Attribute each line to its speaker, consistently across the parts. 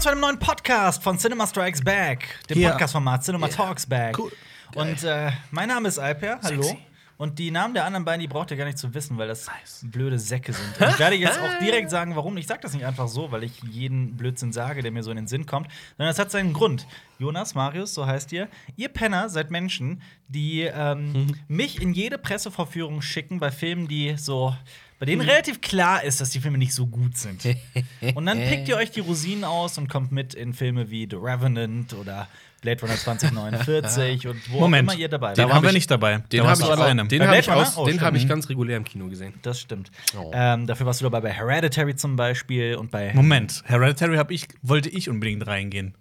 Speaker 1: zu einem neuen Podcast von Cinema Strikes Back, dem
Speaker 2: Ja.
Speaker 1: Podcastformat Cinema Talks Back.
Speaker 2: Cool.
Speaker 1: Und äh, mein Name ist Alper, hallo. Und die Namen der anderen beiden, die braucht ihr gar nicht zu wissen, weil das blöde Säcke sind. Und ich werde jetzt auch direkt sagen, warum. Ich sage das nicht einfach so, weil ich jeden Blödsinn sage, der mir so in den Sinn kommt, sondern das hat seinen Grund. Jonas, Marius, so heißt ihr. Ihr Penner seid Menschen, die ähm,
Speaker 3: Hm.
Speaker 1: mich in jede Presseverführung schicken bei Filmen, die so, bei denen
Speaker 3: Hm.
Speaker 1: relativ klar ist, dass die Filme nicht so gut sind. Und dann pickt ihr euch die Rosinen aus und kommt mit in Filme wie The Revenant oder Blade Runner 2049 und wo
Speaker 3: Moment,
Speaker 1: auch immer ihr dabei
Speaker 3: den
Speaker 1: seid.
Speaker 2: hab
Speaker 3: waren wir
Speaker 2: ich-
Speaker 3: nicht dabei. da
Speaker 2: Den habe
Speaker 3: warst
Speaker 2: ich,
Speaker 3: du alleine.
Speaker 2: den
Speaker 1: Bei
Speaker 2: hab ich,
Speaker 1: Blade Runner?
Speaker 2: aus,
Speaker 1: Oh,
Speaker 2: den hab
Speaker 1: stimmt.
Speaker 2: ich ganz regulär im Kino gesehen.
Speaker 1: Das stimmt.
Speaker 2: Oh.
Speaker 1: Ähm, dafür warst du dabei bei Hereditary zum Beispiel und bei.
Speaker 3: Moment, Hereditary hab ich, wollte ich unbedingt reingehen.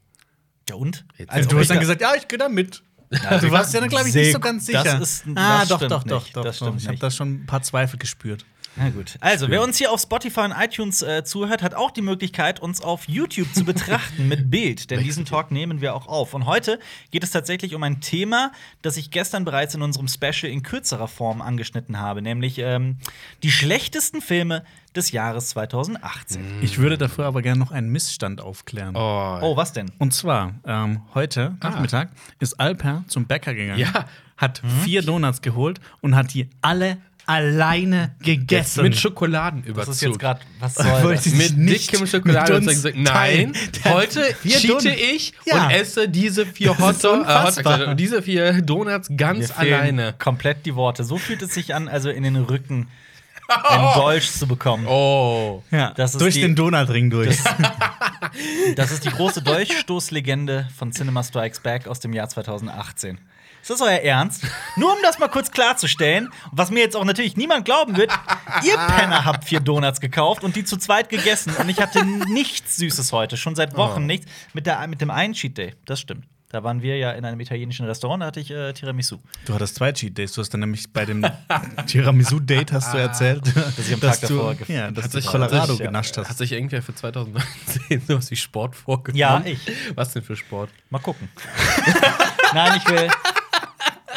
Speaker 1: Ja, und?
Speaker 2: Jetzt-
Speaker 3: Also,
Speaker 2: Also,
Speaker 3: du hast
Speaker 1: ich
Speaker 3: dann
Speaker 1: da-
Speaker 3: gesagt, ja, ich gehe da mit. du warst ja dann, glaube ich,
Speaker 1: Sehr
Speaker 3: nicht so
Speaker 1: gut.
Speaker 3: ganz sicher.
Speaker 1: Das ist- das
Speaker 3: ah, doch,
Speaker 1: stimmt
Speaker 3: doch, doch,
Speaker 1: nicht.
Speaker 3: doch.
Speaker 1: Das
Speaker 3: doch.
Speaker 1: stimmt
Speaker 3: ich habe
Speaker 1: nicht.
Speaker 3: da schon ein paar Zweifel gespürt.
Speaker 1: Na gut. Also, wer uns hier auf Spotify und iTunes äh, zuhört, hat auch die Möglichkeit, uns auf YouTube zu betrachten mit Bild, denn diesen Talk nehmen wir auch auf. Und heute geht es tatsächlich um ein Thema, das ich gestern bereits in unserem Special in kürzerer Form angeschnitten habe, nämlich ähm, die schlechtesten Filme des Jahres 2018.
Speaker 3: Ich würde dafür aber gerne noch einen Missstand aufklären.
Speaker 2: Oh.
Speaker 1: Oh, Ah. was denn?
Speaker 3: Und zwar, ähm, heute Nachmittag ist Alper zum Bäcker gegangen,
Speaker 2: Ja.
Speaker 3: hat
Speaker 1: Hm?
Speaker 3: vier Donuts geholt und hat die alle alleine gegessen.
Speaker 2: Mit Schokoladenüberzug.
Speaker 1: Das ist jetzt gerade, was soll
Speaker 3: Wollte
Speaker 1: das?
Speaker 3: ich-
Speaker 2: mit
Speaker 3: nicht
Speaker 2: dickem Schokolade
Speaker 3: mit
Speaker 2: und
Speaker 3: uns
Speaker 2: gesagt, nein,
Speaker 3: teilen.
Speaker 2: heute
Speaker 3: Vier
Speaker 2: cheate
Speaker 3: Donuts.
Speaker 2: ich
Speaker 3: Ja.
Speaker 2: und esse diese vier
Speaker 3: Das ist
Speaker 2: Hotdogs, äh, Hotdogs,
Speaker 3: unfassbar.
Speaker 2: also diese vier Donuts
Speaker 1: Mir
Speaker 2: ganz
Speaker 1: fehlen
Speaker 2: alleine.
Speaker 1: Komplett die Worte. So fühlt es sich an, also in den Rücken einen Dolch zu bekommen.
Speaker 2: Oh.
Speaker 3: Ja,
Speaker 1: Das ist
Speaker 3: durch
Speaker 1: die-
Speaker 3: den Donutring durch.
Speaker 1: Das ist die große Dolchstoßlegende von Cinema Strikes Back aus dem Jahr 2018. Ist das euer Ernst? Nur um das mal kurz klarzustellen, was mir jetzt auch natürlich niemand glauben wird, ihr Penner habt vier Donuts gekauft und die zu zweit gegessen und ich hatte nichts Süßes heute, schon seit Wochen nichts, mit, der, mit dem einen Cheat Day. Das stimmt. Da waren wir ja in einem italienischen Restaurant, da hatte ich äh, Tiramisu.
Speaker 3: Du hattest zwei Cheat Days. Du hast dann nämlich bei dem Tiramisu-Date hast
Speaker 2: Ah.
Speaker 3: du erzählt, dass,
Speaker 1: ich am Tag davor
Speaker 3: du, ja, dass du
Speaker 2: sich- äh,
Speaker 3: Colorado
Speaker 1: sich- ja.
Speaker 3: genascht hast.
Speaker 2: Hat sich irgendwer für 2019 sowas wie Sport vorgenommen?
Speaker 1: Ja, ich.
Speaker 2: Was denn für Sport?
Speaker 1: Mal gucken. Nein, ich will.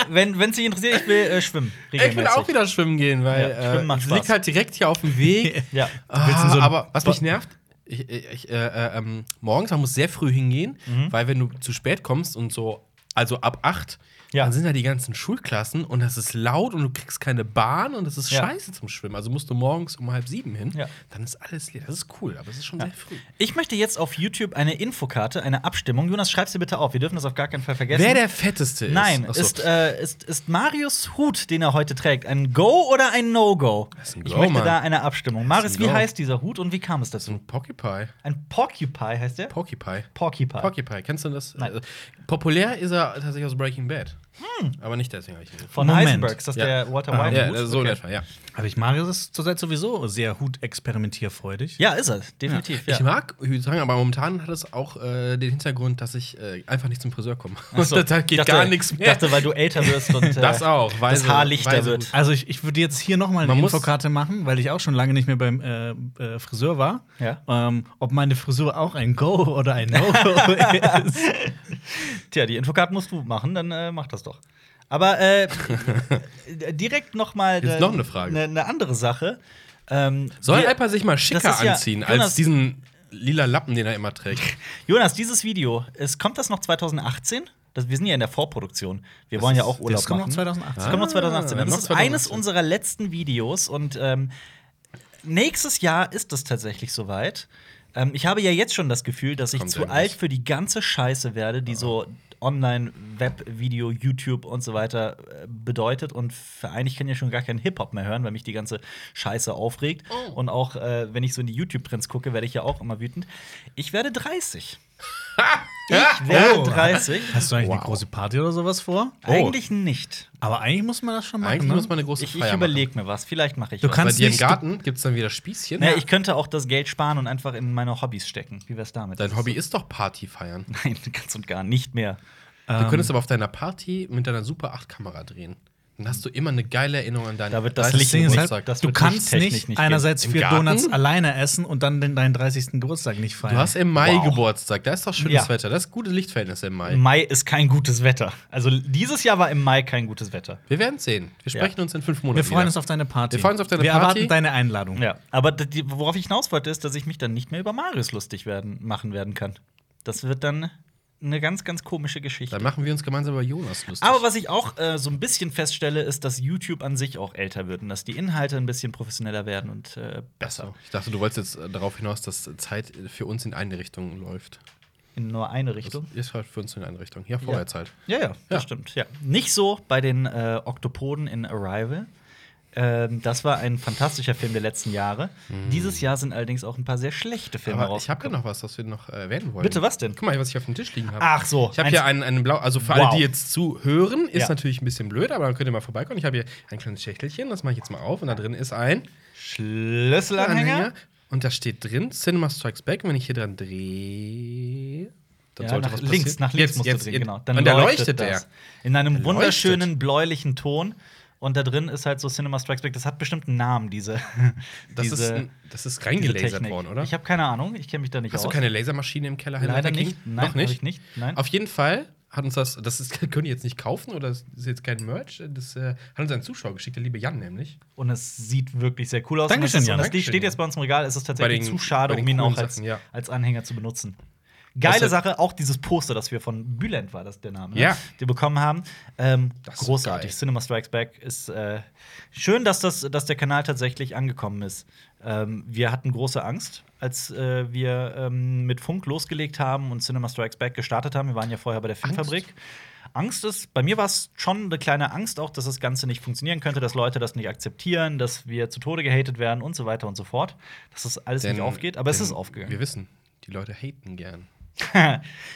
Speaker 1: Wenn es dich interessiert, ich will äh, schwimmen.
Speaker 2: Ich will
Speaker 1: regelmäßig.
Speaker 2: auch wieder schwimmen gehen, weil
Speaker 1: Ja, schwimmen macht
Speaker 2: äh, es
Speaker 1: Spaß.
Speaker 2: liegt halt direkt hier auf dem Weg.
Speaker 1: Ja.
Speaker 2: Ah,
Speaker 3: Willst du in so ein
Speaker 2: aber was
Speaker 3: Ba-
Speaker 2: mich nervt, ich, ich, äh, äh, ähm, morgens, man muss sehr früh hingehen,
Speaker 1: Mhm.
Speaker 2: weil wenn du zu spät kommst und so, also ab 8,
Speaker 1: Ja.
Speaker 2: dann sind da die ganzen Schulklassen und das ist laut und du kriegst keine Bahn und das ist
Speaker 1: Ja.
Speaker 2: scheiße zum Schwimmen. Also musst du morgens um halb sieben hin,
Speaker 1: Ja.
Speaker 2: dann ist alles leer. Das ist cool, aber es ist schon sehr früh.
Speaker 1: Ich möchte jetzt auf YouTube eine Infokarte, eine Abstimmung. Jonas, schreib's dir bitte auf. Wir dürfen das auf gar keinen Fall vergessen.
Speaker 2: Wer der fetteste ist?
Speaker 1: Nein,
Speaker 2: Ach so.
Speaker 1: ist, äh, ist, ist Marius Hut, den er heute trägt, ein Go oder ein No-Go?
Speaker 2: Das ist ein
Speaker 1: Ich
Speaker 2: Go,
Speaker 1: möchte
Speaker 2: Mann.
Speaker 1: da eine Abstimmung. Marius,
Speaker 2: ein
Speaker 1: wie
Speaker 2: Go.
Speaker 1: heißt dieser Hut und wie kam es dazu?
Speaker 2: ein Porcupine.
Speaker 1: Ein Porcupine heißt der?
Speaker 2: Porcupine.
Speaker 1: Porcupine.
Speaker 2: Porcupine, kennst du das?
Speaker 1: Ah. Nein. Hm.
Speaker 2: Äh, populär ist er tatsächlich aus Breaking Bad. Aber nicht deswegen habe ich ihn gefunden.
Speaker 1: Von
Speaker 3: Moment.
Speaker 1: Heisenberg. Ist das
Speaker 2: Ja.
Speaker 1: der Walter
Speaker 3: Ah,
Speaker 1: White?
Speaker 2: Ja,
Speaker 1: Hut?
Speaker 2: äh, so in
Speaker 1: Okay.
Speaker 2: etwa, ja.
Speaker 3: Aber ich mag es zurzeit sowieso sehr hutexperimentierfreudig.
Speaker 1: ja, ist er. Definitiv. Ja.
Speaker 2: Ich mag Hütang, aber momentan hat es auch äh, den Hintergrund, dass ich äh, einfach nicht zum Friseur komme.
Speaker 1: Ach so.
Speaker 2: da geht
Speaker 1: Dachte-
Speaker 2: gar nichts mehr.
Speaker 1: dachte, weil du älter wirst und äh,
Speaker 2: das auch, weil
Speaker 1: das Haar lichter wird.
Speaker 3: Also ich, ich würde jetzt hier nochmal eine
Speaker 2: Man muss-
Speaker 3: Infokarte machen, weil ich auch schon lange nicht mehr beim äh, äh, Friseur war.
Speaker 1: Ja.
Speaker 3: Ähm, ob meine Frisur auch ein Go oder ein No-Go ist.
Speaker 1: Tja, die Infokarte musst du machen, dann äh, mach das doch. Aber äh, direkt noch mal
Speaker 2: Jetzt noch eine Frage.
Speaker 1: Eine eine ne andere Sache. Ähm,
Speaker 2: Soll
Speaker 1: wir-
Speaker 2: Alper sich mal schicker
Speaker 1: Das ist ja-
Speaker 2: anziehen
Speaker 1: Jonas-
Speaker 2: als diesen lila Lappen, den er immer trägt?
Speaker 1: Jonas, dieses Video, es kommt das noch 2018? Das, wir sind ja in der Vorproduktion. Wir
Speaker 2: Das
Speaker 1: wollen ja
Speaker 2: ist-
Speaker 1: auch Urlaub
Speaker 3: das kommt noch
Speaker 1: machen.
Speaker 3: 2018.
Speaker 1: Das kommt noch 2018.
Speaker 2: Ah,
Speaker 1: das
Speaker 2: noch
Speaker 1: ist
Speaker 2: 2018.
Speaker 1: eines unserer letzten Videos und ähm, nächstes Jahr ist es tatsächlich soweit. Ähm, ich habe ja jetzt schon das Gefühl, dass ich
Speaker 2: Kommt Ah.
Speaker 1: zu
Speaker 2: irgendwas.
Speaker 1: alt für die ganze Scheiße werde, die so Online, Web, Video, YouTube und so weiter äh, bedeutet. Und für einen, ich kann ja schon gar keinen Hip-Hop mehr hören, weil mich die ganze Scheiße aufregt. Und auch äh, wenn ich so in die YouTube-Trends gucke, werde ich ja auch immer wütend. Ich werde 30. ich werde
Speaker 3: Oh.
Speaker 1: 30.
Speaker 3: Hast du eigentlich eine
Speaker 2: Wow. Oh.
Speaker 3: große Party oder sowas vor?
Speaker 1: Eigentlich nicht.
Speaker 3: Aber eigentlich muss man das schon machen.
Speaker 2: Eigentlich
Speaker 3: ne?
Speaker 2: muss man eine große
Speaker 1: Ich,
Speaker 2: Feier
Speaker 1: ich
Speaker 2: machen.
Speaker 1: überlege mir was. Vielleicht mache ich
Speaker 3: Du
Speaker 1: was.
Speaker 2: Bei
Speaker 3: kannst
Speaker 2: dir im
Speaker 3: nicht-
Speaker 2: Garten gibt es dann wieder Spießchen.
Speaker 1: Naja, ich könnte auch das Geld sparen und einfach in meine Hobbys stecken. Wie wär's damit?
Speaker 2: Dein Hobby ist doch Party feiern.
Speaker 1: Nein, ganz und gar nicht mehr. Ähm.
Speaker 2: Du könntest aber auf deiner Party mit deiner Super 8 Kamera drehen. Dann hast du immer eine geile Erinnerung an deinen
Speaker 1: Da wird das
Speaker 2: 30.
Speaker 1: Licht
Speaker 3: Ding ist halt,
Speaker 2: Geburtstag.
Speaker 1: das
Speaker 3: du
Speaker 1: wird
Speaker 3: kannst
Speaker 1: lichttechnisch
Speaker 3: nicht,
Speaker 1: nicht gehen.
Speaker 3: einerseits
Speaker 2: Im
Speaker 3: vier
Speaker 2: Garten?
Speaker 3: Donuts alleine essen und dann den, deinen 30. Geburtstag nicht feiern.
Speaker 2: Du hast im Mai
Speaker 1: Wow.
Speaker 2: Geburtstag, da ist doch schönes
Speaker 1: Ja.
Speaker 2: Wetter, das ist gute Lichtverhältnisse im Mai.
Speaker 1: Mai ist kein gutes Wetter. Also dieses Jahr war im Mai kein gutes Wetter.
Speaker 2: Wir werden sehen. Wir
Speaker 1: Ja.
Speaker 2: sprechen uns in fünf Monaten.
Speaker 3: wir freuen
Speaker 2: wieder.
Speaker 3: uns auf deine Party.
Speaker 2: Wir freuen uns auf deine
Speaker 3: wir
Speaker 2: Party.
Speaker 3: erwarten deine Einladung.
Speaker 1: Ja, aber d- die, worauf ich hinaus wollte, ist, dass ich mich dann nicht mehr über Marius lustig werden, machen werden kann. Das wird dann eine ganz, ganz komische Geschichte.
Speaker 2: Dann machen wir uns gemeinsam über Jonas lustig.
Speaker 1: Aber was ich auch äh, so ein bisschen feststelle, ist, dass YouTube an sich auch älter wird und dass die Inhalte ein bisschen professioneller werden und äh,
Speaker 2: besser. Ich dachte, du wolltest jetzt äh, darauf hinaus, dass Zeit für uns in eine Richtung läuft.
Speaker 1: in nur eine
Speaker 2: Das
Speaker 1: Richtung.
Speaker 2: ist halt für uns in eine Richtung. Ja, vorher Zeit.
Speaker 1: Ja, ja,
Speaker 2: Ja.
Speaker 1: das stimmt. Ja. Nicht so bei den äh, Oktopoden in Arrival. Ähm, das war ein fantastischer Film der letzten Jahre. Dieses Jahr sind allerdings auch ein paar sehr schlechte Filme
Speaker 2: Mhm. Aber ich
Speaker 1: raus.
Speaker 2: habe ja noch was, was wir noch äh, erwähnen wollen.
Speaker 1: Bitte, was denn?
Speaker 2: Guck mal, was ich auf dem Tisch liegen habe.
Speaker 1: Ach so,
Speaker 2: Ich habe
Speaker 1: eins-
Speaker 2: hier einen, einen blau, also für
Speaker 1: Wow.
Speaker 2: alle, die jetzt zuhören, ist
Speaker 1: Ja.
Speaker 2: natürlich ein bisschen blöd, aber dann könnt ihr mal vorbeikommen. Ich habe hier ein kleines Schächtelchen, das mache ich jetzt mal auf und da drin ist ein
Speaker 1: Schlüsselanhänger?
Speaker 2: und da steht drin Cinema Strikes Back. Und wenn ich hier dran drehe, dann
Speaker 1: Ja,
Speaker 2: sollte
Speaker 1: nach
Speaker 2: was passieren.
Speaker 1: links, nach links
Speaker 2: Jetzt-
Speaker 1: musst
Speaker 2: jetzt-
Speaker 1: du drehen, genau.
Speaker 2: und da leuchtet
Speaker 1: das.
Speaker 2: er.
Speaker 1: In einem
Speaker 2: Der
Speaker 1: wunderschönen bläulichen Ton. Und da drin ist halt so Cinema Strikes Back. Das hat bestimmt einen Namen, diese.
Speaker 2: Das,
Speaker 1: diese,
Speaker 2: ist, ein- das ist
Speaker 1: diese
Speaker 2: reingelasert
Speaker 1: Technik.
Speaker 2: worden, oder?
Speaker 1: Ich habe keine Ahnung, ich kenne mich da nicht
Speaker 2: Hast du
Speaker 1: aus.
Speaker 2: keine Lasermaschine im Keller? Henrik
Speaker 1: Leider
Speaker 2: King?
Speaker 1: nicht. Nein,
Speaker 2: Noch nicht?
Speaker 1: hab ich nicht. Nein.
Speaker 2: Auf jeden Fall hat uns das, das ist, können die jetzt nicht kaufen oder das ist jetzt kein Merch, das äh, hat uns ein Zuschauer geschickt, der liebe Jan nämlich.
Speaker 1: Und es sieht wirklich sehr cool aus. und
Speaker 3: Dankeschön,
Speaker 1: es ist-
Speaker 3: Jan.
Speaker 1: und das Lied
Speaker 2: Dankeschön,
Speaker 1: steht
Speaker 2: ja.
Speaker 1: jetzt bei uns im Regal. Es ist
Speaker 2: Bei
Speaker 1: tatsächlich
Speaker 2: den-
Speaker 1: zu schade,
Speaker 2: bei den
Speaker 1: um ihn auch
Speaker 2: coolen
Speaker 1: als,
Speaker 2: Sachen, ja.
Speaker 1: als Anhänger zu benutzen. Geile
Speaker 2: Das hat-
Speaker 1: Sache, auch dieses Poster, das wir von Bülent war, das der Name,
Speaker 2: Ja.
Speaker 1: die bekommen haben. Ähm,
Speaker 2: Das ist
Speaker 1: großartig.
Speaker 2: geil.
Speaker 1: Cinema Strikes Back ist äh, schön, dass, das, dass der Kanal tatsächlich angekommen ist. Ähm, wir hatten große Angst, als äh, wir ähm, mit Funk losgelegt haben und Cinema Strikes Back gestartet haben. Wir waren ja vorher bei der Filmfabrik. Angst ist, bei mir war es schon eine kleine Angst auch, dass das Ganze nicht funktionieren könnte, dass Leute das nicht akzeptieren, dass wir zu Tode gehatet werden und so weiter und so fort. Dass das alles nicht aufgeht, aber es
Speaker 2: denn
Speaker 1: ist aufgegangen.
Speaker 2: Wir wissen, die Leute haten gern.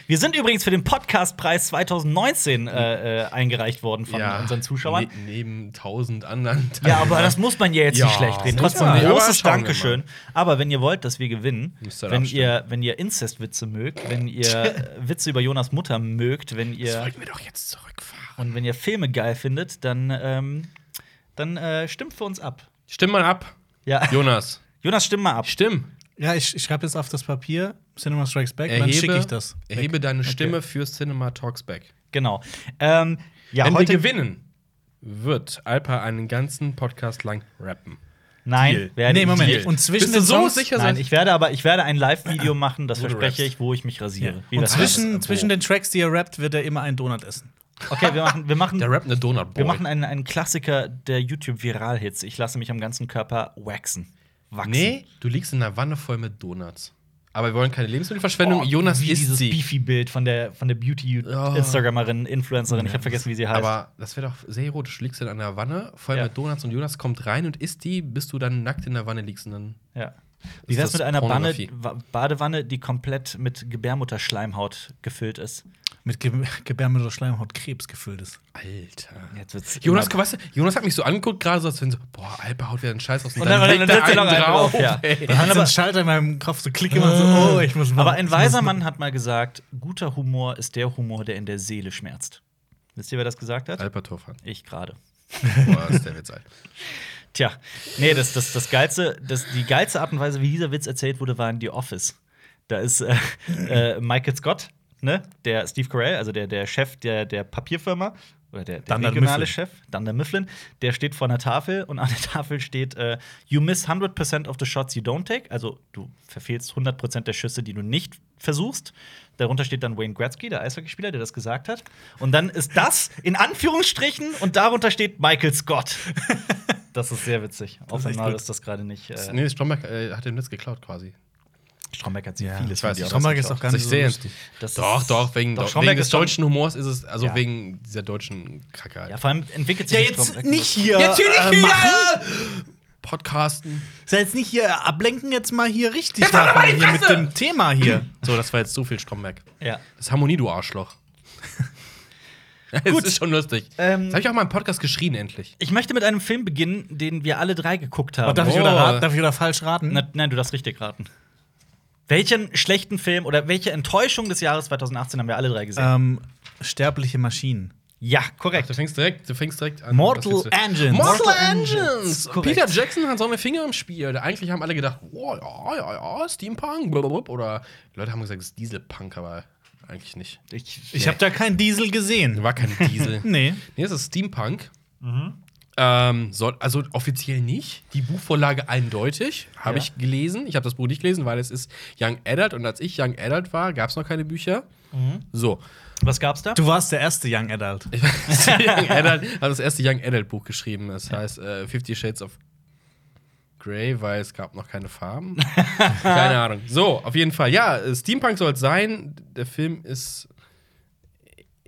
Speaker 1: Wir sind übrigens für den Podcastpreis 2019 äh, äh, eingereicht worden von unseren Zuschauern.
Speaker 2: Ne neben tausend anderen.
Speaker 1: Ja, aber das muss man ja jetzt
Speaker 2: Ja,
Speaker 1: nicht schlecht reden.
Speaker 2: das
Speaker 1: Trotzdem
Speaker 2: muss
Speaker 1: ein
Speaker 2: man.
Speaker 1: großes
Speaker 2: Ja, aber schauen wir
Speaker 1: Dankeschön. Aber wenn ihr wollt, dass wir gewinnen,
Speaker 2: Müsst ihr
Speaker 1: wenn
Speaker 2: abstimmen.
Speaker 1: ihr, wenn ihr Inzestwitze mögt, wenn ihr äh, Witze über Jonas Mutter mögt, wenn
Speaker 2: Das
Speaker 1: ihr
Speaker 2: wollten wir doch jetzt zurückfahren.
Speaker 1: und wenn ihr Filme geil findet, dann, ähm, dann äh, stimmt für uns ab.
Speaker 2: Stimm mal ab,
Speaker 1: Ja.
Speaker 2: Jonas.
Speaker 1: Jonas, stimm mal ab.
Speaker 2: Stimm.
Speaker 3: Ja, ich, ich schreibe jetzt auf das Papier Cinema Strikes Back, dann schicke
Speaker 2: Erhebe,
Speaker 3: ich das.
Speaker 2: erhebe deine Stimme für Cinema Talks Back.
Speaker 1: Genau. Ähm, ja,
Speaker 2: Wenn wir
Speaker 1: heute
Speaker 2: gewinnen, wird Alpa einen ganzen Podcast lang rappen.
Speaker 1: Nein,
Speaker 2: Deal.
Speaker 1: werde
Speaker 3: Nee,
Speaker 1: ich
Speaker 3: Moment.
Speaker 1: nicht.
Speaker 3: Und zwischen
Speaker 2: Bist du
Speaker 3: den
Speaker 2: so
Speaker 3: Songs,
Speaker 2: sicher,
Speaker 1: Nein, ich werde aber ich werde ein Live-Video machen, das
Speaker 2: Wo du
Speaker 1: verspreche
Speaker 2: rappst.
Speaker 1: ich, wo ich mich rasiere. Wie
Speaker 3: Und
Speaker 1: das heißt.
Speaker 3: zwischen, zwischen den Tracks, die er rappt, wird er immer einen Donut essen.
Speaker 1: Okay, wir machen, wir machen,
Speaker 2: Der rappt eine Donut
Speaker 1: wir machen einen, einen Klassiker der YouTube-Viral-Hits. Ich lasse mich am ganzen Körper waxen. Wachsen.
Speaker 2: Nee, du liegst in einer Wanne voll mit Donuts. Aber wir wollen keine Lebensmittelverschwendung. Jonas
Speaker 1: wie
Speaker 2: isst
Speaker 1: dieses
Speaker 2: sie.
Speaker 1: Beefy-Bild von der, von der Beauty-Instagramerin, Influencerin. Ich habe vergessen, wie sie heißt.
Speaker 2: Aber das wäre doch sehr erotisch. Du liegst in einer Wanne voll
Speaker 1: Ja.
Speaker 2: mit Donuts und Jonas kommt rein und isst die, bis du dann nackt in der Wanne liegst. Und dann
Speaker 1: ja. Wie wär's
Speaker 2: das
Speaker 1: mit einer Banne,
Speaker 2: Pornografie?
Speaker 1: Wa- Badewanne, die komplett mit Gebärmutterschleimhaut gefüllt ist?
Speaker 3: Mit Ge Gebärmutter Schleimhaut Krebs gefüllt ist.
Speaker 2: Alter.
Speaker 1: Jetzt wird's
Speaker 2: Jonas,
Speaker 1: immer-
Speaker 2: guck, weißt du, Jonas hat mich so angeguckt, gerade so, als wenn so, boah, Alpa haut wieder einen Scheiß aus.
Speaker 1: Und dann- dann-
Speaker 2: legt
Speaker 1: dann
Speaker 2: er
Speaker 1: setzt er
Speaker 2: einen
Speaker 1: noch einen drauf, ja.
Speaker 2: ey.
Speaker 3: Dann
Speaker 1: Dann
Speaker 3: hat so
Speaker 1: aber-
Speaker 3: einen Schalter in meinem Kopf so klick gemacht, so, oh, ich muss
Speaker 1: Äh. Aber ein weiser Mann hat mal gesagt, guter Humor ist der Humor, der in der Seele schmerzt. Wisst ihr, wer das gesagt hat?
Speaker 2: Alpa Torfan.
Speaker 1: Ich gerade.
Speaker 2: Boah, ist der Witz, Alter.
Speaker 1: Tja, nee, das, das, das geilste, das, die geilste Art und Weise, wie dieser Witz erzählt wurde, war in The Office. Da ist äh, äh, Michael Scott, ne, der Steve Carell, also der, der Chef der, der Papierfirma oder der, der
Speaker 3: Dunder
Speaker 1: regionale
Speaker 3: Mifflin.
Speaker 1: Chef, Dunder Mifflin, der steht vor einer Tafel und an der Tafel steht äh, You miss 100% of the shots you don't take, also du verfehlst 100% der Schüsse, die du nicht versuchst. Darunter steht dann Wayne Gretzky, der Eishockeyspieler, der das gesagt hat. Und dann ist das in Anführungsstrichen und darunter steht Michael Scott. Das ist sehr witzig.
Speaker 3: ist echt
Speaker 1: Offenbar
Speaker 3: gut.
Speaker 1: ist das gerade nicht. Äh,
Speaker 2: Nee, Stromberg äh, hat den Netz geklaut quasi.
Speaker 1: Stromberg hat sie
Speaker 3: Ja,
Speaker 1: vieles
Speaker 2: ich weiß
Speaker 1: von dir
Speaker 2: nicht.
Speaker 3: Stromberg
Speaker 1: rausgeklaut.
Speaker 3: ist auch gar nicht
Speaker 2: ich
Speaker 3: so
Speaker 2: sehen.
Speaker 3: lustig.
Speaker 1: Das
Speaker 2: Doch,
Speaker 1: ist-
Speaker 2: doch, wegen,
Speaker 1: Doch,
Speaker 2: doch,
Speaker 1: Stromberg
Speaker 2: wegen des
Speaker 1: ist schon-
Speaker 2: deutschen Humors ist es, also
Speaker 1: Ja.
Speaker 2: wegen dieser deutschen Kacke halt.
Speaker 1: Ja, vor allem entwickelt sich Stromberg.
Speaker 3: hier.
Speaker 2: Jetzt hier nicht
Speaker 3: äh,
Speaker 2: hier,
Speaker 3: machen.
Speaker 2: Podcasten.
Speaker 3: Sei jetzt nicht hier äh, ablenken, jetzt mal hier richtig machen, hier mit dem Thema hier.
Speaker 2: So, das war jetzt so viel Stromberg.
Speaker 1: Ja.
Speaker 2: Das ist Harmonie, du Arschloch. Gut. ist schon lustig.
Speaker 1: Ähm,
Speaker 2: das habe ich auch mal im Podcast geschrien, endlich.
Speaker 1: Ich möchte mit einem Film beginnen, den wir alle drei geguckt haben.
Speaker 3: Aber darf, ich
Speaker 2: Oh.
Speaker 3: wieder raten, darf ich wieder falsch raten?
Speaker 1: Na, nein, du darfst richtig raten. Welchen schlechten Film oder welche Enttäuschung des Jahres 2018 haben wir alle drei gesehen?
Speaker 3: Ähm, sterbliche Maschinen.
Speaker 1: ja,
Speaker 2: Ach,
Speaker 1: korrekt.
Speaker 2: du fängst direkt, du fängst direkt an.
Speaker 3: Mortal
Speaker 2: Was willst du?
Speaker 3: Engines.
Speaker 2: Mortal,
Speaker 3: Mortal
Speaker 2: Engines.
Speaker 1: korrekt.
Speaker 2: Peter Jackson hat so eine Finger im Spiel. Eigentlich haben alle gedacht, oh, ja, ja, ja, Steampunk, blablabla. Oder die Leute haben gesagt, es ist Dieselpunk, aber eigentlich nicht.
Speaker 1: Ich,
Speaker 3: Ich habe da keinen Diesel gesehen.
Speaker 2: War kein Diesel.
Speaker 3: Nee. Mhm.
Speaker 2: Nee, es ist Steampunk. Ähm, soll, also offiziell nicht. Die Buchvorlage eindeutig, habe
Speaker 1: Ja.
Speaker 2: ich gelesen. Ich habe das Buch nicht gelesen, weil es ist Young Adult und als ich Young Adult war, gab es noch keine Bücher.
Speaker 3: Mhm.
Speaker 2: So.
Speaker 1: Was gab's da?
Speaker 3: Du warst der erste Young Adult.
Speaker 2: Ich weiß, Young Adult hat das erste Young Adult Buch geschrieben. Das heißt äh, Fifty Shades of Grey, weil es gab noch keine Farben. keine Ahnung. So, auf jeden Fall. Ja, äh, Steampunk soll es sein. Der Film ist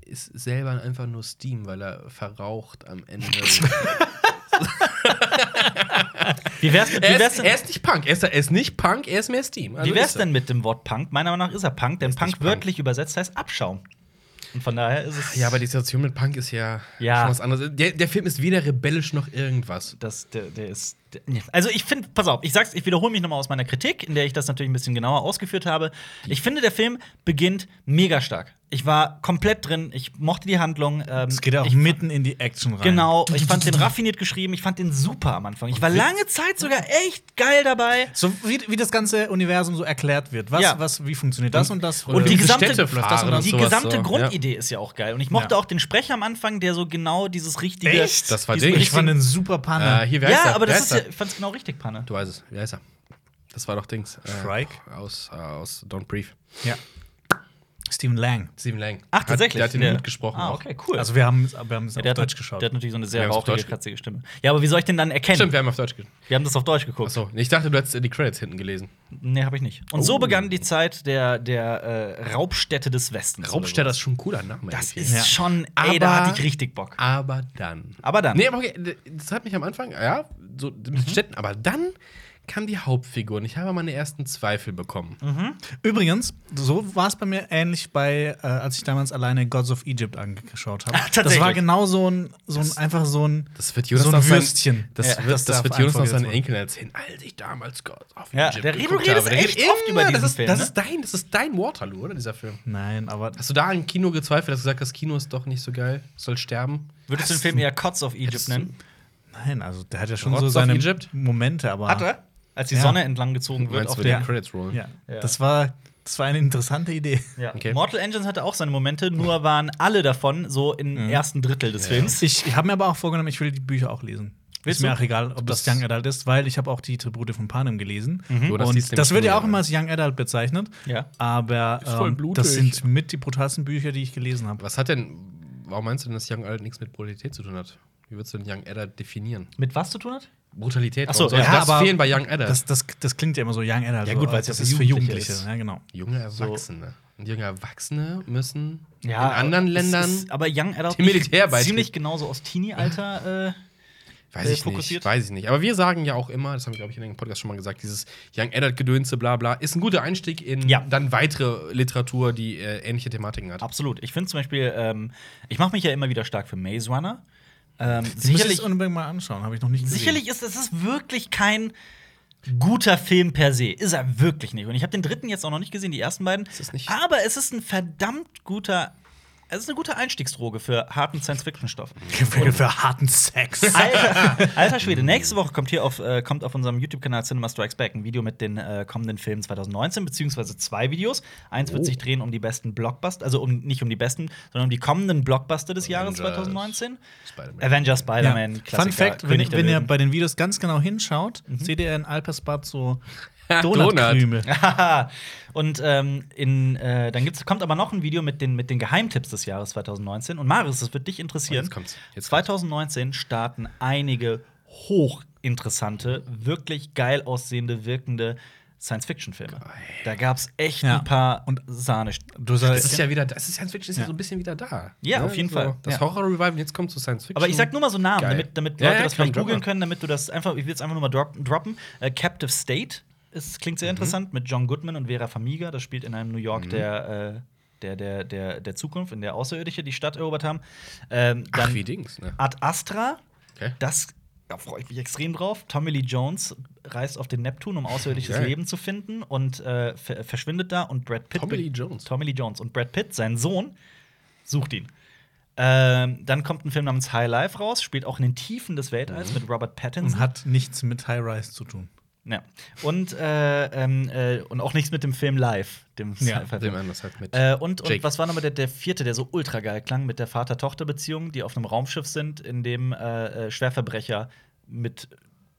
Speaker 2: ist selber einfach nur Steam, weil er verraucht am Ende.
Speaker 1: Wie wär's, wie
Speaker 2: er,
Speaker 1: wär's
Speaker 2: ist, er
Speaker 1: denn,
Speaker 2: ist nicht Punk. Er ist, er ist nicht Punk, er ist mehr Steam. Also
Speaker 1: wie wär's
Speaker 2: ist er.
Speaker 1: denn mit dem Wort Punk? Meiner Meinung nach ist er Punk, denn Punk
Speaker 2: nicht Punk.
Speaker 1: wörtlich übersetzt heißt Abschaum. Und von daher ist es.
Speaker 2: Ja, aber die Situation mit Punk ist ja,
Speaker 1: Ja.
Speaker 2: schon was anderes. Der, der Film ist weder rebellisch noch irgendwas.
Speaker 1: Das, der, der ist. Der, nee. also ich finde, pass auf, ich sag's, ich wiederhole mich nochmal aus meiner Kritik, in der ich das natürlich ein bisschen genauer ausgeführt habe. Ich finde, der Film beginnt mega stark. Ich war komplett drin, ich mochte die Handlung. Ähm,
Speaker 3: Es geht auch
Speaker 1: ich,
Speaker 3: mitten in die Action rein.
Speaker 1: Genau, ich fand den raffiniert geschrieben, ich fand den super am Anfang. Ich war lange Zeit sogar echt geil dabei.
Speaker 3: So wie, wie das ganze Universum so erklärt wird. Was,
Speaker 1: Ja.
Speaker 3: was, wie funktioniert das und das?
Speaker 2: Und
Speaker 1: Und die
Speaker 2: diese
Speaker 1: gesamte,
Speaker 2: Städte fahren und
Speaker 1: die
Speaker 2: sowas
Speaker 1: gesamte
Speaker 2: so,
Speaker 1: Grundidee ist ja auch geil. Und ich mochte
Speaker 3: Ja.
Speaker 1: auch den Sprecher am Anfang, der so genau dieses richtige.
Speaker 3: Echt?
Speaker 2: Das war
Speaker 1: diesen
Speaker 2: Ding.
Speaker 3: ich fand
Speaker 1: richtigen-
Speaker 3: den super Panne.
Speaker 2: Äh, hier, wer heißt
Speaker 1: Ah. Ja,
Speaker 2: er?
Speaker 1: aber das
Speaker 2: Wer heißt
Speaker 1: ist,
Speaker 2: er?
Speaker 1: ja, ich fand's genau richtig, Panne.
Speaker 2: Du weißt es, wie heißt er? Das war doch Dings. äh,
Speaker 3: Shrike?
Speaker 2: Aus, äh, aus Don't Brief.
Speaker 3: ja. Steven Lang.
Speaker 2: Stephen Lang.
Speaker 1: Ach, tatsächlich.
Speaker 2: Hat, der hat den Mut gesprochen.
Speaker 1: Ah,
Speaker 2: auch.
Speaker 1: okay, cool.
Speaker 3: Also wir haben wir haben es auf
Speaker 1: der hat,
Speaker 3: Deutsch
Speaker 1: nat-
Speaker 3: geschaut.
Speaker 1: Der hat natürlich so eine sehr
Speaker 2: Wir haben's auf
Speaker 1: rauchige,
Speaker 2: Deutsch ge-
Speaker 1: kratzige Stimme. Ja, aber wie soll ich den dann erkennen?
Speaker 2: Stimmt, wir haben auf Deutsch geguckt.
Speaker 1: Wir haben das auf Deutsch geguckt.
Speaker 2: Achso, ich dachte, du hättest die Credits hinten gelesen.
Speaker 1: Nee, habe ich nicht. Und
Speaker 2: Oh.
Speaker 1: so begann die Zeit der, der äh, Raubstädte des Westens.
Speaker 2: Raubstädter ist schon ein cooler Name.
Speaker 1: Das
Speaker 2: irgendwie.
Speaker 1: ist
Speaker 3: Ja.
Speaker 1: schon, ey, da
Speaker 2: Aber-
Speaker 1: hatte ich richtig Bock.
Speaker 2: Aber dann.
Speaker 1: Aber dann. Mhm.
Speaker 2: Nee, aber okay, das hat mich am Anfang, ja, so mit Städten, aber dann kam die Hauptfigur und ich habe meine ersten Zweifel bekommen.
Speaker 1: Mhm.
Speaker 3: Übrigens, so war es bei mir ähnlich bei, äh, als ich damals alleine Gods of Egypt angeschaut habe. Das
Speaker 1: tatsächlich.
Speaker 3: war genau so ein, so ein einfach so ein.
Speaker 2: Ah, Das wird
Speaker 3: So
Speaker 2: Jonas
Speaker 3: ein
Speaker 2: noch sein-
Speaker 3: Würstchen.
Speaker 2: Das,
Speaker 1: Ja,
Speaker 2: wird,
Speaker 3: das
Speaker 2: das,
Speaker 3: darf
Speaker 2: wird Jonas noch
Speaker 3: einfach
Speaker 2: seinen
Speaker 3: jetzt mal.
Speaker 2: Enkeln erzählen. Als ich damals Gott auf
Speaker 1: Ja,
Speaker 2: Egypt
Speaker 1: der redet
Speaker 2: geguckt habe.
Speaker 1: echt oft über
Speaker 2: das
Speaker 1: diesen
Speaker 2: ist,
Speaker 1: Film,
Speaker 2: Das
Speaker 1: ne?
Speaker 2: ist dein, das ist dein Waterloo, oder dieser Film?
Speaker 3: Nein, aber
Speaker 2: Hast du da im Kino gezweifelt, dass du gesagt hast, Kino ist doch nicht so geil, soll sterben?
Speaker 1: Würdest du den Film eher Cots of Egypt
Speaker 2: Hättest du-
Speaker 1: nennen?
Speaker 3: nein, also der hat ja schon
Speaker 2: Gods
Speaker 3: so
Speaker 2: of
Speaker 3: seine
Speaker 2: Egypt?
Speaker 3: Momente, aber.
Speaker 1: Hat er? Als die
Speaker 3: Ja.
Speaker 1: Sonne entlang gezogen wird
Speaker 2: Ah. Meinst
Speaker 1: auf
Speaker 2: du
Speaker 1: der.
Speaker 2: den Credits rollen?
Speaker 3: Ja.
Speaker 1: Ja.
Speaker 3: Das war das war eine interessante Idee.
Speaker 1: Ja.
Speaker 2: Okay.
Speaker 1: Mortal Engines hatte auch seine Momente, nur waren alle davon so im
Speaker 2: Mhm.
Speaker 1: ersten Drittel des Films.
Speaker 3: Ich habe mir aber auch vorgenommen, ich will die Bücher auch lesen.
Speaker 1: Willst
Speaker 3: ist mir
Speaker 1: du?
Speaker 3: auch egal, ob das,
Speaker 2: Das-
Speaker 3: Young Adult ist, weil ich habe auch die Tribute von Panem gelesen.
Speaker 1: Mhm.
Speaker 2: So, das siehst du
Speaker 3: Und
Speaker 2: im
Speaker 3: das wird
Speaker 2: Kino,
Speaker 3: ja auch
Speaker 2: ja.
Speaker 3: immer als Young Adult bezeichnet.
Speaker 1: Ja.
Speaker 3: Aber
Speaker 2: Ist voll
Speaker 3: ähm,
Speaker 2: blutig.
Speaker 3: das sind mit die brutalsten Bücher, die ich gelesen habe.
Speaker 2: Was hat denn, warum meinst du denn, dass Young Adult nichts mit Brutalität zu tun hat? Wie würdest du denn Young Adult definieren?
Speaker 1: Mit was zu tun hat?
Speaker 2: Brutalität,
Speaker 1: Ach so,
Speaker 2: warum sollte
Speaker 1: ja,
Speaker 2: das fehlen bei Young Adult?
Speaker 3: Das, das, das klingt ja immer so Young Adult.
Speaker 1: Ja, gut,
Speaker 3: so,
Speaker 1: weil es
Speaker 3: das
Speaker 1: ja für
Speaker 3: ist für
Speaker 1: Jugendliche
Speaker 3: Jugendliche.
Speaker 1: ist.
Speaker 3: Ja, genau.
Speaker 2: junge
Speaker 1: so-
Speaker 2: Erwachsene. Und junge Erwachsene müssen in anderen
Speaker 1: es
Speaker 2: Ländern,
Speaker 1: Ist, aber Young Adult
Speaker 2: die Militär
Speaker 1: ist ziemlich genauso aus Teenie-Alter. Äh,
Speaker 2: weiß
Speaker 1: äh,
Speaker 2: ich
Speaker 1: fokussiert.
Speaker 2: nicht, weiß ich nicht. Aber wir sagen ja auch immer, das haben wir, glaube ich, in dem Podcast schon mal gesagt, dieses Young Adult-Gedönse, bla bla, ist ein guter Einstieg in
Speaker 1: Ja.
Speaker 2: dann weitere Literatur, die äh, ähnliche Thematiken hat.
Speaker 1: absolut. Ich finde zum Beispiel, ähm, ich mache mich ja immer wieder stark für Maze Runner. Ähm,
Speaker 3: Sicherlich ich
Speaker 1: sicherlich,
Speaker 3: unbedingt mal anschauen, habe ich noch nicht gesehen.
Speaker 1: sicherlich ist es ist wirklich kein guter Film per se. Ist er wirklich nicht. Und ich habe den dritten jetzt auch noch nicht gesehen, die ersten beiden.
Speaker 2: ist nicht-
Speaker 1: aber es ist ein verdammt guter. Es ist eine gute Einstiegsdroge für harten Science-Fiction-Stoff.
Speaker 3: für, für harten Sex.
Speaker 1: Alter, alter Schwede, nächste Woche kommt hier auf, äh, kommt auf unserem YouTube-Kanal Cinema Strikes Back ein Video mit den äh, kommenden Filmen 2019, beziehungsweise zwei Videos. Eins
Speaker 2: Oh.
Speaker 1: wird sich drehen um die besten Blockbuster, also um, nicht um die besten, sondern um die kommenden Blockbuster des Jahres
Speaker 2: Avengers.
Speaker 1: 2019.
Speaker 2: Spider-Man.
Speaker 1: Avengers, Spider-Man,
Speaker 3: ja.
Speaker 1: Klassiker.
Speaker 3: Fun Fact: Wenn,
Speaker 1: König der
Speaker 3: wenn ihr
Speaker 1: Löwen. Mhm.
Speaker 3: bei den Videos ganz genau hinschaut, seht ihr in Alpersbad so
Speaker 2: Donut.
Speaker 3: Donutkrümel.
Speaker 1: Haha. Und ähm, in, äh, dann gibt's, kommt aber noch ein Video mit den, mit den Geheimtipps des Jahres 2019. Und Marius, das wird dich interessieren.
Speaker 2: Oh, Jetzt kommt's. Jetzt
Speaker 1: 2019 starten einige hochinteressante, wirklich geil aussehende, wirkende Science-Fiction-Filme. Da gab es echt
Speaker 3: Ja.
Speaker 1: ein paar und Sahne.
Speaker 3: Du sollst-
Speaker 2: Das ist halt ja wieder, das ist Science Fiction ist ja.
Speaker 3: Ja.
Speaker 2: so ein bisschen wieder da. Ne?
Speaker 1: Ja, auf jeden
Speaker 2: so,
Speaker 1: Fall.
Speaker 2: Das
Speaker 1: Ja.
Speaker 2: Horror-Revival, jetzt kommt zu Science Fiction.
Speaker 1: Aber ich sag nur mal so Namen,
Speaker 2: Hm. Geil.
Speaker 1: damit, damit
Speaker 2: Ja,
Speaker 1: Leute
Speaker 2: ja,
Speaker 1: das
Speaker 2: klar,
Speaker 1: vielleicht
Speaker 2: drop
Speaker 1: googeln
Speaker 2: mal.
Speaker 1: können, damit du das einfach, ich will es einfach nur mal drop, droppen. Äh, Captive State ist, klingt
Speaker 2: Mhm.
Speaker 1: sehr interessant mit John Goodman und Vera Famiga. Das spielt in einem New York der, äh, der, der, der, der Zukunft, in der Außerirdische die Stadt erobert haben. Ähm,
Speaker 2: Ach,
Speaker 1: dann
Speaker 2: wie Dings, ne?
Speaker 1: Ad Astra,
Speaker 2: Okay.
Speaker 1: das da freue ich mich extrem drauf. Tommy Lee Jones reist auf den Neptun, um außerirdisches
Speaker 2: Geil.
Speaker 1: Leben zu finden und äh, ver verschwindet da und Brad Pitt.
Speaker 2: Tommy Lee Jones.
Speaker 1: Tommy Lee Jones und Brad Pitt, sein Sohn, sucht ihn. Ähm, dann kommt ein Film namens
Speaker 2: Mhm.
Speaker 1: High Life raus, spielt auch in den Tiefen des Weltalls mit Robert Pattinson.
Speaker 3: Und hat nichts mit High Rise zu tun.
Speaker 1: Ja. Und, äh, ähm, äh, und auch nichts mit dem Film live, dem
Speaker 3: Ja,
Speaker 1: Sci-Fi-Film.
Speaker 2: Dem anders halt mit.
Speaker 1: Äh, und,
Speaker 2: Jake.
Speaker 1: und was war nochmal der, der vierte, der so ultra geil klang mit der Vater-Tochter-Beziehung, die auf einem Raumschiff sind, in dem äh, äh, Schwerverbrecher mit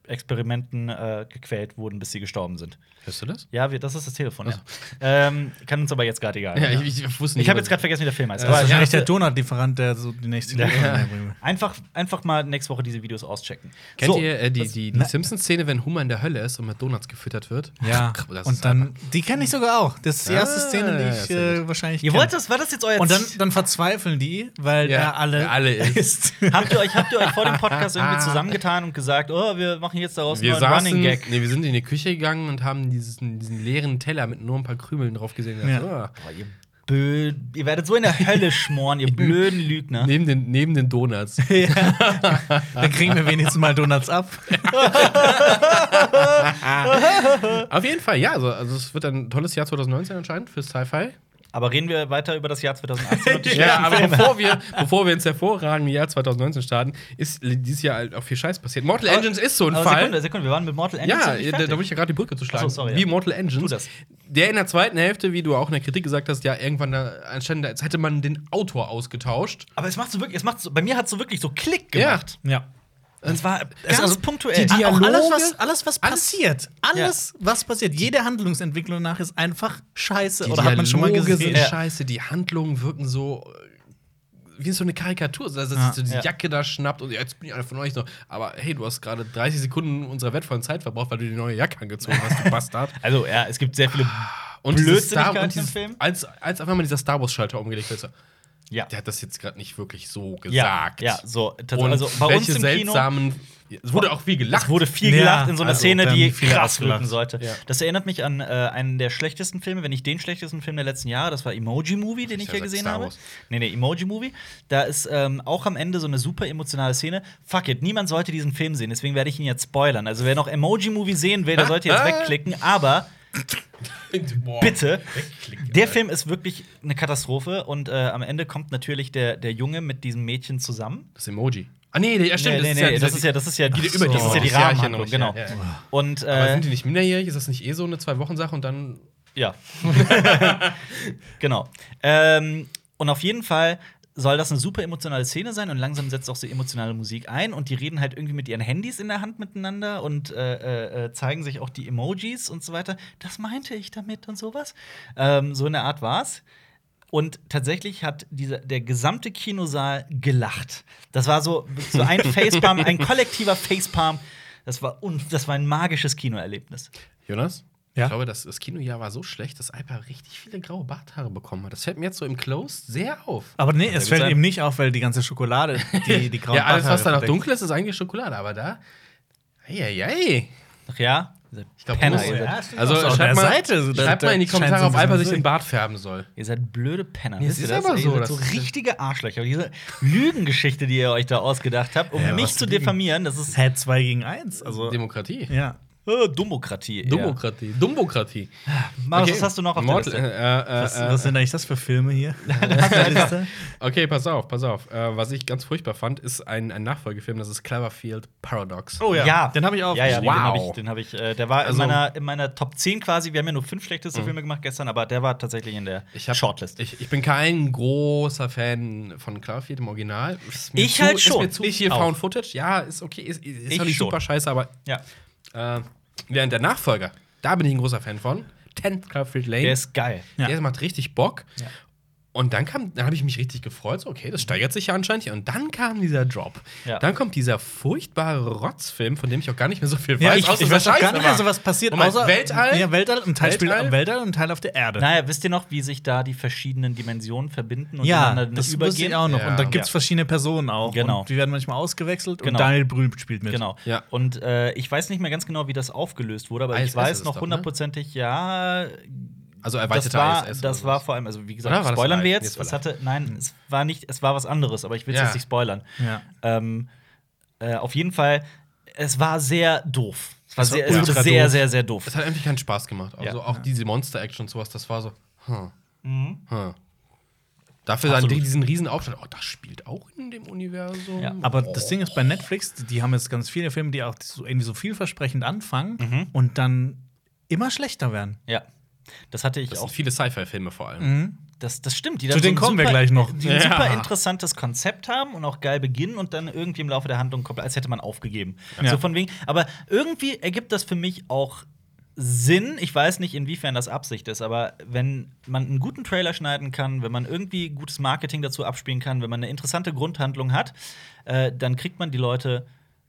Speaker 1: Experimenten äh, gequält wurden, bis sie gestorben sind.
Speaker 2: Hörst du das?
Speaker 1: Ja, wir, das ist das Telefon. Ja. Ähm, kann uns aber jetzt gerade egal.
Speaker 2: Ja,
Speaker 1: Ja,
Speaker 2: ich, ich wusste nicht.
Speaker 1: Ich habe
Speaker 2: aber-
Speaker 1: jetzt gerade vergessen, wie der Film heißt.
Speaker 3: Das ist
Speaker 1: Aber ja,
Speaker 2: also
Speaker 3: wahrscheinlich der
Speaker 1: äh,
Speaker 3: Donutlieferant, der so die nächste
Speaker 1: Ja.
Speaker 3: ja.
Speaker 1: einfach, einfach mal nächste Woche diese Videos auschecken.
Speaker 2: Kennt
Speaker 1: So,
Speaker 2: ihr äh, die, die, die
Speaker 3: Na-
Speaker 2: Simpsons-Szene, wenn Hummer in der Hölle ist und mit Donuts gefüttert wird?
Speaker 3: ja.
Speaker 2: Das ist
Speaker 3: Und dann, die kenne ich sogar auch. Das ist die erste
Speaker 2: Ah,
Speaker 3: Szene,
Speaker 2: ja,
Speaker 3: die ich
Speaker 2: sehr
Speaker 3: äh, wahrscheinlich
Speaker 1: Ihr
Speaker 3: kenn.
Speaker 1: wollt das, war das jetzt euer
Speaker 3: Und dann,
Speaker 1: Ziel?
Speaker 3: dann verzweifeln die, weil
Speaker 2: Ja,
Speaker 3: er alle,
Speaker 2: er alle
Speaker 3: ist.
Speaker 1: habt, ihr euch, habt ihr euch vor dem Podcast irgendwie zusammengetan und gesagt, oh, wir machen jetzt daraus
Speaker 2: Wir
Speaker 1: einen neuen
Speaker 2: saßen,
Speaker 1: Running Gag?
Speaker 2: nee, wir sind in die Küche gegangen und haben diesen, diesen leeren Teller mit nur ein paar Krümeln drauf gesehen. ah, Und
Speaker 3: Ja.
Speaker 2: dachte,
Speaker 1: Boah, ihr, blö ihr werdet so in der Hölle schmoren, ihr blöden Lügner.
Speaker 2: ah, neben, den, neben den Donuts.
Speaker 3: dann kriegen wir wenigstens mal Donuts ab.
Speaker 2: Auf jeden Fall, ja. Also, also es wird ein tolles Jahr 2019 anscheinend fürs Sci-Fi.
Speaker 1: Aber reden wir weiter über das Jahr 2018 und die
Speaker 2: Ja,
Speaker 1: schlechten
Speaker 2: aber
Speaker 1: Filme.
Speaker 2: bevor wir, bevor wir ins hervorragende Jahr 2019 starten, ist dieses Jahr halt auch viel Scheiß passiert. Mortal
Speaker 1: Aber-
Speaker 2: Engines ist so ein
Speaker 1: Aber
Speaker 2: Fall.
Speaker 1: Sekunde, Sekunde, wir waren mit Mortal Engines.
Speaker 2: Ja,
Speaker 1: noch nicht
Speaker 2: da,
Speaker 1: fertig.
Speaker 2: da wollte ich ja gerade die Brücke zu schlagen.
Speaker 1: Ach so, sorry,
Speaker 2: Wie
Speaker 1: ja.
Speaker 2: Mortal Engines.
Speaker 1: Tu das.
Speaker 2: Der in der zweiten Hälfte, wie du auch in der Kritik gesagt hast, ja irgendwann da anscheinend, als hätte man den Autor ausgetauscht.
Speaker 1: aber es macht so wirklich, es macht so, bei mir hat es so wirklich so Klick gemacht.
Speaker 3: Ja.
Speaker 1: Und es war ganz
Speaker 3: also
Speaker 1: punktuell.
Speaker 2: die-
Speaker 3: Auch
Speaker 2: Dialoge?
Speaker 3: alles, was, alles, was
Speaker 2: Alles?
Speaker 3: passiert. Alles, was passiert. Jede Handlungsentwicklung nach ist einfach scheiße.
Speaker 2: Die
Speaker 3: Oder hat man schon mal
Speaker 2: Dialoge
Speaker 3: gesehen?
Speaker 2: Sind
Speaker 1: Ja.
Speaker 2: scheiße, die Handlungen wirken so äh, wie so eine Karikatur, also, dass
Speaker 3: Ja.
Speaker 2: sich so die
Speaker 1: Ja.
Speaker 2: Jacke da schnappt und jetzt bin ich einer von euch noch. Aber hey, du hast gerade 30 Sekunden unserer wertvollen Zeit verbraucht, weil du die neue Jacke angezogen hast, du Bastard.
Speaker 1: also, ja, es gibt sehr viele.
Speaker 2: Ah, Und dieses
Speaker 1: Blödsinnigkeiten
Speaker 2: Star- und dieses-
Speaker 1: im Film?
Speaker 2: Als, als einfach mal dieser Star Wars Schalter umgelegt wird, so,
Speaker 1: Ja.
Speaker 2: der hat das jetzt gerade nicht wirklich so
Speaker 1: Ja,
Speaker 2: gesagt.
Speaker 1: ja, so. tats-
Speaker 2: Und
Speaker 1: Also bei uns
Speaker 2: welche
Speaker 1: im Kino
Speaker 2: seltsamen. es wurde auch viel gelacht.
Speaker 1: es wurde viel
Speaker 3: Ja,
Speaker 1: gelacht in so einer
Speaker 3: also,
Speaker 1: Szene,
Speaker 3: da
Speaker 1: die
Speaker 3: haben viele
Speaker 1: krass
Speaker 3: ausgelacht.
Speaker 1: wirken sollte.
Speaker 2: Ja.
Speaker 1: Das erinnert mich an äh, einen der schlechtesten Filme, wenn nicht den schlechtesten Film der letzten Jahre. Das war Emoji Movie, den
Speaker 2: Ich
Speaker 1: ich
Speaker 2: hab
Speaker 1: hier
Speaker 2: gesagt,
Speaker 1: gesehen
Speaker 2: Star
Speaker 1: habe.
Speaker 2: Wars.
Speaker 1: Nee, nee, Emoji Movie. Da ist ähm, auch am Ende so eine super emotionale Szene. Fuck it, niemand sollte diesen Film sehen, deswegen werde ich ihn jetzt spoilern. Also wer noch Emoji Movie sehen will, der sollte
Speaker 2: Ah,
Speaker 1: jetzt wegklicken, aber
Speaker 2: Boah.
Speaker 1: Bitte.
Speaker 2: Oh, Wegklicken,
Speaker 1: Der
Speaker 2: Alter.
Speaker 1: Film ist wirklich eine Katastrophe und äh, am Ende kommt natürlich der, der Junge mit diesem Mädchen zusammen.
Speaker 2: Das Emoji. Ah, nee, ja, stimmt.
Speaker 1: nee, nee, nee, das ist ja, das ist ja,
Speaker 2: diese
Speaker 1: das ist ja die
Speaker 2: Übergangsjährchen
Speaker 1: Rahmenhandlung,
Speaker 2: noch,
Speaker 1: genau.
Speaker 2: ja, ja, ja.
Speaker 1: Und
Speaker 2: Aber
Speaker 1: äh,
Speaker 2: sind die nicht minderjährig? Ist das nicht eh so eine Zwei-Wochen-Sache und dann.
Speaker 1: ja, genau. Ähm, und auf jeden Fall soll das eine super emotionale Szene sein und langsam setzt auch so emotionale Musik ein und die reden halt irgendwie mit ihren Handys in der Hand miteinander und äh, äh, äh, zeigen sich auch die Emojis und so weiter. Das meinte ich damit und sowas. Ähm, so eine Art war's. Und tatsächlich hat dieser, der gesamte Kinosaal gelacht. Das war so, so ein Facepalm, ein kollektiver Facepalm. Das war, un das war ein magisches Kinoerlebnis.
Speaker 2: Jonas?
Speaker 3: Ja?
Speaker 2: Ich glaube, das, das Kinojahr war so schlecht, dass Alper richtig viele graue Barthaare bekommen hat. Das fällt mir jetzt so im Close sehr auf.
Speaker 1: Ah,
Speaker 3: Aber nee, es
Speaker 1: gut
Speaker 3: fällt
Speaker 1: sein.
Speaker 3: eben nicht auf, weil die ganze Schokolade, die, die grauen
Speaker 2: ja, alles,
Speaker 3: Barthaare
Speaker 2: was da noch
Speaker 3: verdeckt.
Speaker 2: dunkel ist, ist eigentlich Schokolade, aber da. Eieiei.
Speaker 1: Ach ja? Ich
Speaker 2: glaub,
Speaker 1: Penner,
Speaker 2: muss-
Speaker 1: ihr seid.
Speaker 3: Ja, stimmt.
Speaker 2: Also
Speaker 3: Ist auf
Speaker 2: schreibt
Speaker 3: der
Speaker 2: mal,
Speaker 3: Seite, da-
Speaker 2: schreibt
Speaker 3: da
Speaker 2: mal in die
Speaker 3: scheint
Speaker 2: Kommentare,
Speaker 3: so
Speaker 2: ob
Speaker 3: ein
Speaker 2: Alper
Speaker 3: bisschen
Speaker 2: sich den
Speaker 3: Licht.
Speaker 2: Bart färben soll.
Speaker 1: Ihr seid blöde Penner.
Speaker 2: Nee, es
Speaker 1: wisst ihr das?
Speaker 2: ist aber so,
Speaker 1: Ihr seid
Speaker 2: das
Speaker 1: so
Speaker 2: ist-
Speaker 1: richtige Arschlöcher. Diese Lügengeschichte, die ihr euch da ausgedacht habt, um
Speaker 3: Ja,
Speaker 1: mich
Speaker 3: was
Speaker 1: zu
Speaker 3: lügen?
Speaker 1: diffamieren, das ist
Speaker 3: Hä, 2 gegen 1. Also,
Speaker 2: Demokratie.
Speaker 3: ja.
Speaker 1: äh, Dummokratie. eher.
Speaker 2: Demokratie. Dummokratie.
Speaker 1: Marius, was hast du noch auf
Speaker 2: Mortal,
Speaker 1: der Liste?
Speaker 2: äh, äh,
Speaker 3: Was,
Speaker 2: äh,
Speaker 3: was sind eigentlich das für Filme hier?
Speaker 2: Okay, pass auf, pass auf. Äh, was ich ganz furchtbar fand, ist ein, ein Nachfolgefilm, das ist Cloverfield Paradox.
Speaker 3: Oh ja,
Speaker 1: Ja.
Speaker 3: den habe ich auch.
Speaker 1: Ja, ja,
Speaker 2: Wow.
Speaker 1: den habe ich, den hab ich äh, der war
Speaker 2: Also-
Speaker 1: in, meiner, in meiner Top 10 quasi. Wir haben ja nur fünf
Speaker 3: Mhm.
Speaker 1: schlechteste Filme gemacht gestern, aber der war tatsächlich in der
Speaker 2: Ich hab-
Speaker 1: Shortlist.
Speaker 2: Ich, ich bin kein großer Fan von Cloverfield im Original. Ist mir
Speaker 1: Ich halt
Speaker 2: ist
Speaker 1: schon.
Speaker 2: mir zu
Speaker 1: Ich
Speaker 2: viel
Speaker 1: auch.
Speaker 2: Found Footage. Ja, ist okay, ist, ist
Speaker 1: Ich
Speaker 2: auch nicht
Speaker 1: schon.
Speaker 2: super scheiße, aber
Speaker 1: ja.
Speaker 2: äh, während der Nachfolger, da bin ich ein großer Fan von. 10 Cloverfield Lane.
Speaker 1: Der ist geil.
Speaker 3: Ja.
Speaker 2: Der macht richtig Bock.
Speaker 1: Ja.
Speaker 2: Und dann kam, dann habe ich mich richtig gefreut, so, okay, das steigert sich ja anscheinend hier. Und dann kam dieser Drop.
Speaker 1: Ja.
Speaker 2: Dann kommt dieser furchtbare Rotzfilm, von dem ich auch gar nicht mehr so viel weiß.
Speaker 3: Ja, ich,
Speaker 2: außer
Speaker 3: ich weiß auch
Speaker 2: dass er
Speaker 3: gar
Speaker 2: scheiße
Speaker 3: nicht mehr
Speaker 2: war.
Speaker 3: so, was passiert.
Speaker 2: Moment, Weltall?
Speaker 3: Ja, Weltall. Ein Teil spielt
Speaker 2: Weltall?
Speaker 3: am Weltall und ein Teil auf der Erde.
Speaker 1: Naja, wisst ihr noch, wie sich da die verschiedenen Dimensionen verbinden und
Speaker 3: ja,
Speaker 1: einander
Speaker 3: das wusste
Speaker 1: übergehen?
Speaker 3: ich auch noch.
Speaker 2: Ja.
Speaker 3: Und da gibt es verschiedene Personen auch.
Speaker 1: Genau.
Speaker 3: Und die werden manchmal ausgewechselt.
Speaker 1: Genau.
Speaker 3: Und Daniel Brühl spielt mit.
Speaker 1: Genau.
Speaker 2: Ja.
Speaker 1: Und äh, ich weiß nicht mehr ganz genau, wie das aufgelöst wurde, aber
Speaker 2: ISS
Speaker 1: ich weiß
Speaker 2: ist
Speaker 1: noch
Speaker 2: doch, ne?
Speaker 1: hundertprozentig, ja,
Speaker 2: Also
Speaker 1: das
Speaker 2: erweiterter
Speaker 1: war, das
Speaker 2: ISS. oder
Speaker 1: war
Speaker 2: sowas.
Speaker 1: vor allem, also wie
Speaker 2: Oder
Speaker 1: gesagt,
Speaker 2: war das
Speaker 1: spoilern
Speaker 2: live?
Speaker 1: wir
Speaker 2: Nee,
Speaker 1: jetzt.
Speaker 2: es war
Speaker 1: es
Speaker 2: live. Hm.
Speaker 1: hatte, nein, es war nicht, es war was anderes, aber ich will es
Speaker 2: Ja.
Speaker 1: jetzt nicht spoilern.
Speaker 3: Ja.
Speaker 1: Ähm, äh, auf jeden Fall, es war sehr doof. Es, war
Speaker 2: Es war
Speaker 1: sehr, es wurde
Speaker 2: ultra
Speaker 1: sehr,
Speaker 2: doof.
Speaker 1: sehr, sehr doof.
Speaker 2: Es hat einfach keinen Spaß gemacht.
Speaker 1: Ja.
Speaker 3: Mhm.
Speaker 2: Also auch diese Monster-Action und sowas, das war so. Hm. Hm. Dafür dann
Speaker 1: Absolut.
Speaker 2: diesen riesen Aufstand. Oh, das spielt auch in dem Universum.
Speaker 1: Ja,
Speaker 3: Aber
Speaker 2: oh.
Speaker 3: das Ding ist bei Netflix, die haben jetzt ganz viele Filme, die auch so irgendwie so vielversprechend anfangen und dann immer schlechter werden.
Speaker 1: Ja. Das hatte ich
Speaker 2: Das
Speaker 1: auch.
Speaker 2: sind viele Sci-Fi-Filme vor allem.
Speaker 3: Mhm.
Speaker 1: Das, das stimmt. Die
Speaker 3: Zu
Speaker 1: dann
Speaker 3: denen
Speaker 1: ein
Speaker 3: kommen wir gleich noch.
Speaker 1: Die ein
Speaker 2: Ja.
Speaker 1: super interessantes Konzept haben und auch geil beginnen und dann irgendwie im Laufe der Handlung kommt, als hätte man aufgegeben.
Speaker 3: Ja.
Speaker 1: So von wegen. Aber irgendwie ergibt das für mich auch Sinn. Ich weiß nicht, inwiefern das Absicht ist, aber wenn man einen guten Trailer schneiden kann, wenn man irgendwie gutes Marketing dazu abspielen kann, wenn man eine interessante Grundhandlung hat, äh, dann kriegt man die Leute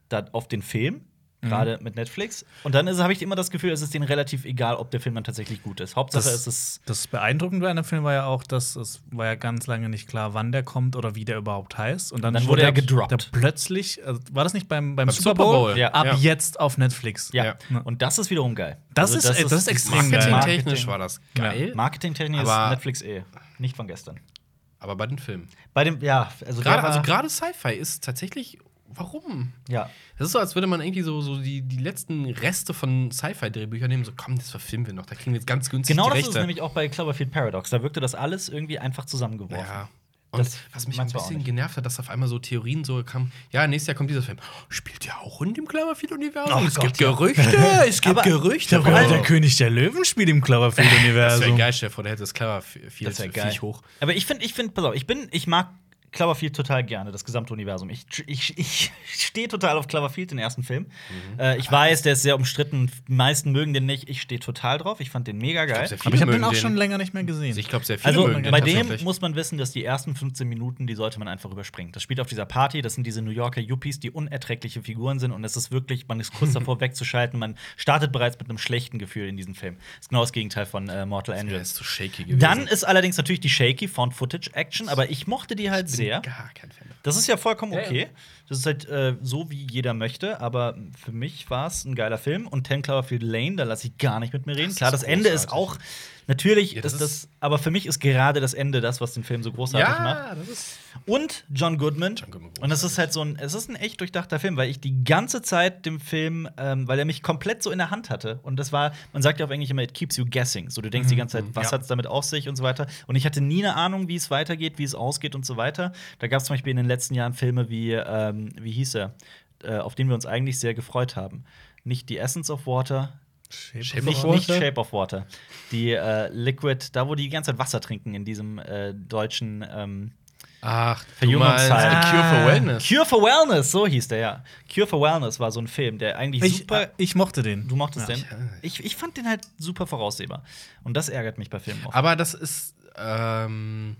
Speaker 1: da auf den Film.
Speaker 3: Mhm.
Speaker 1: Gerade mit Netflix. Und dann habe ich immer das Gefühl, es ist denen relativ egal, ob der Film dann tatsächlich gut ist. Hauptsache,
Speaker 3: Das-
Speaker 1: es ist
Speaker 3: Das Beeindruckende an dem Film war ja auch, dass es war ja ganz lange nicht klar, wann der kommt oder wie der überhaupt heißt. Und dann,
Speaker 1: Dann wurde er gedroppt.
Speaker 3: Da plötzlich, also war das nicht beim, beim,
Speaker 2: Beim
Speaker 3: Super
Speaker 2: Super
Speaker 3: Bowl?
Speaker 2: Bowl.
Speaker 1: Ja.
Speaker 3: Ab
Speaker 2: Ja.
Speaker 3: jetzt auf Netflix.
Speaker 1: Ja.
Speaker 3: Ja.
Speaker 1: und das ist wiederum geil. Also
Speaker 3: Das ist- äh, das ist extrem geil.
Speaker 2: Marketingtechnisch war das geil.
Speaker 1: Marketingtechnisch ist
Speaker 2: Aber-
Speaker 1: Netflix eh. Nicht von gestern.
Speaker 2: Aber bei den Filmen.
Speaker 1: Bei dem, ja, also
Speaker 2: Gerade
Speaker 1: der war,
Speaker 2: also gerade Sci-Fi ist tatsächlich. Warum?
Speaker 1: ja.
Speaker 2: Das ist so, als würde man irgendwie so, so die, die letzten Reste von Sci-Fi-Drehbüchern nehmen. So, komm, das verfilmen wir noch. Da kriegen wir jetzt ganz günstig
Speaker 1: Genau
Speaker 2: die
Speaker 1: das
Speaker 2: Rechte.
Speaker 1: ist es nämlich auch bei Cloverfield Paradox. Da wirkte das alles irgendwie einfach zusammengeworfen.
Speaker 2: Ja. Und
Speaker 1: Das
Speaker 2: was mich ein
Speaker 1: meinst du auch
Speaker 2: bisschen
Speaker 1: nicht.
Speaker 2: genervt hat, dass auf einmal so Theorien so kamen, ja, nächstes Jahr kommt dieser Film. Spielt ja auch in dem Cloverfield-Universum.
Speaker 1: Oh
Speaker 2: es
Speaker 1: Gott,
Speaker 2: gibt Gerüchte, es gibt
Speaker 1: Aber-
Speaker 2: Gerüchte.
Speaker 3: Weil der
Speaker 2: Oh.
Speaker 3: König der Löwen spielt im
Speaker 2: Das wäre
Speaker 3: Cloverfield-Universum.
Speaker 2: geil, Chef, oder hätte das Cloverfield
Speaker 1: Also- Das wär geil.
Speaker 2: Viech hoch.
Speaker 1: Aber ich finde, ich finde, pass auf, ich bin, ich mag Cloverfield total gerne, das gesamte Universum. Ich, ich, ich stehe total auf Cloverfield, den ersten Film. Äh, ich weiß, der ist sehr umstritten. Die meisten mögen den nicht. Ich stehe total drauf. Ich fand den mega geil.
Speaker 2: sehr viele
Speaker 3: Aber ich habe
Speaker 2: mögen
Speaker 3: den auch schon länger nicht mehr gesehen.
Speaker 2: Ich glaube, sehr viele
Speaker 1: Also
Speaker 2: mögen den
Speaker 1: bei dem
Speaker 2: tatsächlich.
Speaker 1: muss man wissen, dass die ersten 15 Minuten, die sollte man einfach überspringen. Das spielt auf dieser Party, das sind diese New Yorker Yuppies, die unerträgliche Figuren sind und es ist wirklich, man ist kurz davor wegzuschalten, man startet bereits mit einem schlechten Gefühl in diesem Film. Das ist genau das Gegenteil von äh, Mortal
Speaker 2: Der
Speaker 1: Engines.
Speaker 2: ist zu shaky gewesen.
Speaker 1: Dann ist allerdings natürlich die shaky Found-Footage-Action, aber ich mochte die halt sehr.
Speaker 2: Gar kein Fan. davon.
Speaker 1: Das ist ja vollkommen
Speaker 2: Ja, ja.
Speaker 1: okay. Das ist halt äh, so, wie jeder möchte, aber für mich war es ein geiler Film. Und 10 Cloverfield Lane, da lasse ich gar nicht mit mir reden.
Speaker 2: Das
Speaker 1: Klar,
Speaker 2: ist
Speaker 1: das Ende ist auch,
Speaker 2: großartig.
Speaker 1: natürlich
Speaker 2: Ja, das
Speaker 1: das ist das, aber für mich ist gerade das Ende das, was den Film so großartig macht.
Speaker 2: das ist.
Speaker 1: Und John Goodman.
Speaker 2: John Goodman,
Speaker 1: und es ist halt so ein, es ist ein echt durchdachter Film, weil ich die ganze Zeit dem Film, ähm, weil er mich komplett so in der Hand hatte. Und das war, man sagt ja auf Englisch immer, it keeps you guessing. So, du denkst die ganze Zeit, was
Speaker 2: Mhm, ja.
Speaker 1: hat es damit auf sich und so weiter. Und ich hatte nie eine Ahnung, wie es weitergeht, wie es ausgeht und so weiter. Da gab es zum Beispiel in den letzten Jahren Filme wie, ähm, wie hieß er, äh, auf den wir uns eigentlich sehr gefreut haben. Nicht die Essence of Water,
Speaker 2: Shape
Speaker 1: nicht,
Speaker 2: of
Speaker 1: nicht
Speaker 2: Water?
Speaker 1: Shape of Water. Die äh, Liquid, da wo die die ganze Zeit Wasser trinken in diesem äh, deutschen ähm,
Speaker 2: Ach,
Speaker 1: Verjüngungszeit.
Speaker 2: A Cure for
Speaker 3: Ah.
Speaker 2: Wellness.
Speaker 1: Cure for Wellness, so hieß der ja. Cure for Wellness war so ein Film, der eigentlich
Speaker 3: Ich,
Speaker 1: super.
Speaker 3: ich mochte den.
Speaker 1: Du mochtest
Speaker 3: Ja.
Speaker 1: den? Ich, ich fand den halt super voraussehbar. Und das ärgert mich bei Filmen oft.
Speaker 2: Aber das ist, ähm,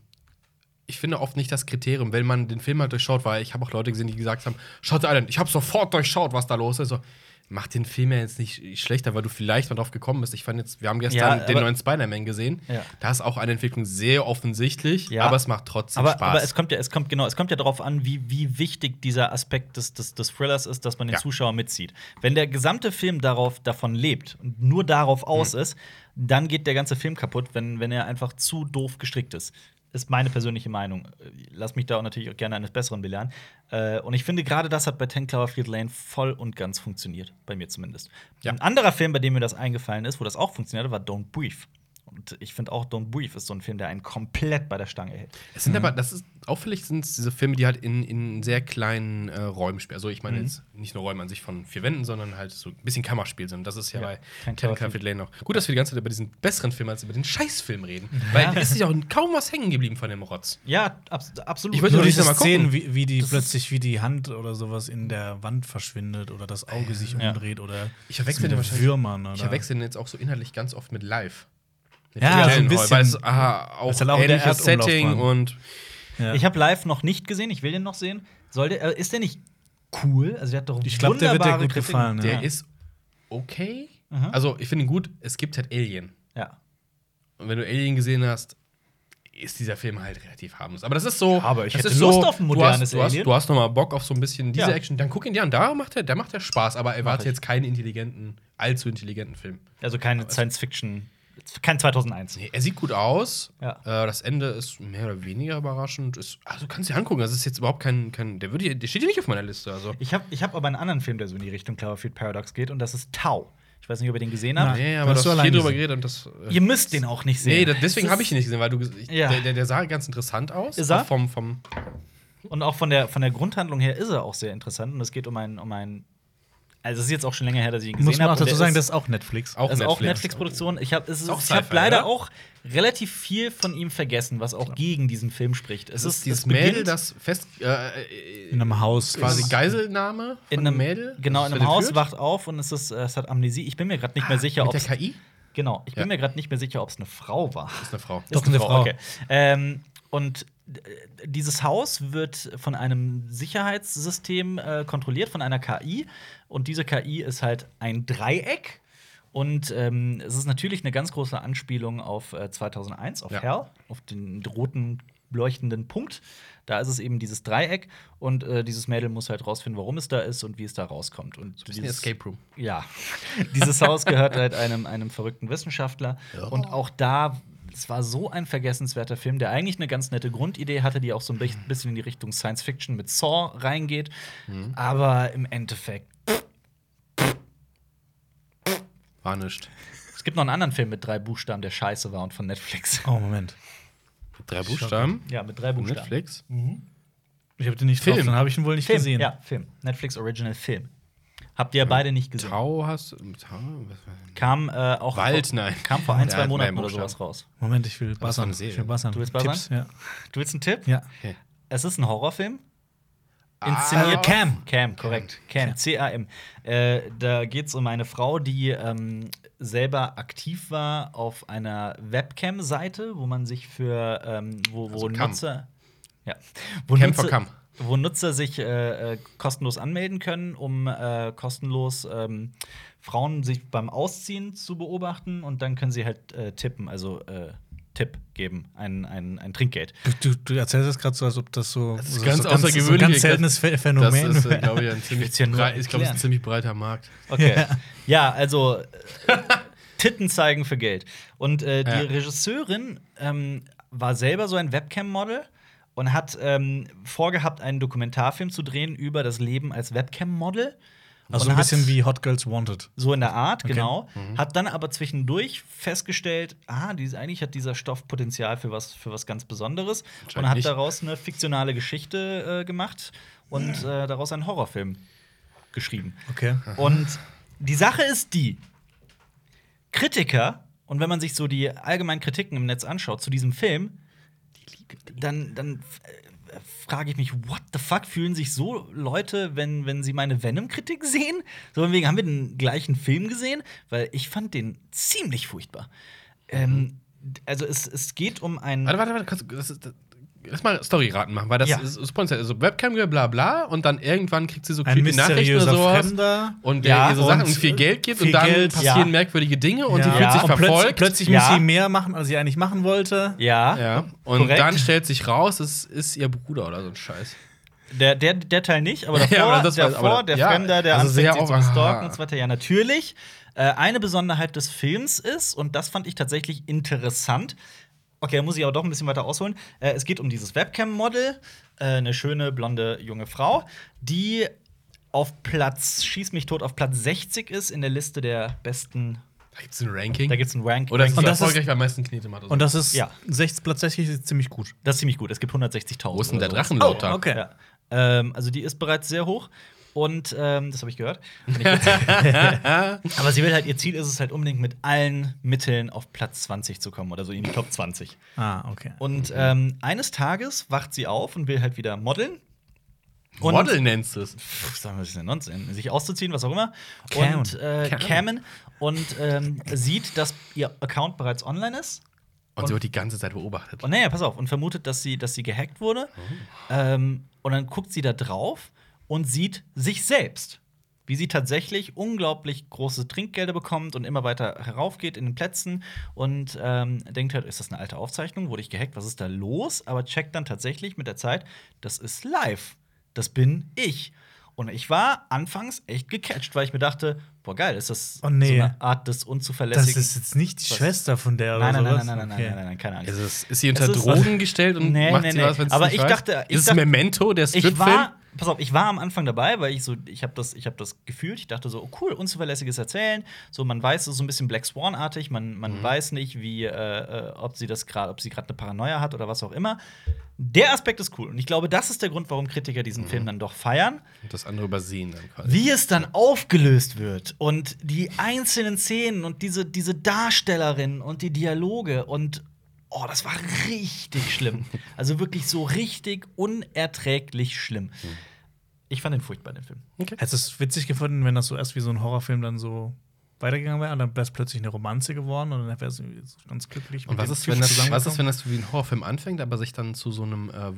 Speaker 2: ich finde oft nicht das Kriterium, wenn man den Film halt durchschaut, weil ich habe auch Leute gesehen, die gesagt haben, Shutter Island, ich habe sofort durchschaut, was da los ist. So, mach den Film ja jetzt nicht schlechter, weil du vielleicht mal drauf gekommen bist. Ich fand jetzt, wir haben gestern
Speaker 1: Ja,
Speaker 2: den
Speaker 1: aber-
Speaker 2: neuen Spider-Man gesehen.
Speaker 1: Ja.
Speaker 2: Da ist auch eine Entwicklung sehr offensichtlich,
Speaker 1: Ja.
Speaker 2: aber es macht trotzdem
Speaker 1: aber,
Speaker 2: Spaß.
Speaker 1: aber es kommt ja, es kommt genau, es kommt ja darauf an, wie, wie wichtig dieser Aspekt des, des, des Thrillers ist, dass man den
Speaker 2: Ja.
Speaker 1: Zuschauer mitzieht. Wenn der gesamte Film darauf davon lebt und nur
Speaker 2: Mhm.
Speaker 1: darauf aus ist, dann geht der ganze Film kaputt, wenn, wenn er einfach zu doof gestrickt ist. Ist meine persönliche Meinung. Lass mich da auch natürlich auch gerne eines Besseren belehren. Äh, und ich finde, gerade das hat bei Ten Cloverfield Lane voll und ganz funktioniert. Bei mir zumindest.
Speaker 2: Ja.
Speaker 1: Ein anderer Film, bei dem mir das eingefallen ist, wo das auch funktioniert hat, war Don't Brief. Und ich finde auch Don't Brief ist so ein Film, der einen komplett bei der Stange hält.
Speaker 2: Es
Speaker 3: Mhm.
Speaker 2: sind aber, das ist auffällig, sind diese Filme, die halt in, in sehr kleinen äh, Räumen spielen. Also ich
Speaker 3: Mhm.
Speaker 2: meine jetzt nicht nur Räume an sich von vier Wänden, sondern halt so ein bisschen Kammerspiel sind. Das ist ja,
Speaker 1: Ja,
Speaker 2: bei
Speaker 1: kein
Speaker 2: Ten Cloverfield Lane noch. Gut, dass wir die ganze Zeit über diesen besseren Film als über den Scheißfilm reden, weil es ist ja auch kaum was hängen geblieben von dem Rotz.
Speaker 1: Ja, abs absolut.
Speaker 2: Ich wollte
Speaker 3: Nur
Speaker 2: Soll ich
Speaker 3: diese
Speaker 2: das mal gucken?
Speaker 3: Szenen, wie, wie die
Speaker 1: Das ist-
Speaker 3: plötzlich wie die Hand oder sowas in der Wand verschwindet oder das Auge sich
Speaker 1: Ja.
Speaker 3: umdreht oder
Speaker 2: Ich verwechsel
Speaker 3: mit
Speaker 2: den wahrscheinlich-
Speaker 3: Würmern oder
Speaker 2: Ich verwechsel den jetzt auch so inhaltlich ganz oft mit Live. Mit
Speaker 3: Ja,
Speaker 2: Jane
Speaker 3: so ein
Speaker 2: Hall,
Speaker 3: bisschen.
Speaker 2: Weil es aha,
Speaker 3: Weil es
Speaker 2: auch
Speaker 3: halt auch in der
Speaker 2: ähnliches
Speaker 3: Erdumlaufbahn.
Speaker 2: Setting und
Speaker 3: Ja.
Speaker 1: Ich habe live noch nicht gesehen, ich will den noch sehen. Soll der, äh, ist der nicht cool? Also der hat doch
Speaker 3: Ich glaub, der wird dir
Speaker 1: wunderbare
Speaker 3: gut
Speaker 1: Kritiken.
Speaker 3: gefallen, ja.
Speaker 2: der ist okay.
Speaker 1: Aha.
Speaker 2: Also ich finde ihn gut. Es gibt halt Alien.
Speaker 1: Ja.
Speaker 2: Und wenn du Alien gesehen hast, ist dieser Film halt relativ harmlos. Aber das ist so.
Speaker 1: Ja, aber ich
Speaker 2: das
Speaker 1: hätte
Speaker 2: ist
Speaker 1: Lust auf ein modernes
Speaker 2: du hast, Du
Speaker 1: Alien.
Speaker 2: hast, du hast nochmal Bock auf so ein bisschen diese
Speaker 1: Ja.
Speaker 2: Action. Dann guck ihn dir an. Da macht er, da macht er Spaß. Aber erwarte
Speaker 1: ich.
Speaker 2: jetzt keinen intelligenten, allzu intelligenten Film.
Speaker 1: Also keine Science-Fiction, kein 2001.
Speaker 2: Nee, er sieht gut aus.
Speaker 1: Ja.
Speaker 2: Äh, das Ende ist mehr oder weniger überraschend. Ist, also kannst du dir angucken. Das ist jetzt überhaupt kein, kein der, würde, hier- der steht hier nicht auf meiner Liste. Also
Speaker 1: Ich habe ich hab aber einen anderen Film, der so in die Richtung Cloverfield Paradox geht, und das ist Tau. Ich weiß nicht, ob ihr den gesehen habt.
Speaker 2: Nee,
Speaker 3: Nein.
Speaker 2: aber
Speaker 3: Hast
Speaker 2: du hast
Speaker 3: du
Speaker 2: viel
Speaker 3: allein
Speaker 2: drüber
Speaker 3: gesehen?
Speaker 2: geredet und das. äh,
Speaker 1: Ihr müsst den auch nicht
Speaker 2: Nee,
Speaker 1: sehen.
Speaker 2: da, deswegen habe ich ihn nicht gesehen, weil du. ges- Ich,
Speaker 1: Ja.
Speaker 2: der, der, der sah ganz interessant aus.
Speaker 1: Ist er?
Speaker 2: Vom, vom,
Speaker 1: Und auch von der, von der Grundhandlung her ist er auch sehr interessant. Und es geht um einen, um einen. Also, es ist jetzt auch schon länger her, dass ich ihn
Speaker 3: Muss
Speaker 1: gesehen
Speaker 3: man
Speaker 1: habe.
Speaker 3: auch
Speaker 1: und
Speaker 3: dazu
Speaker 1: der
Speaker 3: sagen,
Speaker 1: ist-
Speaker 3: das ist auch Netflix.
Speaker 2: auch
Speaker 1: also auch
Speaker 2: Netflix.
Speaker 1: Netflix-Produktion. Ich habe ich
Speaker 2: auch
Speaker 1: hab
Speaker 2: Sci-Fi,
Speaker 1: leider
Speaker 2: oder?
Speaker 1: auch relativ viel von ihm vergessen, was auch gegen diesen Film spricht. Es
Speaker 2: Das
Speaker 1: ist
Speaker 2: ist dieses
Speaker 1: es beginnt
Speaker 2: Mädel, das fest. Äh, äh,
Speaker 3: In einem Haus.
Speaker 2: quasi
Speaker 3: Ist-
Speaker 2: Geiselnahme von
Speaker 1: in einem
Speaker 2: Mädel.
Speaker 1: Genau,
Speaker 2: das
Speaker 1: in einem Haus
Speaker 2: entführt?
Speaker 1: wacht auf und es, ist, äh, es hat Amnesie. Ich bin mir gerade nicht mehr sicher, ob
Speaker 2: Ah, Mit der
Speaker 1: es.
Speaker 2: KI?
Speaker 1: Genau, ich bin
Speaker 2: Ja.
Speaker 1: mir gerade nicht mehr sicher, ob es eine Frau war.
Speaker 2: Ist eine Frau.
Speaker 3: Doch, eine Frau.
Speaker 1: Okay. Ähm, und d- dieses Haus wird von einem Sicherheitssystem äh, kontrolliert, von einer KI. Und diese KI ist halt ein Dreieck. Und ähm, es ist natürlich eine ganz große Anspielung auf äh, 2001, auf
Speaker 2: Ja.
Speaker 1: Hell, auf den roten leuchtenden Punkt. Da ist es eben dieses Dreieck und äh, dieses Mädel muss halt rausfinden, warum es da ist und wie es da rauskommt. Und
Speaker 2: Das ist ein Escape Room.
Speaker 1: ja, dieses Haus gehört halt einem, einem verrückten Wissenschaftler.
Speaker 2: Ja.
Speaker 1: Und auch da, es war so ein vergessenswerter Film, der eigentlich eine ganz nette Grundidee hatte, die auch so ein
Speaker 2: Hm.
Speaker 1: bi- bisschen in die Richtung Science Fiction mit Saw reingeht.
Speaker 2: Hm.
Speaker 1: Aber im Endeffekt,
Speaker 2: War nicht.
Speaker 1: es gibt noch einen anderen Film mit drei Buchstaben, der scheiße war und von Netflix.
Speaker 3: Oh, Moment.
Speaker 2: Drei Buchstaben.
Speaker 1: Ja, mit drei
Speaker 2: Von
Speaker 1: Buchstaben.
Speaker 2: Netflix.
Speaker 3: Ich habe den nicht
Speaker 2: Film.
Speaker 3: drauf, dann habe ich ihn wohl nicht
Speaker 1: Film,
Speaker 3: gesehen.
Speaker 1: ja, Film. Netflix Original Film. Habt ihr ja beide nicht gesehen.
Speaker 2: Tau hast. Tau? Was war-
Speaker 1: Kam äh, auch
Speaker 2: Wald,
Speaker 1: vor,
Speaker 2: nein.
Speaker 1: kam vor ein,
Speaker 2: Ja,
Speaker 1: zwei
Speaker 2: hat
Speaker 1: Monaten
Speaker 2: mehr
Speaker 1: oder sowas raus.
Speaker 3: Moment, ich will
Speaker 2: ist doch
Speaker 3: buzzern.
Speaker 2: eine Serie.
Speaker 3: Ich will buzzern.
Speaker 1: Du willst buzzern?
Speaker 3: Tipps, ja.
Speaker 1: Du willst einen Tipp?
Speaker 3: ja.
Speaker 2: Okay.
Speaker 1: Es ist ein Horrorfilm.
Speaker 2: Ah.
Speaker 1: Inszeniert.
Speaker 2: Äh,
Speaker 1: Cam. Cam, korrekt. Cam, C-A-M. Äh, da geht es um eine Frau, die ähm, selber aktiv war auf einer Webcam-Seite, wo man sich für, ähm, wo, wo
Speaker 2: Also Cam.
Speaker 1: Nutzer. Ja. Wo
Speaker 2: Cam
Speaker 1: Nutzer,
Speaker 2: for Cam.
Speaker 1: Wo Nutzer sich äh, äh, kostenlos anmelden können, um äh, kostenlos ähm, Frauen sich beim Ausziehen zu beobachten und dann können sie halt äh, tippen, also äh, Tipp geben, ein, ein, ein Trinkgeld.
Speaker 3: Du, du, du erzählst das gerade so, als ob das so,
Speaker 2: ist
Speaker 3: so,
Speaker 2: ganz
Speaker 3: so so ein
Speaker 2: außergewöhnlich.
Speaker 3: ganz seltenes Phän-
Speaker 2: Das
Speaker 3: Phänomen
Speaker 2: ist, äh, glaube ich, ein ziemlich,
Speaker 1: will's ja nur
Speaker 2: brei- ich glaub, es ist ein
Speaker 1: erklären.
Speaker 2: ziemlich breiter Markt.
Speaker 1: Okay.
Speaker 3: Ja.
Speaker 1: Ja, also äh, Titten zeigen für Geld. Und äh, die
Speaker 2: Ja.
Speaker 1: Regisseurin ähm, war selber so ein Webcam-Model und hat ähm, vorgehabt, einen Dokumentarfilm zu drehen über das Leben als Webcam-Model.
Speaker 3: also
Speaker 1: Und
Speaker 3: ein bisschen
Speaker 1: hat-
Speaker 3: wie Mhm. Hot Girls Wanted.
Speaker 1: so in der Art, genau. Hat dann aber zwischendurch festgestellt, ah, dies, eigentlich hat dieser Stoff Potenzial für was, für was ganz Besonderes und
Speaker 2: Anscheinend
Speaker 1: hat
Speaker 2: nicht.
Speaker 1: daraus eine fiktionale Geschichte äh, gemacht und äh, daraus einen Horrorfilm geschrieben.
Speaker 3: Okay.
Speaker 1: Und die Sache ist die, Kritiker, und wenn man sich so die allgemeinen Kritiken im Netz anschaut zu diesem Film, dann, dann äh, frage ich mich, what the fuck fühlen sich so Leute, wenn, wenn sie meine Venom-Kritik sehen? So von wegen, haben wir den gleichen Film gesehen? Weil ich fand den ziemlich furchtbar. Ähm, also es, es geht um einen
Speaker 2: Warte, warte, warte. Kannst, du- das ist, das, lass mal Story-Raten machen, weil das
Speaker 1: Ja.
Speaker 2: ist ist Sponsor. Also Webcam, bla bla. Und dann irgendwann kriegt sie so
Speaker 3: Ein
Speaker 2: creepy Nachrichten oder
Speaker 3: mysteriöser
Speaker 2: sowas.
Speaker 3: Fremder.
Speaker 2: Und der
Speaker 1: Ja,
Speaker 2: ihr so
Speaker 3: und
Speaker 2: Sachen und viel Geld gibt.
Speaker 3: viel
Speaker 2: und dann
Speaker 3: Geld,
Speaker 2: passieren
Speaker 1: ja.
Speaker 2: merkwürdige Dinge. Und sie
Speaker 1: Ja.
Speaker 2: fühlt sich
Speaker 1: Und
Speaker 3: plötzlich-
Speaker 2: verfolgt.
Speaker 3: Plötzlich
Speaker 1: Ja.
Speaker 3: muss sie mehr machen, als sie eigentlich machen wollte.
Speaker 1: ja,
Speaker 2: Ja. Und
Speaker 1: korrekt.
Speaker 2: dann stellt sich raus, es ist ihr Bruder oder so ein Scheiß.
Speaker 1: Der, der, der Teil nicht, aber davor,
Speaker 2: Ja, aber das war-
Speaker 1: davor
Speaker 2: aber-
Speaker 1: der
Speaker 2: ja,
Speaker 1: Fremder, der
Speaker 2: also sehr
Speaker 1: anfängt, sie
Speaker 2: over-
Speaker 1: zu stalken
Speaker 2: aha.
Speaker 1: und so weiter. Ja, natürlich. Äh, eine Besonderheit des Films ist, und das fand ich tatsächlich interessant, okay, da muss ich aber doch ein bisschen weiter ausholen, äh, es geht um dieses Webcam-Model, äh, eine schöne, blonde, junge Frau, die auf Platz, schieß mich tot, auf Platz 60 ist in der Liste der besten,
Speaker 2: Da gibt es ein Ranking.
Speaker 1: da gibt's ein Ranking.
Speaker 2: oder es ist
Speaker 3: Und das ist-
Speaker 2: erfolgreich, weil am meisten Knete macht. oder so.
Speaker 3: Und das ist
Speaker 1: Ja.
Speaker 3: 60 tatsächlich ziemlich gut.
Speaker 1: das ist ziemlich gut, es gibt 160.000.
Speaker 2: Wo ist denn
Speaker 1: oder
Speaker 2: der
Speaker 1: so.
Speaker 2: Drachenlauter?
Speaker 3: Oh, okay.
Speaker 1: Ja. Ähm, also die ist bereits sehr hoch. Und ähm, das habe ich gehört. Und ich Aber sie will halt, ihr Ziel ist es halt unbedingt mit allen Mitteln auf Platz 20 zu kommen oder so in die Top 20.
Speaker 3: Ah, okay.
Speaker 2: Mhm.
Speaker 1: Und ähm, eines Tages wacht sie auf und will halt wieder modeln. Und-
Speaker 2: Model nennst du es.
Speaker 1: Pff, sagen wir, was ist denn Nonsens? Sich auszuziehen, was auch immer.
Speaker 3: Cam.
Speaker 1: Und äh, cammen und ähm, sieht, dass ihr Account bereits online ist.
Speaker 2: Und sie wird die ganze Zeit beobachtet.
Speaker 1: Und naja, pass auf, und vermutet, dass sie, dass sie gehackt wurde.
Speaker 3: Oh.
Speaker 1: Ähm, und dann guckt sie da drauf und sieht sich selbst, wie sie tatsächlich unglaublich große Trinkgelder bekommt und immer weiter heraufgeht in den Plätzen und ähm, denkt halt, ist das eine alte Aufzeichnung? Wurde ich gehackt? Was ist da los? Aber checkt dann tatsächlich mit der Zeit, das ist live. Das bin ich. Und ich war anfangs echt gecatcht, weil ich mir dachte, boah geil, ist das
Speaker 3: Oh, nee.
Speaker 1: so eine Art des
Speaker 3: Das
Speaker 1: unzuverlässigen.
Speaker 3: ist jetzt nicht die
Speaker 1: Was?
Speaker 3: Schwester von der oder
Speaker 1: nein, nein, nein,
Speaker 3: sowas?
Speaker 1: nein, nein, nein,
Speaker 3: Okay. Also
Speaker 1: nein, nein, nein, keine Angst.
Speaker 2: Ist, es, ist sie unter
Speaker 1: Es ist-
Speaker 2: Drogen gestellt und
Speaker 1: Nee,
Speaker 2: macht
Speaker 1: nee,
Speaker 2: sie
Speaker 1: nee.
Speaker 2: was, wenn sie
Speaker 1: Aber
Speaker 2: nicht
Speaker 1: ich
Speaker 2: weiß?
Speaker 1: dachte- ich
Speaker 2: ist es
Speaker 1: dachte-
Speaker 2: Memento, der
Speaker 1: Ich war,
Speaker 2: Stripfilm?
Speaker 1: pass auf, ich war am Anfang dabei, weil ich so, ich habe das, ich habe das gefühlt. Ich dachte so, oh cool, unzuverlässiges Erzählen. So, man weiß, es ist so ein bisschen Black Swan-artig. Man,
Speaker 2: Mhm.
Speaker 1: man weiß nicht, wie, äh, äh, ob sie das gerade, ob sie gerade eine Paranoia hat oder was auch immer. Der Aspekt ist cool und ich glaube, das ist der Grund, warum Kritiker diesen
Speaker 2: Mhm.
Speaker 1: Film dann doch feiern.
Speaker 2: Und das andere übersehen dann quasi.
Speaker 1: Wie es dann aufgelöst wird und die einzelnen Szenen und diese, diese Darstellerin und die Dialoge und oh, das war richtig schlimm. Also wirklich so richtig unerträglich schlimm. Ich fand den furchtbar, den Film.
Speaker 3: Hättest du es witzig gefunden, wenn das so erst wie so ein Horrorfilm dann so weitergegangen wäre und dann wäre es plötzlich eine Romanze geworden und dann wäre es irgendwie so ganz glücklich.
Speaker 2: Und
Speaker 3: mit
Speaker 2: was
Speaker 3: dem
Speaker 2: ist,
Speaker 3: Typen
Speaker 2: wenn das, was
Speaker 3: zusammengekommen.
Speaker 2: ist, wenn das wie ein Horrorfilm anfängt, aber sich dann zu so einem äh,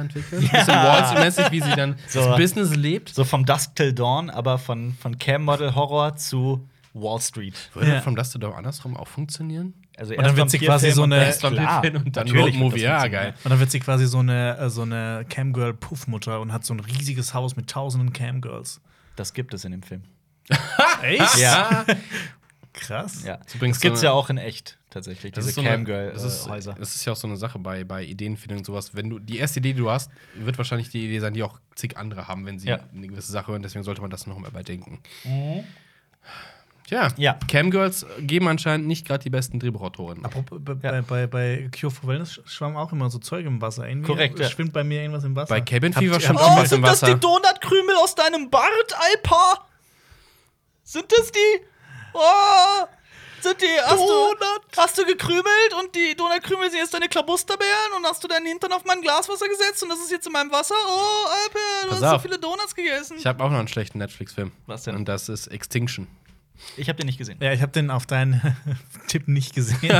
Speaker 2: entwickelt? Ein bisschen Walls-mäßig, wie sie dann
Speaker 1: So.
Speaker 2: das Business lebt.
Speaker 1: So vom Dusk Till Dawn, aber von, von Cam-Model-Horror zu Wall Street.
Speaker 2: Würde
Speaker 3: Ja.
Speaker 2: From Dust to Dawn andersrum auch funktionieren?
Speaker 1: Also
Speaker 3: Und dann wird sie quasi so eine-
Speaker 1: erst Vampirfilm
Speaker 2: und dann
Speaker 1: natürlich
Speaker 2: Road Movie.
Speaker 1: wird das
Speaker 2: Ja, geil.
Speaker 3: Und dann wird sie quasi so eine, äh, so eine Camgirl-Puffmutter und hat so ein riesiges Haus mit tausenden Camgirls.
Speaker 1: Das gibt es in dem Film.
Speaker 3: Echt?
Speaker 1: Ja.
Speaker 3: Krass.
Speaker 1: Ja.
Speaker 2: übrigens
Speaker 1: das gibt es
Speaker 2: so eine-
Speaker 1: ja auch in echt tatsächlich, diese
Speaker 2: so eine-
Speaker 1: äh,
Speaker 2: das ist-
Speaker 1: Camgirl-Häuser.
Speaker 2: Das ist ja auch so eine Sache bei, bei Ideenfindung und sowas. Wenn du die erste Idee, die du hast, wird wahrscheinlich die Idee sein, die auch zig andere haben, wenn sie
Speaker 1: Ja. Mhm.
Speaker 2: eine gewisse Sache hören. Deswegen sollte man das nochmal überdenken. Tja,
Speaker 1: Ja.
Speaker 2: Camgirls geben anscheinend nicht gerade die besten Drehbuchautoren.
Speaker 3: Apropos, bei,
Speaker 1: Ja.
Speaker 3: bei, bei, bei Cure for Wellness schwamm auch immer so Zeug im Wasser. Irgendwie
Speaker 1: Korrekt, ja.
Speaker 3: schwimmt bei mir irgendwas im Wasser.
Speaker 2: Bei Cabin
Speaker 3: Habt-
Speaker 2: Fever
Speaker 3: habt
Speaker 2: schwimmt
Speaker 3: ihr-
Speaker 2: auch was im Wasser.
Speaker 1: Donutkrümel aus deinem Bart, Alpa? Sind das die? Oh! Sind die, hast, du, hast du gekrümelt und die Donutkrümel sind jetzt deine Klabusterbeeren und hast du deinen Hintern auf mein Glaswasser gesetzt und das ist jetzt in meinem Wasser? Oh, Alpe, du
Speaker 2: Pass
Speaker 1: hast
Speaker 2: auf.
Speaker 1: so viele Donuts gegessen.
Speaker 2: Ich habe auch noch einen schlechten Netflix-Film.
Speaker 1: Was denn?
Speaker 2: Und das ist Extinction.
Speaker 1: Ich hab den nicht gesehen.
Speaker 3: Ja, ich habe den auf deinen Tipp nicht gesehen.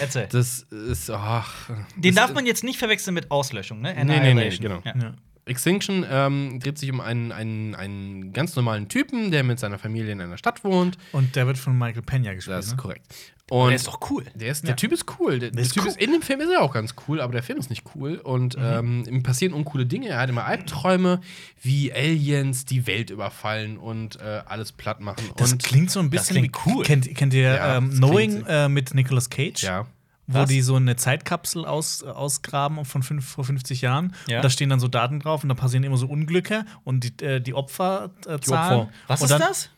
Speaker 1: Erzähl.
Speaker 2: Das ist. Ach,
Speaker 1: Den
Speaker 2: das
Speaker 1: darf man jetzt nicht verwechseln mit Auslöschung, ne?
Speaker 2: nee, nee,
Speaker 1: Annihilation.
Speaker 2: genau.
Speaker 1: Ja.
Speaker 3: ja.
Speaker 2: Extinction ähm, dreht sich um einen, einen, einen ganz normalen Typen, der mit seiner Familie in einer Stadt wohnt.
Speaker 3: Und der wird von Michael Pena gespielt.
Speaker 2: Das ist
Speaker 3: ne?
Speaker 2: korrekt. Und
Speaker 1: Der ist doch cool.
Speaker 2: Der, ist,
Speaker 3: Ja.
Speaker 2: der Typ ist cool. Der, der
Speaker 3: ist
Speaker 2: Typ
Speaker 3: cool.
Speaker 2: ist in dem Film ist er auch ganz cool, aber der Film ist nicht cool. Und ähm, ihm passieren uncoole Dinge. Er hat immer Albträume, wie Aliens die Welt überfallen und äh, alles platt machen.
Speaker 3: Das
Speaker 2: und
Speaker 3: klingt so ein bisschen
Speaker 1: klingt
Speaker 3: wie-
Speaker 1: cool.
Speaker 3: Kennt, kennt ihr
Speaker 2: Ja,
Speaker 3: ähm,
Speaker 2: das klingt
Speaker 3: Knowing
Speaker 2: sehr-
Speaker 3: äh, mit Nicolas Cage?
Speaker 2: ja.
Speaker 3: Wo
Speaker 1: Was?
Speaker 3: die so eine Zeitkapsel aus, äh, ausgraben von fünf, vor 50 Jahren.
Speaker 1: Ja.
Speaker 3: Und da stehen dann so Daten drauf und da passieren immer so Unglücke und die, äh, die Opfer äh, zahlen.
Speaker 2: Opfer.
Speaker 1: Was
Speaker 3: und
Speaker 1: ist
Speaker 3: dann
Speaker 1: das?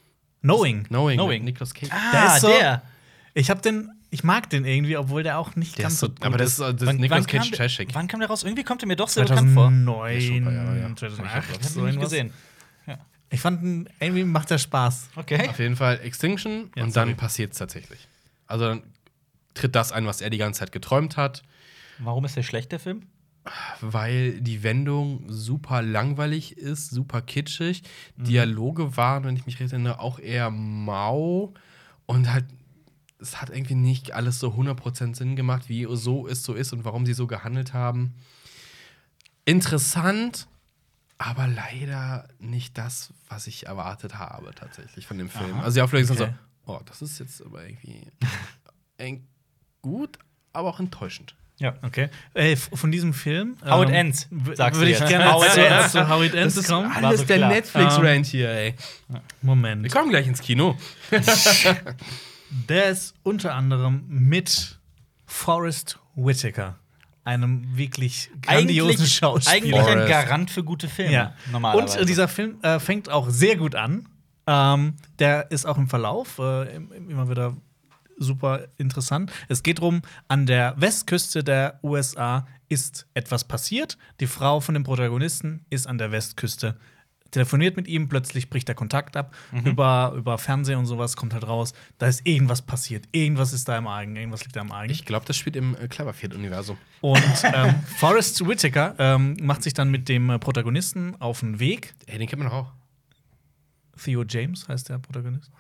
Speaker 3: Knowing.
Speaker 2: Knowing,
Speaker 1: Knowing. Ah,
Speaker 2: Nicholas Cage.
Speaker 3: Der ist so-
Speaker 1: der.
Speaker 3: Ich hab den, ich mag den irgendwie, obwohl der auch nicht
Speaker 2: der
Speaker 3: ganz
Speaker 2: ist so,
Speaker 3: gut
Speaker 2: aber das ist, das ist
Speaker 1: Wann- wann
Speaker 2: Nicolas
Speaker 1: kam
Speaker 2: Cage
Speaker 1: der-
Speaker 2: trashig.
Speaker 1: Wann kam der raus? Irgendwie kommt er mir doch sehr bekannt vor.
Speaker 3: 2009,
Speaker 2: Ja, schon ein paar Jahre, ja.
Speaker 3: 2008,
Speaker 1: Ich hab ihn
Speaker 3: so
Speaker 1: nicht
Speaker 3: irgendwas.
Speaker 1: gesehen.
Speaker 3: Ich fand, ihn- irgendwie macht der Spaß.
Speaker 1: Okay.
Speaker 2: Auf jeden Fall Extinction
Speaker 3: Ja,
Speaker 2: und
Speaker 3: sorry.
Speaker 2: dann passiert es tatsächlich. Also dann tritt das ein, was er die ganze Zeit geträumt hat,
Speaker 1: Warum ist der schlecht, der Film?
Speaker 2: weil die Wendung super langweilig ist, super kitschig.
Speaker 3: Mhm.
Speaker 2: Dialoge waren, wenn ich mich recht erinnere, auch eher mau und halt. Es hat irgendwie nicht alles so 100% Sinn gemacht, wie so ist, so ist und warum sie so gehandelt haben. Interessant, aber leider nicht das, was ich erwartet habe, tatsächlich von dem Film.
Speaker 3: Aha,
Speaker 2: Also, die Auflösung ist
Speaker 3: okay.
Speaker 2: dann so: Oh, das ist jetzt aber irgendwie eng- gut, aber auch enttäuschend.
Speaker 1: Ja.
Speaker 3: Okay. Ey, f- von diesem Film.
Speaker 1: How it ends, sagst du
Speaker 3: Ähm, Würde ich
Speaker 1: jetzt.
Speaker 3: gerne
Speaker 1: How it
Speaker 3: zu,
Speaker 1: ends.
Speaker 3: zu How It Ends
Speaker 2: ist
Speaker 3: kommen. Ähm,
Speaker 1: War
Speaker 2: alles
Speaker 1: so
Speaker 2: der
Speaker 1: klar. Ah.
Speaker 2: Netflix-Rant hier, ey. Wir
Speaker 3: Moment.
Speaker 2: kommen gleich ins Kino.
Speaker 3: Der ist unter anderem mit Forrest Whitaker, einem wirklich grandiosen
Speaker 1: Eigentlich,
Speaker 3: Schauspieler.
Speaker 1: eigentlich ein
Speaker 2: Forrest.
Speaker 1: Garant für gute Filme.
Speaker 3: Ja. Und
Speaker 1: Normalerweise.
Speaker 3: äh, dieser Film äh, fängt auch sehr gut an. Ähm, der ist auch im Verlauf äh, im- im- immer wieder super interessant. Es geht darum, an der Westküste der USA ist etwas passiert. Die Frau von dem Protagonisten ist an der Westküste. Telefoniert mit ihm, plötzlich bricht der Kontakt ab. Über, über Fernsehen und sowas kommt halt raus, da ist irgendwas passiert. Irgendwas ist da im Argen, irgendwas liegt da im Argen.
Speaker 2: Ich glaube, das spielt im äh, Cloverfield-Universum.
Speaker 3: Und ähm, Forrest Whitaker ähm, macht sich dann mit dem äh, Protagonisten auf den Weg.
Speaker 2: Ey, den kennt man doch auch.
Speaker 3: Theo James heißt der Protagonist.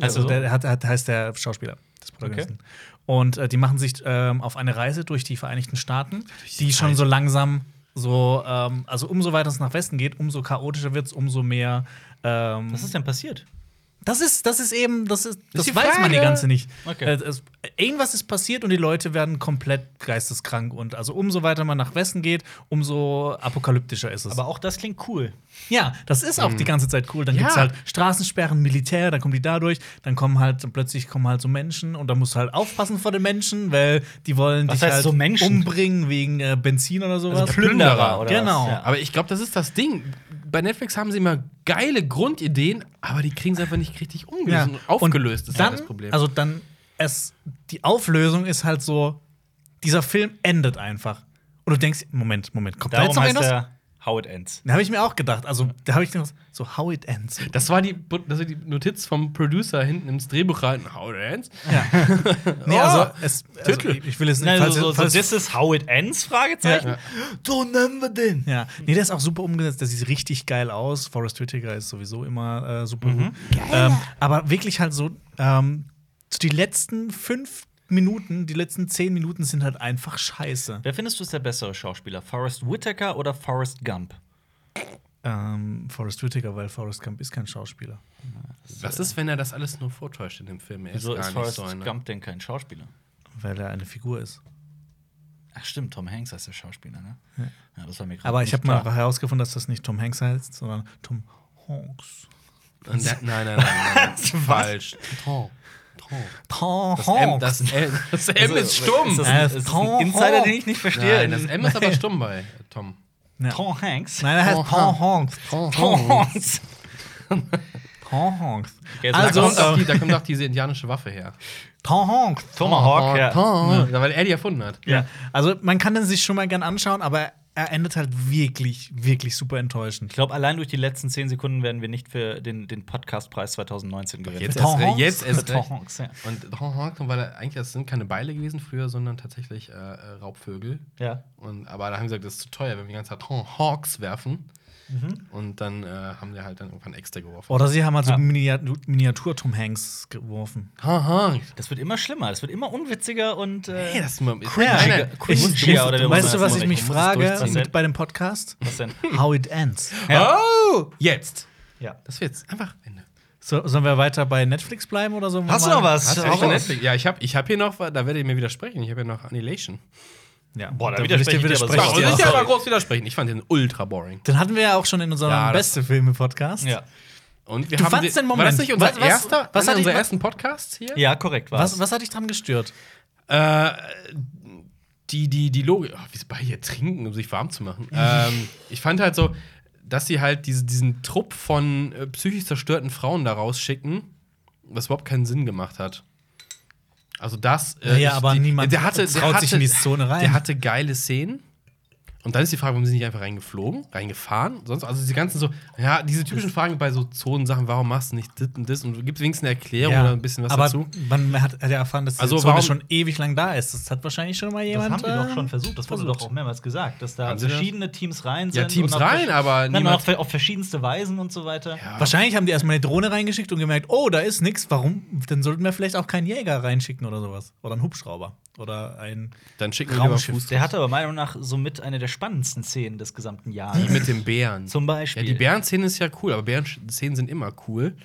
Speaker 1: Also
Speaker 3: Also,
Speaker 1: so.
Speaker 3: der hat, hat, heißt der Schauspieler des Protagonisten. Und äh, die machen sich ähm, auf eine Reise durch die Vereinigten Staaten, die schon so langsam so, ähm, also umso weiter es nach Westen geht, umso chaotischer wird es, umso mehr. Ähm,
Speaker 1: Was ist denn passiert?
Speaker 3: Das ist, das ist eben, das ist, das
Speaker 2: die
Speaker 3: weiß man
Speaker 2: Frage.
Speaker 3: die ganze nicht.
Speaker 1: Okay.
Speaker 3: Äh, es, irgendwas ist passiert und die Leute werden komplett geisteskrank und also umso weiter man nach Westen geht, umso apokalyptischer ist es.
Speaker 1: Aber auch das klingt cool.
Speaker 3: ja, das ist auch
Speaker 1: Mhm.
Speaker 3: die ganze Zeit cool. Dann
Speaker 2: Ja.
Speaker 3: gibt's halt Straßensperren, Militär, dann kommen die dadurch, dann kommen halt plötzlich kommen halt so Menschen und da musst du halt aufpassen vor den Menschen, weil die wollen
Speaker 1: Was
Speaker 3: dich
Speaker 1: heißt
Speaker 3: halt
Speaker 1: so Menschen? Also
Speaker 3: umbringen wegen äh, Benzin oder sowas.
Speaker 2: Plünderer,
Speaker 1: oder?
Speaker 3: Genau.
Speaker 1: Was? Ja.
Speaker 2: Aber ich glaube, das ist das Ding. Bei Netflix haben sie immer geile Grundideen, aber die kriegen sie einfach nicht richtig umgelöst. und Aufgelöst
Speaker 3: Und
Speaker 2: ist
Speaker 3: dann,
Speaker 2: halt das Problem.
Speaker 3: Also dann es die Auflösung ist halt so dieser Film endet einfach. Und du denkst, Moment, Moment, kommt da
Speaker 1: Darum
Speaker 3: jetzt noch
Speaker 1: heißt
Speaker 3: irgendwas?
Speaker 1: er How It Ends.
Speaker 3: Da habe ich mir auch gedacht, also da habe ich gedacht, so how it ends.
Speaker 2: das war, die, das war die Notiz vom Producer hinten ins Drehbuch rein. How it ends.
Speaker 3: Ja. nee,
Speaker 2: Oh,
Speaker 3: also, es, also
Speaker 2: Titel.
Speaker 3: ich will es nicht
Speaker 1: Nein,
Speaker 3: falls,
Speaker 1: so, so, so,
Speaker 3: falls,
Speaker 1: this is how it ends? Fragezeichen.
Speaker 2: Ja.
Speaker 1: So nennen wir den.
Speaker 3: ja. Nee, der ist auch super umgesetzt, der sieht richtig geil aus. Forrest Whitaker ist sowieso immer äh, super gut. Ähm, aber wirklich halt so ähm, so die letzten fünf Minuten, die letzten zehn Minuten sind halt einfach scheiße.
Speaker 1: Wer findest du ist der bessere Schauspieler? Forrest Whitaker oder Forrest Gump?
Speaker 3: Ähm, Forrest Whitaker, weil Forrest Gump ist kein Schauspieler.
Speaker 2: Was ist, wenn er das alles nur vortäuscht in dem Film? Er ist
Speaker 1: Wieso
Speaker 2: gar
Speaker 1: ist
Speaker 2: nicht
Speaker 1: Forrest
Speaker 2: so einer.
Speaker 1: Gump denn kein Schauspieler?
Speaker 3: Weil er eine Figur ist.
Speaker 1: Ach stimmt, Tom Hanks heißt der Schauspieler, ne?
Speaker 3: Ja.
Speaker 1: Ja, das war mir gerade
Speaker 3: Aber ich
Speaker 1: nicht
Speaker 3: habe mal
Speaker 1: klar.
Speaker 3: herausgefunden, dass das nicht Tom Hanks heißt, sondern Tom Hanks.
Speaker 2: Und der- Nein, nein, nein. nein, nein. Falsch. Tom. Tom.
Speaker 3: Tom
Speaker 2: Das M, das, L, das M ist stumm.
Speaker 1: Also, Ist das,
Speaker 3: Äh,
Speaker 1: ist das
Speaker 3: Tom
Speaker 1: ein Insider,
Speaker 3: Hanks.
Speaker 1: den ich nicht verstehe?
Speaker 2: Nein, das M ist aber stumm bei äh, Tom.
Speaker 3: ja.
Speaker 1: Tom Hanks.
Speaker 3: Nein, er heißt
Speaker 2: Tom
Speaker 3: Tom Hanks.
Speaker 2: Tom.
Speaker 1: Tom Hanks.
Speaker 3: Tom Hanks.
Speaker 1: Okay, jetzt
Speaker 2: Da,
Speaker 3: Also,
Speaker 2: kommt auch
Speaker 3: ähm,
Speaker 2: die, da kommt auch diese indianische Waffe her.
Speaker 3: Tom Hanks.
Speaker 1: Tomahawk, ja.
Speaker 2: Tom. Weil er die erfunden hat.
Speaker 3: Ja. Also, man kann den sich schon mal gern anschauen, aber er endet halt wirklich, wirklich super
Speaker 1: Ich
Speaker 3: enttäuschend.
Speaker 1: glaube, allein durch die letzten 10 Sekunden werden wir nicht für den, den Podcastpreis 2019 gewinnen.
Speaker 2: Jetzt
Speaker 3: Tom
Speaker 2: erst, re-
Speaker 3: Hanks?
Speaker 2: jetzt erst
Speaker 1: Tom
Speaker 2: recht.
Speaker 1: Hanks, ja.
Speaker 2: Und Tom Hanks, weil er- eigentlich das sind keine Beile gewesen früher, sondern tatsächlich äh, äh, Raubvögel.
Speaker 1: ja.
Speaker 2: Und, aber da haben sie gesagt, das ist zu teuer, wenn wir die ganze Zeit Tom Hawks werfen. Und dann äh, haben die halt dann irgendwann extra geworfen.
Speaker 3: Oder sie haben halt so
Speaker 1: Ja.
Speaker 3: Miniatur, Miniatur Tom Hanks geworfen.
Speaker 2: Tom Hanks.
Speaker 1: Das wird immer schlimmer, das wird immer unwitziger und. Äh,
Speaker 2: Hey, das ist mal.
Speaker 1: Cringe.
Speaker 2: Nein, nein, du
Speaker 1: Cringe.
Speaker 2: musst- du
Speaker 1: Ja,
Speaker 2: musst-
Speaker 1: oder
Speaker 2: du
Speaker 1: wir machen
Speaker 2: musst-
Speaker 3: Weißt du, was ich mich
Speaker 2: du musst
Speaker 3: frage
Speaker 2: durchziehen.
Speaker 3: mit, bei dem Podcast?
Speaker 1: was denn?
Speaker 3: How it ends.
Speaker 1: Ja.
Speaker 2: Oh! Jetzt!
Speaker 1: ja.
Speaker 2: Das wird's. Einfach Ende.
Speaker 3: So, sollen wir weiter bei Netflix bleiben oder so?
Speaker 1: Hast du noch was?
Speaker 2: Hast du
Speaker 1: Hau
Speaker 2: echt schon
Speaker 1: raus.
Speaker 2: Netflix? Ja, ich habe ich hab hier noch, da werdet ihr mir widersprechen, ich habe hier noch Annihilation.
Speaker 3: Ja,
Speaker 1: Boah, da
Speaker 3: will ich
Speaker 1: widerspreche
Speaker 3: dir
Speaker 1: ich dir aber
Speaker 3: widersprechen.
Speaker 1: sofort.
Speaker 2: Ich
Speaker 1: sorry.
Speaker 2: aber groß widersprechen. Ich fand den ultra boring.
Speaker 3: Den hatten wir ja auch schon in unserem
Speaker 2: Ja, das-
Speaker 3: beste Filme Podcast.
Speaker 1: Ja.
Speaker 2: Und wir
Speaker 3: Du
Speaker 2: haben
Speaker 3: fandst den
Speaker 2: War
Speaker 3: Moment-
Speaker 2: das nicht unser
Speaker 3: was- was-
Speaker 2: erster,
Speaker 3: was
Speaker 2: was
Speaker 3: hat
Speaker 2: einer
Speaker 3: dich
Speaker 2: unserer
Speaker 3: ma-
Speaker 2: ersten Podcasts hier?
Speaker 1: ja, korrekt war
Speaker 3: Was, was hat dich dran gestört?
Speaker 2: Äh, die, die, die Logik, oh, wie sie bei hier trinken, um sich warm zu machen. ähm, ich fand halt so, dass sie halt diese, diesen Trupp von äh, psychisch zerstörten Frauen da rausschicken, was überhaupt keinen Sinn gemacht hat. Also das. äh,
Speaker 3: Naja,
Speaker 2: ich-
Speaker 3: aber
Speaker 2: die,
Speaker 3: niemand
Speaker 2: der hatte, der
Speaker 3: traut
Speaker 2: hatte,
Speaker 3: sich in die Zone rein.
Speaker 2: Der hatte geile Szenen. Und dann ist die Frage, warum sind die nicht einfach reingeflogen, reingefahren? Sonst, also diese ganzen so, ja, diese typischen Fragen bei so Zonensachen, warum machst du nicht das und das? Und gibt es wenigstens eine Erklärung oder ein bisschen was
Speaker 3: aber
Speaker 2: dazu?
Speaker 3: Man hat, hat ja erfahren, dass die
Speaker 2: Also,
Speaker 3: Zone
Speaker 2: warum-
Speaker 3: schon ewig lang da ist. Das hat wahrscheinlich schon mal
Speaker 1: Das
Speaker 3: jemand.
Speaker 1: haben die doch
Speaker 3: äh,
Speaker 1: schon versucht, das wurde
Speaker 3: versucht.
Speaker 1: doch auch mehrmals gesagt, dass da
Speaker 2: Haben sie das?
Speaker 1: verschiedene Teams rein sind.
Speaker 2: Ja, Teams
Speaker 1: und auf
Speaker 2: rein,
Speaker 1: versch-
Speaker 2: aber
Speaker 1: Nein,
Speaker 2: niemand-
Speaker 1: auf, auf verschiedenste Weisen und so weiter.
Speaker 2: Ja.
Speaker 3: Wahrscheinlich haben die erstmal eine Drohne reingeschickt und gemerkt, oh, da ist nichts. Warum? Dann sollten wir vielleicht auch keinen Jäger reinschicken oder sowas. Oder einen Hubschrauber. Oder ein.
Speaker 2: Dann schicken wir lieber
Speaker 3: Raumschiff.
Speaker 2: Fuß
Speaker 1: Der hatte aber meiner Meinung nach somit eine der spannendsten Szenen des gesamten
Speaker 2: Die
Speaker 1: Jahres.
Speaker 2: mit den Bären.
Speaker 1: Zum
Speaker 2: ja,
Speaker 1: Beispiel.
Speaker 2: die Bären-Szene ist ja cool, aber Bären-Szenen sind immer cool.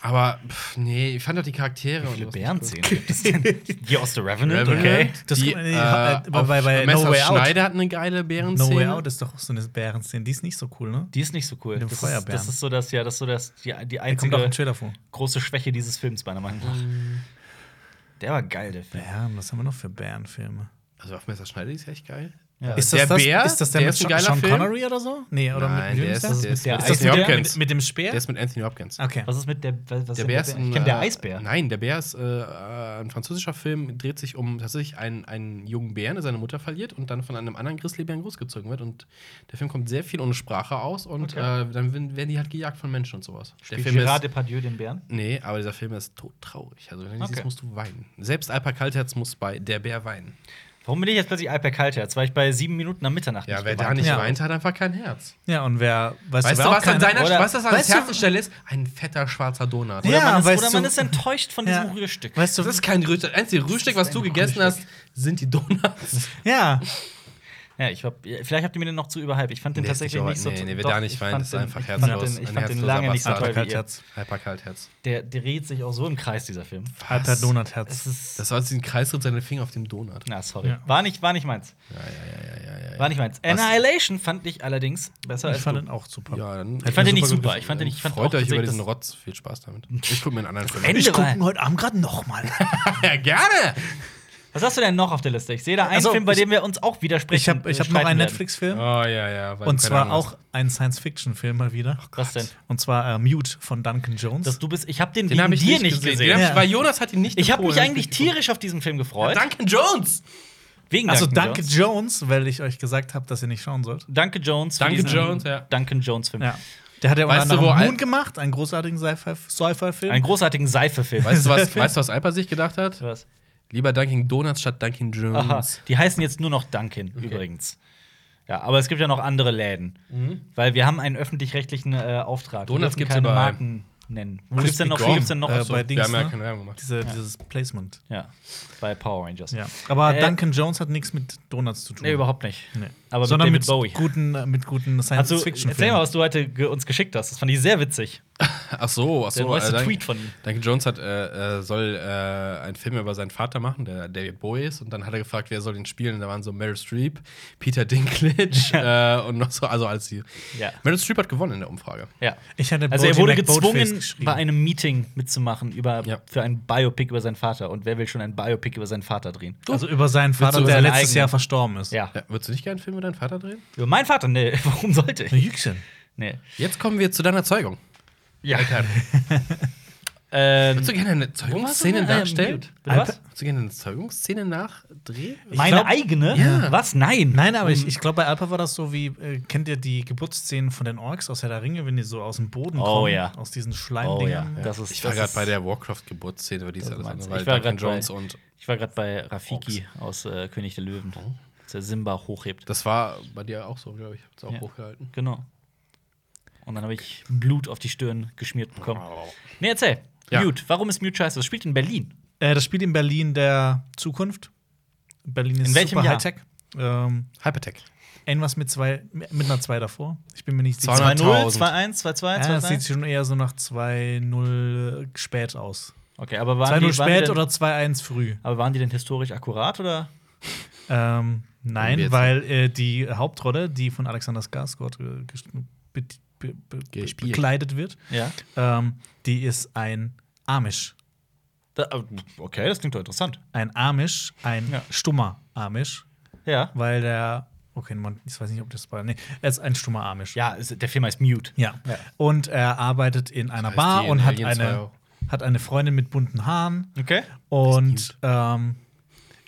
Speaker 2: Aber pff, nee, ich fand doch die Charaktere.
Speaker 1: Wie viele
Speaker 2: und was-
Speaker 1: Bären-Szenen gibt es denn? Die aus The Revenant,
Speaker 2: Revenant,
Speaker 1: okay.
Speaker 3: Das-
Speaker 2: die,
Speaker 3: äh,
Speaker 2: äh,
Speaker 3: bei-
Speaker 2: auf
Speaker 3: bei- bei No
Speaker 2: Messer
Speaker 3: Way Out.
Speaker 2: Schneider hat eine geile
Speaker 3: No
Speaker 2: Bären-Szene.
Speaker 3: Way Out ist doch auch so eine Bärenszene. Die ist nicht so cool, ne?
Speaker 1: Die ist nicht so cool.
Speaker 3: Mit dem
Speaker 1: Das ist,
Speaker 3: Feuerbären.
Speaker 1: das ist so das, ja, das ist so das, die, die
Speaker 3: Da kommt auch
Speaker 1: einzige
Speaker 3: ein Trailer vor.
Speaker 1: große Schwäche dieses Films, meiner Meinung nach. Mm. Der war geil, der Film.
Speaker 3: Bären, was haben wir noch für Bärenfilme?
Speaker 2: also auf Messer Schneider ist echt geil.
Speaker 1: Ja.
Speaker 3: Ist
Speaker 2: Der
Speaker 3: das, das,
Speaker 2: Bär,
Speaker 3: ist das der,
Speaker 2: der
Speaker 3: mit
Speaker 2: ist ein
Speaker 3: Sean-
Speaker 2: geiler
Speaker 3: Sean
Speaker 2: Film.
Speaker 3: Connery oder so? Nee, oder
Speaker 2: Nein,
Speaker 3: mit,
Speaker 2: der
Speaker 3: wem
Speaker 2: ist,
Speaker 3: der?
Speaker 2: der ist,
Speaker 1: der
Speaker 2: ist
Speaker 3: Ist das
Speaker 1: Anthony
Speaker 3: der
Speaker 2: Hopkins.
Speaker 3: mit, mit dem Speer?
Speaker 2: der ist mit Anthony Hopkins.
Speaker 3: okay.
Speaker 1: Was ist mit der, was ist
Speaker 2: Der Bär ist
Speaker 1: Bär?
Speaker 2: ein,
Speaker 1: Ich kenne der
Speaker 2: äh,
Speaker 1: Eisbär.
Speaker 2: Nein, der Bär ist äh, äh, ein französischer Film, dreht sich um tatsächlich einen, einen jungen Bären, der seine Mutter verliert und dann von einem anderen Grizzlybären großgezogen wird. Und der Film kommt sehr viel ohne Sprache aus und
Speaker 1: Okay.
Speaker 2: äh, dann werden werden die halt gejagt von Menschen und sowas.
Speaker 1: Spielt
Speaker 2: der Film
Speaker 1: Gérard
Speaker 2: ist,
Speaker 1: Depardieu den Bären?
Speaker 2: Nee, aber dieser Film ist todtraurig. Also, wenn du
Speaker 1: Okay.
Speaker 2: siehst, musst du weinen. Selbst Alper Kaltherz muss bei Der Bär weinen.
Speaker 1: Warum bin ich jetzt plötzlich Alper Kaltherz? Weil ich bei sieben Minuten am Mitternacht
Speaker 2: Ja, wer
Speaker 1: gewarnt
Speaker 2: da nicht
Speaker 3: Ja.
Speaker 2: weint, hat einfach kein Herz.
Speaker 3: Ja, und wer, weißt,
Speaker 2: Weißt
Speaker 3: wer
Speaker 2: du,
Speaker 3: auch
Speaker 2: was an
Speaker 3: keine-
Speaker 2: seiner
Speaker 1: oder-
Speaker 2: was das ans
Speaker 3: weißt du-
Speaker 2: Herzenstelle ist? Ein fetter schwarzer Donut.
Speaker 1: Oder,
Speaker 3: Ja,
Speaker 1: man, ist,
Speaker 3: weißt
Speaker 1: oder man
Speaker 3: du-
Speaker 1: ist enttäuscht von
Speaker 3: Ja.
Speaker 1: diesem Rührstück.
Speaker 3: Weißt du,
Speaker 2: Das ist kein Rührstück. Das einzige Rührstück, was du gegessen hast, sind die Donuts.
Speaker 3: ja,
Speaker 1: Ja, ich hab, vielleicht habt ihr mir den noch zu überhalb. Ich fand den
Speaker 2: Nee, ist
Speaker 1: tatsächlich
Speaker 2: nicht
Speaker 1: nicht so
Speaker 2: überhalb. Nee, nee, wird
Speaker 1: doch,
Speaker 2: da nicht
Speaker 1: ich
Speaker 2: rein.
Speaker 1: fand
Speaker 2: Das ist einfach
Speaker 1: ich Fand
Speaker 2: herzlos.
Speaker 1: den, ich
Speaker 2: Ein
Speaker 1: fand den
Speaker 2: herzloser
Speaker 1: lange nicht so
Speaker 3: halt
Speaker 2: Bastard.
Speaker 1: toll wie ihr.
Speaker 3: Halbherz.
Speaker 2: Hyperkaltherz.
Speaker 1: Der dreht sich auch so im Kreis, dieser Film.
Speaker 3: Halbherz,
Speaker 1: Es
Speaker 3: Donutherz.
Speaker 1: ist.
Speaker 2: Das war als ein Kreis drin, seine Finger auf dem Donut.
Speaker 1: na, sorry.
Speaker 3: Ja.
Speaker 1: War, nicht, war nicht meins.
Speaker 2: Ja, ja, ja, ja, ja.
Speaker 1: War nicht meins. Annihilation fand ich allerdings besser
Speaker 3: Ich
Speaker 1: als
Speaker 3: fand
Speaker 1: du.
Speaker 3: den auch super.
Speaker 2: Ja, dann
Speaker 1: Ich fand den nicht super. Ich fand den nicht- ich fand
Speaker 2: Freut
Speaker 1: auch
Speaker 2: euch über
Speaker 1: tatsächlich,
Speaker 2: diesen
Speaker 1: dass-
Speaker 2: Rotz. Viel Spaß damit. Ich gucke mir einen anderen Film an.
Speaker 1: Ende
Speaker 3: Ich gucke
Speaker 1: war-
Speaker 3: ihn heute Abend gerade nochmal.
Speaker 2: Ja, gerne!
Speaker 1: Was hast du denn noch auf der Liste? Ich sehe da einen
Speaker 3: Also,
Speaker 1: Film, bei
Speaker 3: ich-
Speaker 1: dem wir uns auch widersprechen.
Speaker 3: Ich habe ich
Speaker 1: äh,
Speaker 3: hab noch
Speaker 1: streiten
Speaker 3: einen
Speaker 1: werden.
Speaker 3: Netflix-Film.
Speaker 2: Oh, ja, ja. weil
Speaker 3: Und
Speaker 2: du keine
Speaker 3: zwar
Speaker 2: Ahnung hast.
Speaker 3: auch einen Science-Fiction-Film mal wieder.
Speaker 1: Was denn?
Speaker 3: Und zwar äh, Mute von Duncan Jones.
Speaker 1: Dass du bist. Ich habe den,
Speaker 2: Den
Speaker 1: wegen
Speaker 2: habe ich
Speaker 1: dir
Speaker 2: nicht gesehen. Den
Speaker 3: Ja.
Speaker 2: hab ich, weil Jonas hat ihn nicht
Speaker 1: Ich habe mich
Speaker 2: empfohlen.
Speaker 1: eigentlich tierisch auf diesen Film gefreut.
Speaker 2: Duncan Jones!
Speaker 1: Wegen
Speaker 3: also
Speaker 1: Duncan
Speaker 3: Duncan
Speaker 1: Jones.
Speaker 3: Jones, weil ich euch gesagt habe, dass ihr nicht schauen sollt.
Speaker 1: Danke Jones. für
Speaker 2: Duncan
Speaker 1: diesen
Speaker 2: Jones, ja.
Speaker 1: Duncan Jones Film.
Speaker 3: Ja. Der hat ja unter
Speaker 2: Hm. Weißt du,
Speaker 3: anderem
Speaker 2: wo
Speaker 3: Moon
Speaker 2: all-
Speaker 3: gemacht, einen großartigen Sci-Fi- Sci-Fi-Film.
Speaker 1: Einen großartigen Seife-Film.
Speaker 2: Weißt du, was, weißt du, was Alper sich gedacht hat?
Speaker 1: was?
Speaker 2: Lieber Dunkin' Donuts statt Dunkin' Jones.
Speaker 1: Aha. Die heißen jetzt nur noch Dunkin übrigens. Ja, aber es gibt ja noch andere Läden. Weil wir haben einen öffentlich-rechtlichen äh, Auftrag. Wir
Speaker 2: Donuts
Speaker 1: dürfen
Speaker 2: gibt's
Speaker 1: keine
Speaker 2: überall.
Speaker 1: Marken nennen. Wo
Speaker 2: Krispy
Speaker 1: gibt's denn noch? Wo
Speaker 2: Kreme,
Speaker 1: gibt's denn noch?
Speaker 3: äh,
Speaker 1: Achso.
Speaker 3: bei
Speaker 2: Wir
Speaker 3: Dings,
Speaker 2: haben ja
Speaker 3: ne?
Speaker 2: keine Werbung gemacht.
Speaker 3: Diese, Dieses Placement.
Speaker 1: ja, bei Power Rangers.
Speaker 3: Ja. Aber
Speaker 1: Äh,
Speaker 3: Duncan Jones hat nichts mit Donuts zu tun.
Speaker 1: Nee, überhaupt nicht.
Speaker 3: Nee.
Speaker 1: Aber mit
Speaker 3: Sondern
Speaker 1: David
Speaker 3: mit
Speaker 1: Bowie.
Speaker 3: guten, äh, mit guten
Speaker 1: Also, erzähl mal,
Speaker 3: Science-Fiction-Filmen.
Speaker 1: was du heute ge uns geschickt hast. Das fand ich sehr witzig.
Speaker 2: Ach so, ach
Speaker 1: Der
Speaker 2: so.
Speaker 1: neueste
Speaker 2: Dunkin-
Speaker 1: Tweet von ihm.
Speaker 2: Duncan Jones hat, äh, äh, soll äh, einen Film über seinen Vater machen, der David Bowie ist. Und dann hat er gefragt, wer soll ihn spielen. Und da waren so Meryl Streep, Peter Dinklage äh, und noch so, also als die.
Speaker 1: Ja.
Speaker 2: Meryl Streep hat gewonnen in der Umfrage.
Speaker 1: Ja.
Speaker 3: Ich hatte
Speaker 1: Also er
Speaker 3: Bojack
Speaker 1: wurde
Speaker 3: Boatface
Speaker 1: gezwungen,
Speaker 3: geschrieben.
Speaker 1: bei einem Meeting mitzumachen über,
Speaker 2: Ja.
Speaker 1: für ein Biopic über seinen Vater. Und wer will schon ein Biopic über seinen Vater drehen?
Speaker 3: Also über seinen Vater,
Speaker 2: du
Speaker 3: der
Speaker 1: seinen
Speaker 3: letztes
Speaker 1: eigenen-
Speaker 3: Jahr verstorben ist.
Speaker 1: Ja.
Speaker 2: Ja, würdest du nicht gerne einen Film über deinen Vater drehen?
Speaker 1: Über meinen Vater? Nee, warum sollte ich?
Speaker 3: Ein Jüchchen.
Speaker 1: Nee.
Speaker 2: Jetzt kommen wir zu deiner Zeugung.
Speaker 1: Ja.
Speaker 2: Würdest
Speaker 1: Ähm,
Speaker 2: du gerne eine
Speaker 1: Ah,
Speaker 2: Zeugungsszene darstellen?
Speaker 1: Was?
Speaker 2: Würdest du gerne eine Zeugungsszene nachdrehen?
Speaker 1: Meine
Speaker 3: glaub-
Speaker 1: eigene?
Speaker 2: Ja.
Speaker 1: Was? Nein.
Speaker 3: Nein, aber ich, ich glaube, bei Alpa war das so wie, äh, kennt ihr die Geburtsszenen von den Orks aus Herr der Ringe, wenn die so aus dem Boden
Speaker 1: Oh,
Speaker 3: kommen?
Speaker 1: ja.
Speaker 3: Aus diesen
Speaker 1: Oh ja.
Speaker 3: Schleimdingern.
Speaker 1: Das ist,
Speaker 2: Ich war
Speaker 1: das
Speaker 2: gerade
Speaker 1: ist-
Speaker 2: bei der Warcraft-Geburtsszene, über die ist
Speaker 1: Das
Speaker 2: alles
Speaker 1: meinst
Speaker 2: andere,
Speaker 1: du.
Speaker 2: weil
Speaker 1: Ich war
Speaker 2: Duncan
Speaker 1: grad bei-
Speaker 2: Jones und
Speaker 1: Ich war gerade bei Rafiki aus äh, König der Löwen,
Speaker 2: Oh.
Speaker 1: als er Simba hochhebt.
Speaker 2: das war bei dir auch so, glaube ich. Hat's auch
Speaker 1: Ja.
Speaker 2: hochgehalten.
Speaker 1: Genau. Und dann habe ich Blut auf die Stirn geschmiert bekommen.
Speaker 2: Wow.
Speaker 1: Nee, erzähl.
Speaker 2: Ja.
Speaker 1: Mute. Warum ist Mute scheiße? Das spielt in Berlin.
Speaker 3: Äh, das spielt in Berlin der Zukunft. Berlin ist
Speaker 1: In welchem
Speaker 3: super
Speaker 1: Jahr?
Speaker 3: Hightech. Ähm,
Speaker 2: Hypertech.
Speaker 3: irgendwas mit, zwei, mit einer 2 davor. Ich bin mir nicht sicher.
Speaker 2: 200.
Speaker 1: 2-0,
Speaker 2: 100.000.
Speaker 1: 2-1, 2-2,
Speaker 3: Ja, das sieht
Speaker 1: 2-3.
Speaker 3: schon eher so nach 2-0 spät aus.
Speaker 1: Okay, aber waren
Speaker 3: 2-0
Speaker 1: die, waren die
Speaker 3: spät
Speaker 1: denn,
Speaker 3: oder 2-1 früh.
Speaker 1: Aber waren die denn historisch akkurat oder?
Speaker 3: Ähm,
Speaker 2: wir
Speaker 3: nein,
Speaker 2: jetzt-
Speaker 3: weil äh, die Hauptrolle, die von Alexander Skarsgård äh, ges- be be be be
Speaker 2: Gespielt.
Speaker 3: bekleidet wird,
Speaker 1: Ja.
Speaker 3: ähm, die ist ein Amish.
Speaker 1: Da, äh, okay, das klingt doch interessant.
Speaker 3: Ein Amish, ein
Speaker 1: Ja.
Speaker 3: stummer Amish,
Speaker 1: Ja.
Speaker 3: weil der. Okay, man, ich weiß nicht, ob das war. Nee, er ist ein stummer Amish.
Speaker 1: Ja, es- der Film heißt Mute.
Speaker 3: Ja.
Speaker 1: Ja.
Speaker 3: Und er arbeitet in einer
Speaker 2: heißt
Speaker 3: Bar
Speaker 2: die in
Speaker 3: und hat
Speaker 2: Alien zwei
Speaker 3: eine,
Speaker 2: auch.
Speaker 3: hat eine Freundin mit bunten Haaren.
Speaker 1: Okay.
Speaker 3: Und ähm,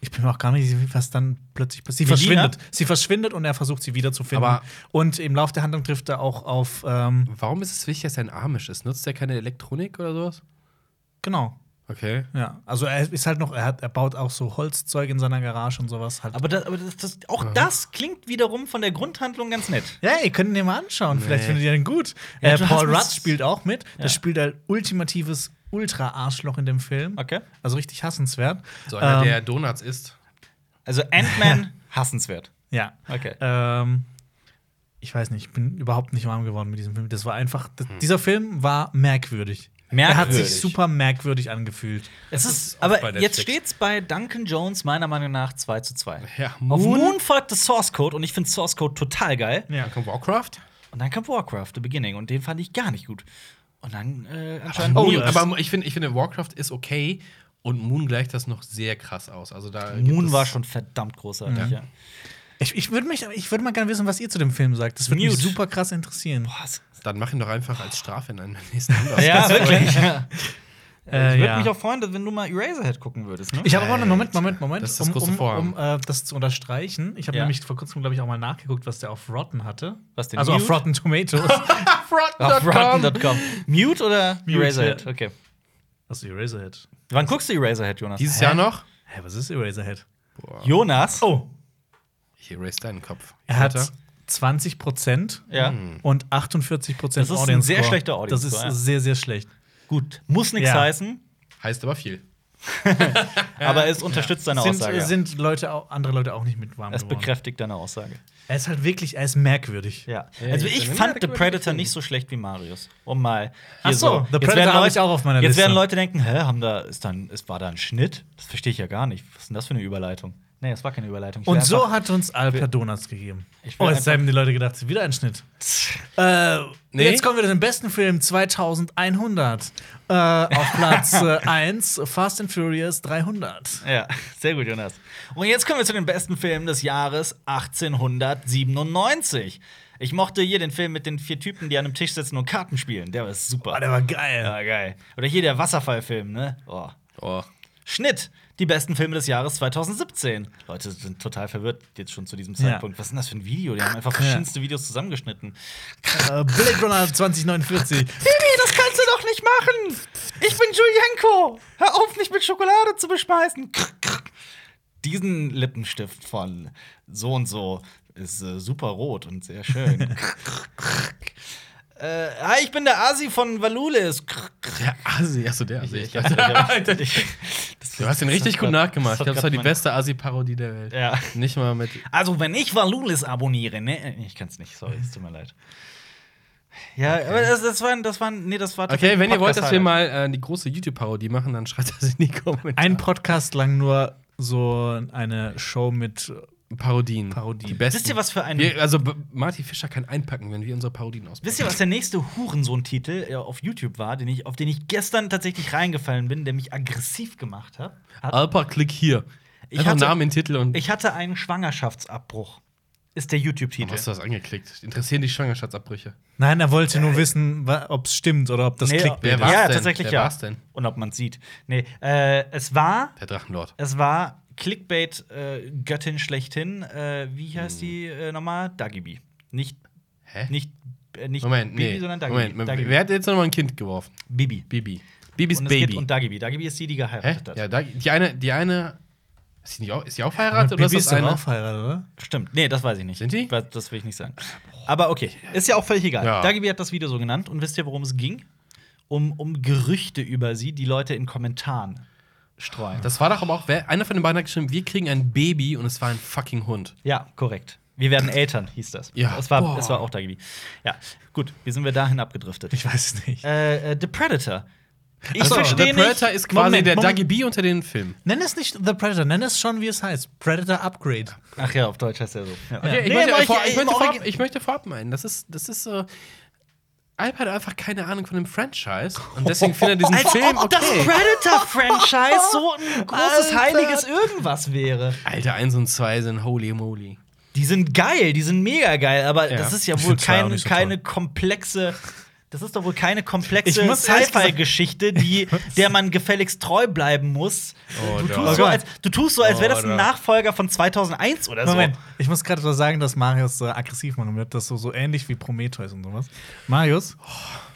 Speaker 3: ich bin mir auch gar nicht sicher, was dann plötzlich passiert. Sie
Speaker 1: Melina?
Speaker 3: verschwindet. Sie verschwindet und er versucht, sie wiederzufinden.
Speaker 2: Aber-
Speaker 3: und im Lauf der Handlung trifft er auch auf. Ähm,
Speaker 2: Warum ist es wichtig, dass er ein Amish ist? Nutzt er keine Elektronik oder sowas?
Speaker 3: genau.
Speaker 2: Okay.
Speaker 3: Ja, also er ist halt noch, er, hat, er baut auch so Holzzeug in seiner Garage und sowas halt.
Speaker 1: Aber, das, aber das, das, auch das klingt wiederum von der Grundhandlung ganz nett.
Speaker 3: ja, ihr könnt ihn ja mal anschauen, vielleicht
Speaker 2: Nee.
Speaker 3: findet ihr den gut.
Speaker 1: Ja,
Speaker 3: äh,
Speaker 1: du hast
Speaker 3: Paul
Speaker 1: mich-
Speaker 3: Rudd spielt auch mit.
Speaker 1: Ja.
Speaker 3: Das spielt ein ultimatives Ultra-Arschloch in dem Film.
Speaker 1: Okay.
Speaker 3: Also richtig hassenswert.
Speaker 2: So einer,
Speaker 3: Ähm,
Speaker 2: der Donuts isst.
Speaker 1: Also Ant-Man hassenswert.
Speaker 3: Ja.
Speaker 1: Okay.
Speaker 3: Ähm, ich weiß nicht, ich bin überhaupt nicht warm geworden mit diesem Film. Das war einfach, das, dieser Film war merkwürdig. Er hat
Speaker 1: Hm. Merkwürdig.
Speaker 3: sich super merkwürdig angefühlt.
Speaker 1: Es
Speaker 2: ist
Speaker 1: ist,
Speaker 2: oft bei
Speaker 1: aber
Speaker 2: Netflix.
Speaker 1: jetzt steht's bei Duncan Jones meiner Meinung nach 2 zu 2.
Speaker 2: Ja,
Speaker 1: Auf
Speaker 2: Moon-
Speaker 1: Moon folgt das Source Code und ich finde Source Code total geil.
Speaker 3: Ja.
Speaker 2: Kommt Warcraft?
Speaker 1: Und dann kam Warcraft, The Beginning, und den fand ich gar nicht gut. Und dann äh, anscheinend.
Speaker 2: Oh,
Speaker 3: Moon ist-
Speaker 2: aber ich finde, ich finde, Warcraft ist okay und Moon gleicht das noch sehr krass aus. Also da gibt
Speaker 1: Oh, Moon
Speaker 2: es-
Speaker 1: war schon verdammt großartig. Ja.
Speaker 3: Ich, ich würde mich, ich würde mal gerne wissen, was ihr zu dem Film sagt. Das würde mich
Speaker 1: Mute.
Speaker 3: super krass interessieren.
Speaker 1: Boah, es-
Speaker 2: Dann mach ihn doch einfach als Strafe in einem der nächsten Podcast.
Speaker 1: ja, wirklich. ja.
Speaker 3: Äh,
Speaker 1: ich würde
Speaker 3: ja.
Speaker 1: mich auch freuen, wenn du mal Eraserhead gucken würdest. Ne?
Speaker 3: Ich habe aber noch Moment, Moment, Moment,
Speaker 2: Das ist das große
Speaker 3: um, um,
Speaker 2: Vorhaben.
Speaker 3: um äh, das zu unterstreichen. Ich habe
Speaker 1: Ja.
Speaker 3: nämlich vor kurzem, glaube ich, auch mal nachgeguckt, was der auf Rotten hatte.
Speaker 1: Was den
Speaker 3: also auf
Speaker 1: Mute?
Speaker 3: Rotten Tomatoes.
Speaker 1: Auf
Speaker 2: Rotten.com.
Speaker 1: Rotten.com. Mute oder
Speaker 3: Mute,
Speaker 1: Eraserhead?
Speaker 3: ja.
Speaker 1: Okay.
Speaker 3: also Eraserhead.
Speaker 1: Wann guckst du Eraserhead, Jonas?
Speaker 2: Dieses Jahr noch?
Speaker 3: Hä, was ist Eraserhead?
Speaker 2: Boah.
Speaker 1: Jonas?
Speaker 3: Oh,
Speaker 2: Ich erase deinen Kopf.
Speaker 3: er hat
Speaker 2: Alter.
Speaker 3: 20 Prozent.
Speaker 1: Ja.
Speaker 3: und 48 Prozent
Speaker 1: Das ist ein
Speaker 3: Audience
Speaker 1: sehr
Speaker 3: Score.
Speaker 1: schlechter Audience
Speaker 3: Das ist
Speaker 1: Score, ja.
Speaker 3: sehr, sehr schlecht.
Speaker 1: Gut. Muss nichts
Speaker 3: Ja.
Speaker 1: heißen.
Speaker 2: Heißt aber viel.
Speaker 1: Aber es unterstützt seine
Speaker 3: sind,
Speaker 1: Aussage.
Speaker 3: sind Leute auch, andere Leute auch nicht mit warm
Speaker 1: es
Speaker 3: geworden.
Speaker 1: bekräftigt deine Aussage.
Speaker 3: Er ist halt wirklich, er ist merkwürdig.
Speaker 1: Ja.
Speaker 2: Ja,
Speaker 1: Also
Speaker 2: ich
Speaker 1: ich
Speaker 2: bin
Speaker 1: fand
Speaker 2: merkwürdig
Speaker 1: The Predator
Speaker 2: gefunden.
Speaker 1: nicht so schlecht wie Marius. Um mal.
Speaker 3: Ach so, The
Speaker 1: jetzt
Speaker 3: Predator
Speaker 1: werden
Speaker 3: hab
Speaker 1: Leute-
Speaker 3: ich auch auf meiner
Speaker 1: Jetzt
Speaker 3: Liste.
Speaker 1: werden Leute denken, hä, haben da, ist dann, ist, war da ein Schnitt? Das verstehe ich ja gar nicht. Was ist denn das für eine Überleitung? Nee, das war keine Überleitung. Ich will
Speaker 3: Und so
Speaker 1: einfach-
Speaker 3: hat uns Alper Donuts gegeben.
Speaker 1: Ich will
Speaker 3: Oh, jetzt
Speaker 1: einfach-
Speaker 3: haben die Leute gedacht, es ist wieder ein Schnitt. Äh,
Speaker 2: Nee.
Speaker 3: Jetzt kommen wir zu dem besten Film 2100. Äh, auf Platz 1 Fast and Furious 300.
Speaker 1: Ja, sehr gut, Jonas. Und jetzt kommen wir zu den besten Filmen des Jahres 1897. Ich mochte hier den Film mit den vier Typen, die an einem Tisch sitzen und Karten spielen. Der war super.
Speaker 3: Oh, der war geil.
Speaker 1: Ja, geil. Oder hier der Wasserfallfilm, ne? Oh.
Speaker 2: Oh.
Speaker 1: Schnitt. Die besten Filme des Jahres 2017. Leute sind total verwirrt jetzt schon zu diesem
Speaker 3: Ja.
Speaker 1: Zeitpunkt. Was ist denn das für ein Video? Die haben einfach verschiedenste Videos zusammengeschnitten.
Speaker 3: Äh, Blade Runner 2049.
Speaker 1: Bibi, das kannst du doch nicht machen! Ich bin Julienko! Hör auf, mich mit Schokolade zu beschmeißen! Krr, krr. Diesen Lippenstift von so und so ist äh, super rot und sehr schön. Krr, krr, krr. äh, hi, ich bin der Asi von Valulis. Krr, krr.
Speaker 2: Der Asi, achso, der Asi.
Speaker 1: Ich weiß nicht, ob-
Speaker 2: Alter.
Speaker 1: ich-
Speaker 2: Du hast ihn richtig gut nachgemacht. Ich
Speaker 1: das
Speaker 2: glaube,
Speaker 1: hat
Speaker 2: es war die
Speaker 1: meine-
Speaker 2: beste Asi-Parodie der Welt.
Speaker 1: Ja.
Speaker 2: Nicht mal mit.
Speaker 1: Also, wenn ich Valulis abonniere, ne? Ich kann's nicht, sorry, es tut mir leid. Ja, aber das, das war, das war, nee, das war
Speaker 2: Okay, wenn ihr wollt, dass wir
Speaker 1: Podcast-Highlight.
Speaker 2: mal äh, die große YouTube-Parodie machen, dann schreibt das in die Kommentare.
Speaker 3: Ein Podcast lang nur so eine Show mit.
Speaker 2: Parodien.
Speaker 3: Parodien.
Speaker 2: Die besten.
Speaker 1: Wisst ihr, was für ein.
Speaker 2: Wir, also, B- Marty Fischer kann einpacken, wenn wir unsere Parodien auspacken.
Speaker 1: Wisst ihr, was der nächste Hurensohn-Titel äh, auf YouTube war, den ich, auf den ich gestern tatsächlich reingefallen bin, der mich aggressiv gemacht hat? hat
Speaker 2: Alpa, klick hier.
Speaker 1: Ich
Speaker 2: Einfach
Speaker 1: hatte-
Speaker 2: Namen in den Titel und.
Speaker 1: ich hatte einen Schwangerschaftsabbruch. Ist der
Speaker 2: Warum
Speaker 1: YouTube-Titel.
Speaker 2: Oh, hast du das angeklickt? Interessieren die Schwangerschaftsabbrüche?
Speaker 3: Nein, er wollte nur wissen, ob es stimmt oder ob das
Speaker 1: Äh. Nee,
Speaker 3: klickt.
Speaker 2: Wer
Speaker 1: ja,
Speaker 2: war's denn?
Speaker 1: tatsächlich
Speaker 2: Wer
Speaker 1: ja.
Speaker 2: war's denn?
Speaker 1: Und ob man sieht. Nee, äh, es war,
Speaker 2: Der Drachenlord.
Speaker 1: es war Clickbait-Göttin schlechthin. Äh, wie heißt die äh, nochmal? Dagibi. Nicht,
Speaker 2: Hm. Hä?
Speaker 1: nicht, äh, nicht
Speaker 2: Moment,
Speaker 1: Bibi,
Speaker 2: nee.
Speaker 1: sondern Dagibi.
Speaker 2: Moment, Moment.
Speaker 1: Dagibi.
Speaker 2: wer hat jetzt nochmal ein Kind geworfen?
Speaker 1: Bibi.
Speaker 2: Bibi. Bibis
Speaker 1: Und, es geht
Speaker 2: Baby.
Speaker 1: und Dagibi. Dagibi ist die, die
Speaker 2: Hä?
Speaker 1: geheiratet hat.
Speaker 2: Ja, da, die eine, die eine. Ist sie, nicht auch, ist sie auch verheiratet oder ist
Speaker 3: Bibi
Speaker 2: das eine?
Speaker 3: doch auch verheiratet, oder?
Speaker 1: Stimmt. Nee, das weiß ich nicht.
Speaker 2: Sind die?
Speaker 1: Weiß- Das will ich nicht sagen. Aber okay, ist ja auch völlig egal.
Speaker 2: Ja.
Speaker 1: Dagibi hat das Video so genannt und wisst ihr, worum es ging? Um, um Gerüchte über sie, die Leute in Kommentaren streuen.
Speaker 2: Das war doch aber auch, wer, einer von den beiden hat geschrieben, wir kriegen ein Baby und es war ein fucking Hund.
Speaker 1: ja, korrekt. Wir werden Eltern, hieß das.
Speaker 2: Ja.
Speaker 1: Es war,
Speaker 2: Boah.
Speaker 1: es war auch Dagibi. Ja, gut, wie sind wir dahin abgedriftet?
Speaker 3: Ich weiß es nicht.
Speaker 1: Äh, äh, The Predator. Ich
Speaker 2: Also,
Speaker 1: verstehe
Speaker 2: The
Speaker 1: nicht.
Speaker 2: Predator ist quasi
Speaker 3: Moment,
Speaker 2: der
Speaker 3: Moment.
Speaker 2: Dagi B unter den Filmen.
Speaker 3: Nenn es nicht The Predator, nenn es schon, wie es heißt. Predator Upgrade.
Speaker 1: Ach ja, auf Deutsch heißt er so. Ja.
Speaker 2: Okay, ich,
Speaker 1: Nee, aber
Speaker 2: möchte,
Speaker 1: ich-
Speaker 2: vor,
Speaker 1: im
Speaker 2: ich, möchte vorab,
Speaker 1: Origi-
Speaker 2: ich möchte vorab meinen, das ist, das ist, äh, Alp hat einfach keine Ahnung von dem Franchise und deswegen findet er diesen
Speaker 1: Als
Speaker 2: Film
Speaker 1: ob das
Speaker 2: okay.
Speaker 1: Predator-Franchise so ein großes,
Speaker 3: Alter.
Speaker 1: heiliges Irgendwas wäre.
Speaker 2: Alter, 1 und 2 sind holy moly.
Speaker 1: Die sind geil, die sind mega geil, aber
Speaker 2: Ja.
Speaker 1: das ist ja
Speaker 3: Ich
Speaker 1: wohl
Speaker 3: find zwei auch
Speaker 1: kein,
Speaker 3: nicht so
Speaker 1: keine komplexe. Das ist doch wohl keine komplexe
Speaker 3: Ich muss ehrlich
Speaker 1: Sci-Fi-Geschichte, die, der man gefälligst treu bleiben muss.
Speaker 2: Oh,
Speaker 1: du,
Speaker 2: doch.
Speaker 1: tust so, als, du tust so, als wäre das
Speaker 2: Oh, doch.
Speaker 1: ein Nachfolger von 2001 oder so.
Speaker 3: Moment, ich muss gerade was sagen, dass Marius äh, aggressiv machen wird. Das so, so ähnlich wie Prometheus und sowas. Marius,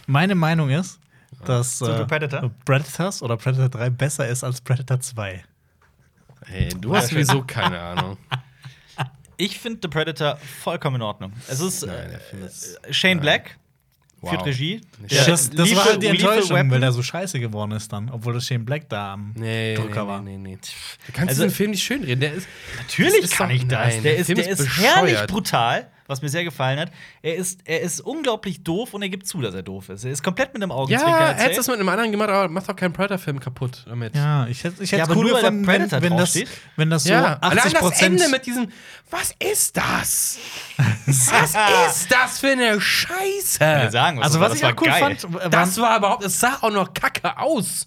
Speaker 3: meine Meinung ist, dass
Speaker 1: The
Speaker 3: äh,
Speaker 1: Predator?
Speaker 3: Predators oder Predator 3 besser ist als Predator 2.
Speaker 2: Ey, du hast sowieso keine Ahnung.
Speaker 1: Ich finde The Predator vollkommen in Ordnung. Es ist
Speaker 2: Nein,
Speaker 1: äh,
Speaker 2: der Film ist-
Speaker 1: Shane Black
Speaker 2: Wow.
Speaker 1: führt Regie.
Speaker 2: Nicht
Speaker 1: Der
Speaker 3: das das war
Speaker 1: Lethal-
Speaker 3: halt die
Speaker 1: Lethal
Speaker 3: Enttäuschung,
Speaker 1: Weapon.
Speaker 3: weil der so scheiße geworden ist dann, obwohl das Shane Black da am
Speaker 2: Nee,
Speaker 3: Drücker
Speaker 2: nee,
Speaker 3: war.
Speaker 2: nee, nee, nee. Du kannst
Speaker 1: Also-
Speaker 2: diesen Film nicht schönreden. Der ist,
Speaker 1: Natürlich
Speaker 2: Das ist
Speaker 1: kann
Speaker 2: doch-
Speaker 1: ich das.
Speaker 2: nein,
Speaker 1: der
Speaker 2: der
Speaker 1: ist,
Speaker 2: Film
Speaker 1: der
Speaker 2: ist
Speaker 1: ist, herrlich
Speaker 2: bescheuert.
Speaker 1: brutal, was mir sehr gefallen hat. Er ist, er ist unglaublich doof und er gibt zu, dass er doof ist. Er ist komplett mit einem Augenzwinkern
Speaker 2: ja,
Speaker 1: erzählt.
Speaker 2: hättest du es mit einem anderen gemacht, aber mach doch keinen Predator-Film kaputt damit.
Speaker 3: Ja, ich hätte ich
Speaker 1: Ja,
Speaker 3: ja,
Speaker 1: aber
Speaker 3: cool
Speaker 1: nur weil der
Speaker 3: gefunden, wenn,
Speaker 1: Predator
Speaker 3: wenn, das,
Speaker 1: draufsteht.
Speaker 3: wenn das so
Speaker 2: Ja, allein
Speaker 3: 80
Speaker 2: das Ende
Speaker 3: Prozent.
Speaker 2: mit diesem, was ist das? Was ist das für eine Scheiße?
Speaker 1: mir sagen, was
Speaker 3: Also,
Speaker 1: das war,
Speaker 3: was
Speaker 1: das
Speaker 3: ich auch
Speaker 1: war
Speaker 3: cool
Speaker 1: geil.
Speaker 3: fand, war,
Speaker 2: Das war überhaupt, es sah auch noch kacke aus.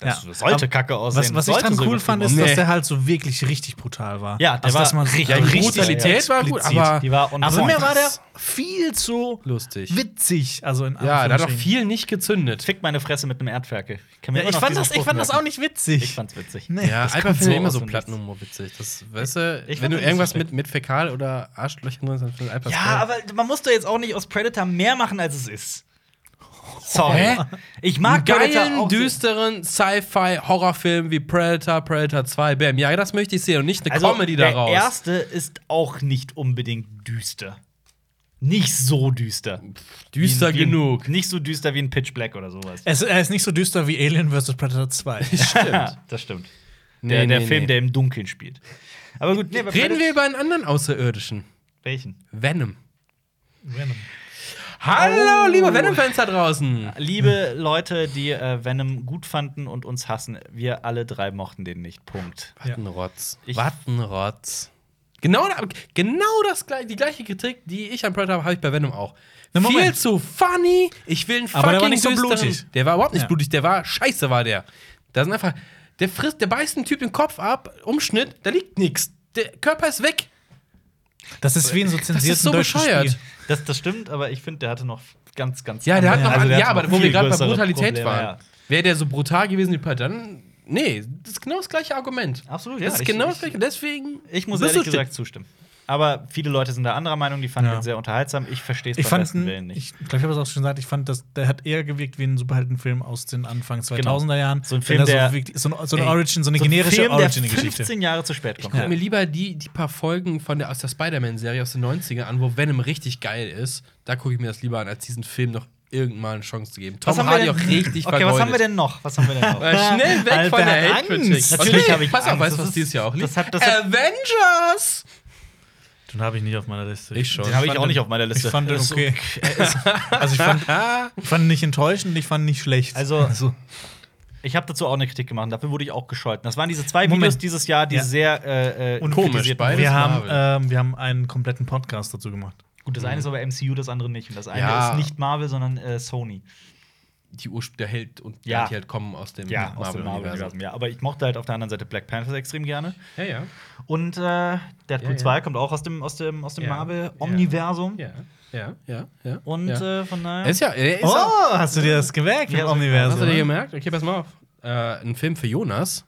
Speaker 1: Das
Speaker 3: Ja.
Speaker 1: sollte
Speaker 3: Aber
Speaker 1: kacke aussehen.
Speaker 3: was, was ich
Speaker 1: Sollte
Speaker 3: dran
Speaker 1: so
Speaker 3: cool
Speaker 1: übertrieben
Speaker 3: fand, ist,
Speaker 1: aussehen.
Speaker 2: Nee.
Speaker 3: dass der halt so wirklich richtig brutal war.
Speaker 1: Ja, der
Speaker 3: also, dass
Speaker 1: war
Speaker 3: man so
Speaker 1: richtig
Speaker 3: richtig
Speaker 2: Brutalität war gut,
Speaker 3: explizit.
Speaker 2: aber-
Speaker 1: die war on
Speaker 3: Also
Speaker 1: point.
Speaker 3: mir war der viel zu
Speaker 2: Lustig.
Speaker 3: witzig. Also in
Speaker 2: Ja, da hat auch
Speaker 3: Anführungsstrichen.
Speaker 2: viel nicht gezündet.
Speaker 1: Fick meine Fresse mit einem Erdferkel. kann mir
Speaker 3: Ja,
Speaker 1: immer
Speaker 3: ich,
Speaker 1: noch
Speaker 3: fand
Speaker 1: diesen
Speaker 3: das, ich
Speaker 1: Spruch
Speaker 3: fand das
Speaker 1: merken.
Speaker 3: auch nicht witzig.
Speaker 1: Ich fand's witzig.
Speaker 3: nee,
Speaker 2: Ja,
Speaker 3: das
Speaker 2: Alper
Speaker 1: kommt
Speaker 2: findet
Speaker 1: so
Speaker 2: immer
Speaker 1: aus
Speaker 2: so
Speaker 1: dem
Speaker 2: Plattenhumor witzig. Das, weißt du,
Speaker 1: Ich
Speaker 2: wenn
Speaker 1: fand
Speaker 2: du
Speaker 1: ihn
Speaker 2: irgendwas
Speaker 1: so schlecht.
Speaker 2: mit, mit Fäkal oder Arschlöchern drin sind, findet Alper es
Speaker 1: Ja,
Speaker 2: geil.
Speaker 1: aber man muss doch jetzt auch nicht aus Predator mehr machen, als es ist. Sorry.
Speaker 2: Hä?
Speaker 1: Ich mag Predator
Speaker 2: geilen,
Speaker 1: auch so-
Speaker 2: düsteren Sci-Fi-Horrorfilm wie Predator, Predator 2, Bam. Ja, das
Speaker 1: Also,
Speaker 2: möchte ich sehen und nicht eine Comedy
Speaker 1: der
Speaker 2: daraus.
Speaker 1: erste ist auch nicht unbedingt düster. nicht so düster.
Speaker 2: Düster
Speaker 1: wie, wie,
Speaker 2: genug.
Speaker 1: Nicht so düster wie ein Pitch Black oder sowas.
Speaker 3: Es, er ist nicht so düster wie Alien vs. Predator 2.
Speaker 1: Stimmt. das stimmt. Der,
Speaker 2: Nee,
Speaker 1: der
Speaker 2: nee,
Speaker 1: Film,
Speaker 2: nee.
Speaker 1: der im Dunkeln spielt. Aber gut, nee,
Speaker 2: Reden wir über einen anderen Außerirdischen.
Speaker 1: welchen?
Speaker 2: Venom.
Speaker 3: Venom. Oh.
Speaker 2: Hallo, liebe Venom-Fans da draußen.
Speaker 1: Liebe Leute, die äh, Venom gut fanden und uns hassen, wir alle drei mochten den nicht. Punkt.
Speaker 2: Wattenrotz.
Speaker 1: Ich-
Speaker 2: Wattenrotz. Genau, da- genau das, gleich- die gleiche Kritik, die ich an Predator habe, habe ich bei Venom auch.
Speaker 3: Na, Moment.
Speaker 2: Viel zu funny. Ich will einen fucking
Speaker 3: Aber der war nicht so
Speaker 2: düsteren-
Speaker 3: blutig.
Speaker 2: Der war überhaupt nicht
Speaker 3: Ja.
Speaker 2: blutig. Der war scheiße, war der. Da sind einfach. Der frisst, der beißt einen Typ den Kopf ab, Umschnitt, da liegt nichts. Der Körper ist weg.
Speaker 3: Das ist wie ein so
Speaker 2: Das
Speaker 3: zensierten
Speaker 2: ist so
Speaker 3: deutschen
Speaker 2: bescheuert.
Speaker 3: Spiel.
Speaker 1: Das, das stimmt, aber ich finde, der hatte noch ganz, ganz.
Speaker 2: Ja, der hat
Speaker 1: andere-
Speaker 2: noch,
Speaker 1: also,
Speaker 2: ja,
Speaker 1: hatte
Speaker 2: aber
Speaker 1: noch
Speaker 2: wo wir
Speaker 1: viel
Speaker 2: gerade bei
Speaker 1: größere
Speaker 2: Brutalität
Speaker 1: Probleme,
Speaker 2: waren. Wäre der so brutal gewesen wie Predator, dann. Nee, das ist genau das gleiche Argument.
Speaker 1: ja. Absolut, ja.
Speaker 2: das ist
Speaker 1: ich-
Speaker 2: genau das
Speaker 1: ich,
Speaker 2: gleiche. Deswegen.
Speaker 1: ich muss
Speaker 2: bist
Speaker 1: ehrlich
Speaker 2: du-
Speaker 1: gesagt zustimmen. Aber viele Leute sind da anderer Meinung, die fanden
Speaker 3: Ja.
Speaker 1: ihn sehr unterhaltsam. Ich verstehe es
Speaker 3: Ich
Speaker 1: beim
Speaker 3: fand,
Speaker 1: besten
Speaker 3: ihn-
Speaker 1: Willen nicht.
Speaker 3: ich glaube, ich habe es auch schon gesagt, ich fand, dass der hat eher gewirkt wie ein Superheldenfilm aus den Anfang 2000er Jahren.
Speaker 1: Genau. So ein
Speaker 3: Wenn
Speaker 1: Film,
Speaker 3: da
Speaker 1: der-
Speaker 3: so, wirklich- so, ein- so eine
Speaker 1: Ey,
Speaker 3: Origin, so eine
Speaker 1: So ein
Speaker 3: generische
Speaker 1: Film, der
Speaker 3: Origin-Geschichte.
Speaker 1: 15 Jahre zu spät kommt.
Speaker 2: Guck
Speaker 1: Ja.
Speaker 2: mir lieber die, die paar Folgen von der, aus der Spider-Man-Serie aus den 90ern an, wo Venom richtig geil ist. Da gucke ich mir das lieber an, als diesen Film noch irgendwann mal eine Chance zu geben. Tom
Speaker 1: haben wir
Speaker 2: Hardy
Speaker 1: denn-
Speaker 2: auch richtig
Speaker 1: Okay, was haben wir denn noch? Was haben wir denn noch?
Speaker 2: Äh, schnell weg
Speaker 3: Alper
Speaker 2: von der
Speaker 3: hat
Speaker 2: Hate-Kritik.
Speaker 3: Angst.
Speaker 1: Natürlich
Speaker 2: Okay,
Speaker 1: habe ich
Speaker 2: Pass auf,
Speaker 1: Angst.
Speaker 2: weißt du,
Speaker 1: Das
Speaker 2: was
Speaker 1: ist-
Speaker 2: dieses Jahr auch liegt?
Speaker 1: das hat- das hat-
Speaker 2: Avengers!
Speaker 3: Den habe ich nicht auf meiner Liste.
Speaker 2: Ich schon.
Speaker 1: Den habe ich
Speaker 2: fand
Speaker 1: auch
Speaker 2: den-
Speaker 1: nicht auf meiner Liste.
Speaker 3: Ich fand den
Speaker 1: Ist
Speaker 3: okay. also ich fand,
Speaker 2: Ah,
Speaker 3: ich fand ihn nicht enttäuschend, ich fand ihn nicht schlecht.
Speaker 1: Also, ich habe dazu auch eine Kritik gemacht. Dafür wurde ich auch gescholten. Das waren diese zwei
Speaker 3: Moment.
Speaker 1: Videos dieses Jahr, die
Speaker 3: Ja.
Speaker 1: sehr äh, äh,
Speaker 3: Und
Speaker 2: komisch,
Speaker 1: kritisierten
Speaker 2: beides
Speaker 1: wurden.
Speaker 3: wir, haben,
Speaker 2: Marvel.
Speaker 3: ähm, wir haben einen kompletten Podcast dazu gemacht.
Speaker 1: Gut, das eine ist aber MCU, das andere nicht. Und das eine
Speaker 2: Ja.
Speaker 1: ist nicht Marvel, sondern äh, Sony.
Speaker 2: die Ursp der Held und
Speaker 1: Ja.
Speaker 2: der Anti-Held kommen aus dem
Speaker 1: Ja, aus dem Marvel-Universum. Ja, aber ich mochte halt auf der anderen Seite Black Panther extrem gerne.
Speaker 2: Ja, ja.
Speaker 1: Und äh, Deadpool
Speaker 2: Ja, ja.
Speaker 1: 2 kommt auch aus dem, aus dem, aus dem
Speaker 2: Ja.
Speaker 1: Marvel-Omniversum.
Speaker 2: Ja, ja, ja. ja.
Speaker 1: Und
Speaker 2: ja.
Speaker 1: äh, von
Speaker 2: Er
Speaker 1: daher.
Speaker 2: ist ja, er ist
Speaker 3: Oh, Also, ne?
Speaker 2: auch-
Speaker 3: hast du dir das gemerkt
Speaker 1: Ja,
Speaker 3: im
Speaker 1: so-
Speaker 2: Hast
Speaker 3: Omniversum?
Speaker 2: du dir gemerkt? Okay, pass mal auf. Äh, ein Film für Jonas.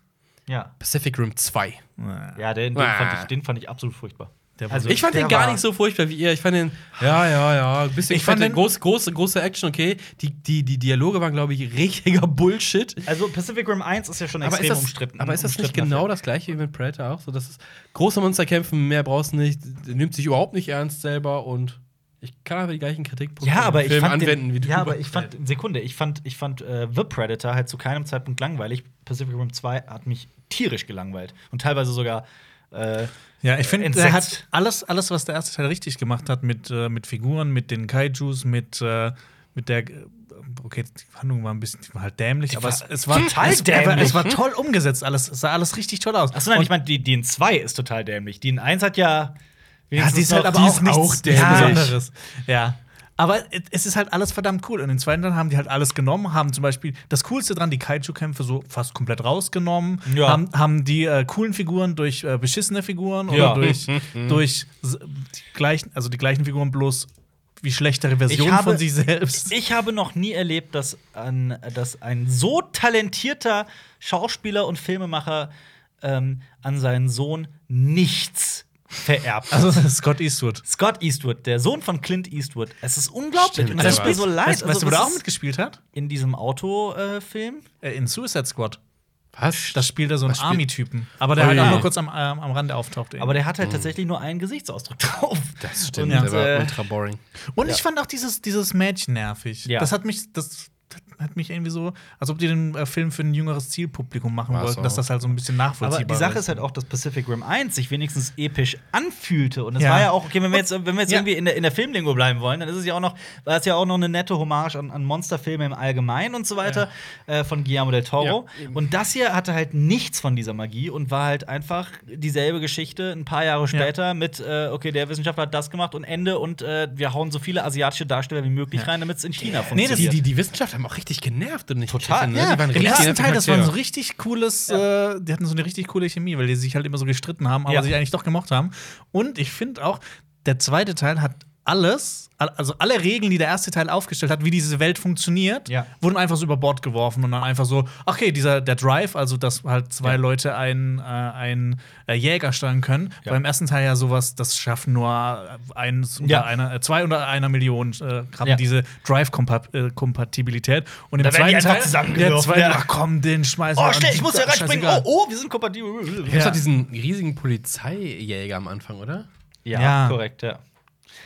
Speaker 1: Ja,
Speaker 2: Pacific Rim 2.
Speaker 3: Ja.
Speaker 1: ja den, den,
Speaker 2: Ah.
Speaker 1: fand ich, den fand ich absolut furchtbar.
Speaker 3: Der
Speaker 1: Also,
Speaker 3: wurde-
Speaker 2: Ich fand
Speaker 1: der
Speaker 2: den gar
Speaker 1: war-
Speaker 2: nicht so furchtbar wie ihr. Ich fand den, ja, ja, ja, ein bisschen.
Speaker 3: Ich fand
Speaker 2: den
Speaker 3: den-
Speaker 2: große, große, große Action, okay. Die, die, die Dialoge waren, glaube ich, richtiger Bullshit.
Speaker 1: Also Pacific Rim 1 ist ja schon
Speaker 2: Aber
Speaker 1: extrem
Speaker 2: ist, das,
Speaker 1: umstritten.
Speaker 2: aber ist das nicht
Speaker 1: umstrittener
Speaker 2: genau
Speaker 1: Film.
Speaker 2: das gleiche wie mit Predator auch? So, das ist große Monster kämpfen, mehr brauchst du nicht, nimmt sich überhaupt nicht ernst selber und ich kann aber die gleichen Kritikpunkte
Speaker 1: Ja,
Speaker 2: im
Speaker 1: aber ich
Speaker 2: Film
Speaker 1: fand
Speaker 2: anwenden,
Speaker 1: den,
Speaker 2: wie du
Speaker 1: Ja, aber ich fand Sekunde, ich fand ich fand äh, The Predator halt zu keinem Zeitpunkt langweilig. Pacific Rim 2 hat mich tierisch gelangweilt und teilweise sogar äh,
Speaker 3: Ja, ich finde,
Speaker 1: entsetzt.
Speaker 3: er hat alles, alles, was der erste Teil richtig gemacht hat, mit, äh, mit Figuren, mit den Kaijus, mit, äh, mit der. äh, Okay, die Handlung war ein bisschen die war halt dämlich, aber es,
Speaker 1: war
Speaker 3: es war
Speaker 1: total
Speaker 3: es, aber
Speaker 1: dämlich.
Speaker 3: Es war toll umgesetzt, alles es sah alles richtig toll aus.
Speaker 1: Achso, nein, ich meine, die, die in 2 ist total dämlich. Die in 1 hat ja.
Speaker 3: ja,
Speaker 1: wenigstens
Speaker 3: die ist halt
Speaker 1: noch-
Speaker 3: aber
Speaker 1: die
Speaker 3: auch, nichts
Speaker 1: dämlich.
Speaker 3: Besonderes. Ja. Aber es ist halt alles verdammt cool. Und im zweiten Teil haben die halt alles genommen, haben zum Beispiel das Coolste dran, die Kaiju-Kämpfe so fast komplett rausgenommen,
Speaker 1: Ja.
Speaker 3: haben, haben die äh, coolen Figuren durch äh, beschissene Figuren oder
Speaker 1: Ja.
Speaker 3: durch, durch s- die gleichen, also die gleichen Figuren bloß wie schlechtere Versionen
Speaker 1: habe-
Speaker 3: von sich selbst.
Speaker 1: Ich habe noch nie erlebt, dass ein, dass ein so talentierter Schauspieler und Filmemacher ähm, an seinen Sohn nichts vererbt. hat.
Speaker 3: also Scott Eastwood.
Speaker 1: Scott Eastwood, der Sohn von Clint Eastwood. Es ist unglaublich.
Speaker 2: Stimmt,
Speaker 1: und das
Speaker 2: der
Speaker 1: tut mir so leid.
Speaker 3: Weißt, weißt
Speaker 1: Also,
Speaker 3: du, wo der
Speaker 1: das
Speaker 3: auch
Speaker 1: ist
Speaker 3: mitgespielt hat?
Speaker 1: in diesem Autofilm?
Speaker 3: Äh, in Suicide Squad.
Speaker 2: Was?
Speaker 3: Das spielt er so einen
Speaker 2: spielt-
Speaker 3: Army-Typen. Aber der halt
Speaker 2: Ui.
Speaker 3: auch nur kurz am, ähm, am Rande auftaucht. eben.
Speaker 1: aber der hat halt tatsächlich nur einen Gesichtsausdruck drauf.
Speaker 2: das stimmt,
Speaker 1: Und,
Speaker 2: der war
Speaker 1: äh,
Speaker 2: ultra boring.
Speaker 3: Und ich fand auch dieses, dieses Mädchen nervig.
Speaker 1: Ja.
Speaker 3: Das hat mich, das hat mich irgendwie so, als ob die den äh, Film für ein jüngeres Zielpublikum machen
Speaker 2: War's
Speaker 3: wollten,
Speaker 2: auch.
Speaker 3: dass das halt so ein bisschen nachvollziehbar
Speaker 1: Aber die Sache ist
Speaker 3: ist
Speaker 1: halt auch, dass Pacific Rim 1 sich wenigstens episch anfühlte. Und es
Speaker 3: Ja.
Speaker 1: war ja auch, okay, wenn wir jetzt, wenn wir jetzt
Speaker 3: Ja.
Speaker 1: irgendwie in der, in der Filmlingo bleiben wollen, dann ist es ja auch noch, war es ja auch noch eine nette Hommage an, an Monsterfilme im Allgemeinen und so weiter äh, von Guillermo del Toro.
Speaker 2: Ja, eben.
Speaker 1: und das hier hatte halt nichts von dieser Magie und war halt einfach dieselbe Geschichte ein paar Jahre später mit, äh, okay, der Wissenschaftler hat das gemacht und Ende und äh, wir hauen so viele asiatische Darsteller wie möglich rein, damit es in China
Speaker 3: Nee,
Speaker 1: funktioniert.
Speaker 3: das-
Speaker 2: Die, die, die Wissenschaftler haben auch richtig genervt und nicht
Speaker 1: Total,
Speaker 2: geschissen, ne?
Speaker 3: ja,
Speaker 2: die waren
Speaker 3: im ersten
Speaker 2: nervig
Speaker 3: Teil, das waren so
Speaker 2: Charaktere.
Speaker 3: richtig cooles, äh, die hatten so eine richtig coole Chemie, weil die sich halt immer so gestritten haben, aber
Speaker 1: Ja.
Speaker 3: sich eigentlich doch gemocht haben. Und ich finde auch, der zweite Teil hat alles, al- also alle Regeln, die der erste Teil aufgestellt hat, wie diese Welt funktioniert,
Speaker 1: Ja.
Speaker 3: wurden einfach so über Bord geworfen und dann einfach so, okay, dieser der Drive, also dass halt zwei Leute einen, äh, einen äh, Jäger steuern können.
Speaker 1: Ja.
Speaker 3: Beim ersten Teil ja sowas, das schaffen nur eins oder
Speaker 1: Ja.
Speaker 3: einer, äh, zwei oder einer Million äh, haben
Speaker 1: Ja.
Speaker 3: diese Drive-Kompatibilität. Und im
Speaker 1: Da werden die
Speaker 3: zweiten
Speaker 1: einfach
Speaker 3: Teil, der
Speaker 1: zusammengeworfen,
Speaker 3: zweite,
Speaker 1: ja.
Speaker 3: ach komm, den schmeißen
Speaker 1: oh,
Speaker 3: an.
Speaker 1: schnell, ich muss hier reinspringen.
Speaker 3: Scheißegal.
Speaker 1: Oh, oh, wir sind kompatibel.
Speaker 2: Gibt's
Speaker 3: Ja.
Speaker 2: doch diesen riesigen Polizeijäger am Anfang, oder?
Speaker 1: Ja,
Speaker 3: Ja.
Speaker 1: korrekt, ja.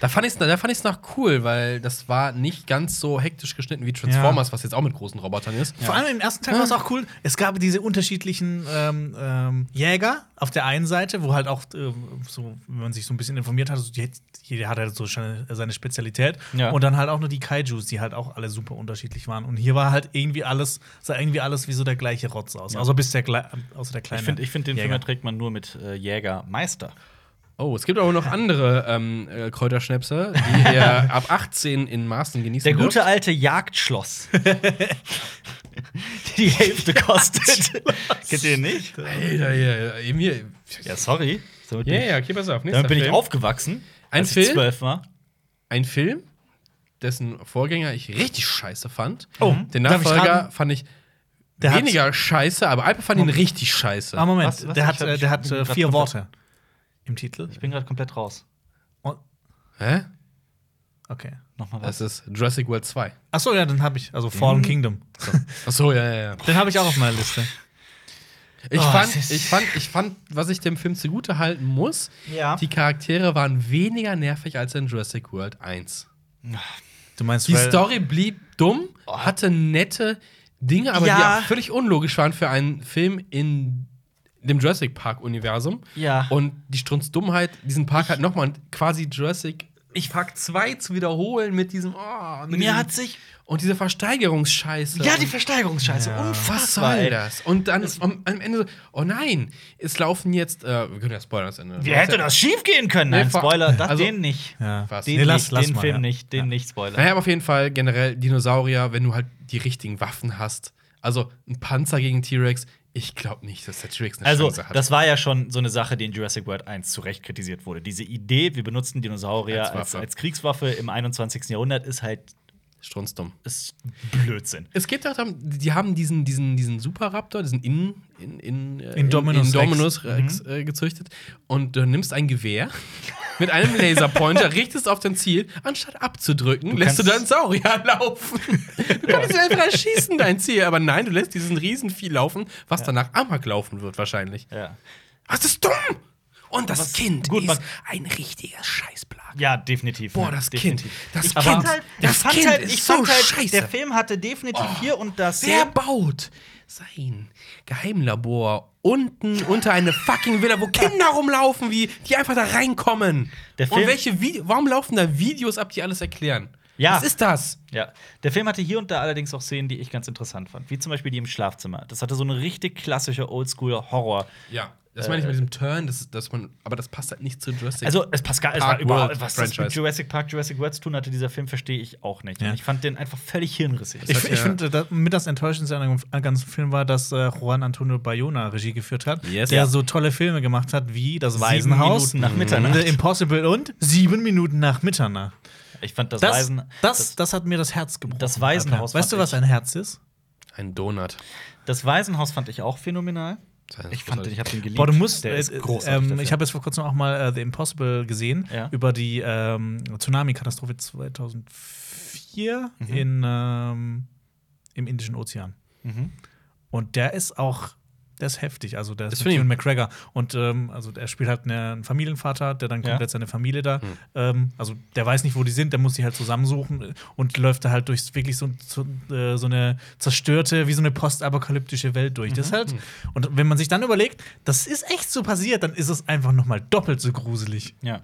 Speaker 2: Da fand ich es da fand ich's noch cool, weil das war nicht ganz so hektisch geschnitten wie Transformers, was jetzt auch mit großen Robotern ist.
Speaker 3: Vor allem im ersten Teil war es auch cool. Es gab diese unterschiedlichen ähm, ähm, Jäger auf der einen Seite, wo halt auch, ähm, so, wenn man sich so ein bisschen informiert hat, so, jetzt, jeder hat halt so seine, seine Spezialität.
Speaker 1: Ja.
Speaker 3: Und dann halt auch nur die Kaijus, die halt auch alle super unterschiedlich waren. Und hier war halt irgendwie alles, sah irgendwie alles wie so der gleiche Rotz aus. Außer bis der, Gle- außer der kleine.
Speaker 1: Ich finde, ich find, den Film
Speaker 3: Jäger.
Speaker 1: erträgt man nur mit äh, Jägermeister.
Speaker 2: Oh, es gibt aber noch andere ähm, äh, Kräuterschnäpse, die ihr ab 18 in Maßen genießen
Speaker 1: Der gute
Speaker 2: dürft.
Speaker 1: alte Jagdschloss. die die Hälfte kostet. Kennt ihr den nicht?
Speaker 2: Alter, hier, eben hier.
Speaker 1: Ja, sorry. Damit
Speaker 2: Ja,
Speaker 1: bin,
Speaker 2: ja, okay, pass auf.
Speaker 1: ich,
Speaker 2: nächster
Speaker 1: damit bin ich
Speaker 2: Film.
Speaker 1: aufgewachsen.
Speaker 2: Ein
Speaker 1: als ich
Speaker 2: Film?
Speaker 1: zwölf war.
Speaker 2: Ein Film, dessen Vorgänger ich richtig scheiße fand.
Speaker 3: Oh,
Speaker 2: Den
Speaker 3: darf ich
Speaker 2: Nachfolger
Speaker 3: raten?
Speaker 2: fand ich
Speaker 3: Der hat-
Speaker 2: weniger scheiße, aber Alper fand ihn richtig scheiße.
Speaker 3: Ah, Moment,
Speaker 1: Was- was
Speaker 3: der
Speaker 1: hab ich-
Speaker 3: hat,
Speaker 1: hab
Speaker 3: äh,
Speaker 1: ich
Speaker 3: der hat äh,
Speaker 1: grad
Speaker 3: vier
Speaker 1: komplett-
Speaker 3: Worte im Titel.
Speaker 1: Ich bin gerade komplett raus.
Speaker 3: Und-
Speaker 2: Hä?
Speaker 3: Okay.
Speaker 1: Nochmal was.
Speaker 2: Das ist Jurassic World 2.
Speaker 3: Achso, ja, den habe ich. Also Fallen Kingdom.
Speaker 2: Achso, ja, ja, ja.
Speaker 3: Den habe ich auch auf meiner Liste.
Speaker 2: Ich,
Speaker 3: Oh,
Speaker 2: fand,
Speaker 3: es ist-
Speaker 2: ich, fand, ich fand, was ich dem Film zugute halten muss,
Speaker 1: Ja.
Speaker 2: die Charaktere waren weniger nervig als in Jurassic World 1.
Speaker 3: Du meinst
Speaker 2: Die
Speaker 3: weil-
Speaker 2: Story blieb dumm, hatte nette Dinge, aber
Speaker 1: Ja.
Speaker 2: die auch völlig unlogisch waren für einen Film in dem Jurassic Park-Universum.
Speaker 1: Ja.
Speaker 2: Und die Strunzdummheit, diesen Park hat nochmal quasi Jurassic Park 2 zu wiederholen mit diesem. Oh, mit
Speaker 1: Mir
Speaker 2: diesem
Speaker 1: hat sich.
Speaker 2: und diese Versteigerungsscheiße.
Speaker 1: Ja, die
Speaker 2: Und-
Speaker 1: Versteigerungsscheiße.
Speaker 3: Ja.
Speaker 1: Unfassbar.
Speaker 2: was soll
Speaker 1: ey.
Speaker 2: das? Und dann ist am, am Ende so, oh nein, es laufen jetzt, äh, wir können ja spoilern das Ende.
Speaker 1: Wie hätte das schief gehen können? Nein,
Speaker 2: Nee, vor-
Speaker 1: Spoiler, das,
Speaker 2: also-
Speaker 1: den nicht.
Speaker 3: Ja.
Speaker 2: Was?
Speaker 1: Den,
Speaker 3: Nee, lass-
Speaker 1: nicht,
Speaker 3: lass
Speaker 1: den
Speaker 3: mal,
Speaker 1: Film
Speaker 3: ja.
Speaker 1: nicht, den nicht Spoiler.
Speaker 2: Naja, aber auf jeden Fall generell Dinosaurier, wenn du halt die richtigen Waffen hast. Also ein Panzer gegen T-Rex, ich glaube nicht, dass der T-Rex eine
Speaker 1: Also,
Speaker 2: Chance hat.
Speaker 1: das war ja schon so eine Sache, die in Jurassic World 1 zu Recht kritisiert wurde. Diese Idee, wir benutzen Dinosaurier
Speaker 2: Als
Speaker 1: als, als,
Speaker 2: Waffe.
Speaker 1: Kriegswaffe im 21. Jahrhundert, ist halt
Speaker 2: Strunzdumm.
Speaker 1: ist Blödsinn.
Speaker 2: Es geht doch darum, die haben diesen, diesen, diesen Superraptor, diesen in, in, in, äh,
Speaker 3: Indominus Rex.
Speaker 2: Indominus Rex,
Speaker 1: Mhm.
Speaker 2: äh, gezüchtet. Und du nimmst ein Gewehr mit einem Laserpointer, richtest auf dein Ziel, anstatt abzudrücken, lässt du
Speaker 1: kannst-
Speaker 2: deinen Saurier laufen. du kannst ihn einfach erschießen, dein Ziel. Aber nein, du lässt diesen Riesenvieh laufen, was danach Amok laufen wird, wahrscheinlich.
Speaker 1: Ja,
Speaker 2: Das ist dumm! Und das
Speaker 1: Was-
Speaker 2: Kind
Speaker 1: gut, man-
Speaker 2: ist ein richtiger Scheißplan.
Speaker 1: ja definitiv.
Speaker 2: Boah,
Speaker 1: ne?
Speaker 2: das
Speaker 1: definitiv.
Speaker 2: Kind. Das
Speaker 1: ich fand
Speaker 2: Kind.
Speaker 1: Halt,
Speaker 2: Das
Speaker 1: ich fand
Speaker 2: Kind
Speaker 1: halt,
Speaker 2: ist
Speaker 1: ich
Speaker 2: so
Speaker 1: fand halt,
Speaker 2: scheiße.
Speaker 1: Der Film hatte definitiv hier und das.
Speaker 2: Wer
Speaker 1: sehr-
Speaker 2: baut sein Geheimlabor unten unter eine fucking Villa, wo Kinder rumlaufen, wie die einfach da reinkommen?
Speaker 1: Der
Speaker 2: Und
Speaker 1: Film-
Speaker 2: welche Vi warum laufen da Videos ab, die alles erklären?
Speaker 1: Ja.
Speaker 2: Was ist das?
Speaker 1: Ja, der Film hatte hier und da allerdings auch Szenen, die ich ganz interessant fand, wie zum Beispiel die im Schlafzimmer. Das hatte so eine richtig klassische Oldschool-Horror.
Speaker 2: Ja, das meine ich mit diesem Turn, das, dass man, aber das passt halt nicht zu Jurassic.
Speaker 1: Äh, Also es passt gar es war
Speaker 2: Park
Speaker 1: überhaupt,
Speaker 2: World
Speaker 1: was das mit
Speaker 2: Franchise.
Speaker 1: Jurassic Park, Jurassic World zu tun hatte, dieser Film verstehe ich auch nicht.
Speaker 3: Ja.
Speaker 1: Und ich fand den einfach völlig hirnrissig.
Speaker 3: Ich,
Speaker 2: hat
Speaker 3: ich
Speaker 2: ja-
Speaker 3: finde, das- mit das Enttäuschendste an dem ganzen Film war, dass äh, Juan Antonio Bayona Regie geführt hat,
Speaker 2: Yes.
Speaker 3: der
Speaker 2: Ja.
Speaker 3: so tolle Filme gemacht hat wie Das
Speaker 1: Sieben
Speaker 3: Waisenhaus,
Speaker 1: Minuten nach Mitternacht.
Speaker 3: The Impossible und Sieben Minuten nach Mitternacht.
Speaker 1: Ich fand das,
Speaker 3: Das,
Speaker 1: Waisen,
Speaker 3: das,
Speaker 1: das,
Speaker 3: das, hat mir das Herz gebrochen.
Speaker 1: Das Waisenhaus
Speaker 3: Alter. Weißt du,
Speaker 1: fand
Speaker 3: was ein Herz ist?
Speaker 2: ein Donut.
Speaker 1: das Waisenhaus fand ich auch phänomenal.
Speaker 2: Das ist halt
Speaker 1: Ich fand den, ich habe den geliebt.
Speaker 3: Boah, du musst.
Speaker 1: der ist
Speaker 3: äh, äh,
Speaker 1: großartig. der
Speaker 3: ähm,
Speaker 1: Film.
Speaker 3: ich habe jetzt vor kurzem auch mal äh, The Impossible gesehen
Speaker 1: Ja.
Speaker 3: über die ähm, Tsunami-Katastrophe 2004 in, ähm, im Indischen Ozean.
Speaker 1: Mhm.
Speaker 3: Und der ist auch, der ist heftig, also der ist
Speaker 2: Das
Speaker 3: mit
Speaker 2: find ich-
Speaker 3: Ewan McGregor. Und ähm, also er spielt halt eine, einen Familienvater, der dann
Speaker 1: Ja.
Speaker 3: komplett seine Familie da,
Speaker 2: Hm.
Speaker 3: ähm, also der weiß nicht, wo die sind, der muss sie halt zusammensuchen und läuft da halt durch wirklich so, so, äh, so eine zerstörte, wie so eine postapokalyptische Welt durch.
Speaker 2: Mhm.
Speaker 3: Das ist
Speaker 2: Hm.
Speaker 3: halt, und wenn man sich dann überlegt, das ist echt so passiert, dann ist es einfach noch mal doppelt so gruselig.
Speaker 1: ja.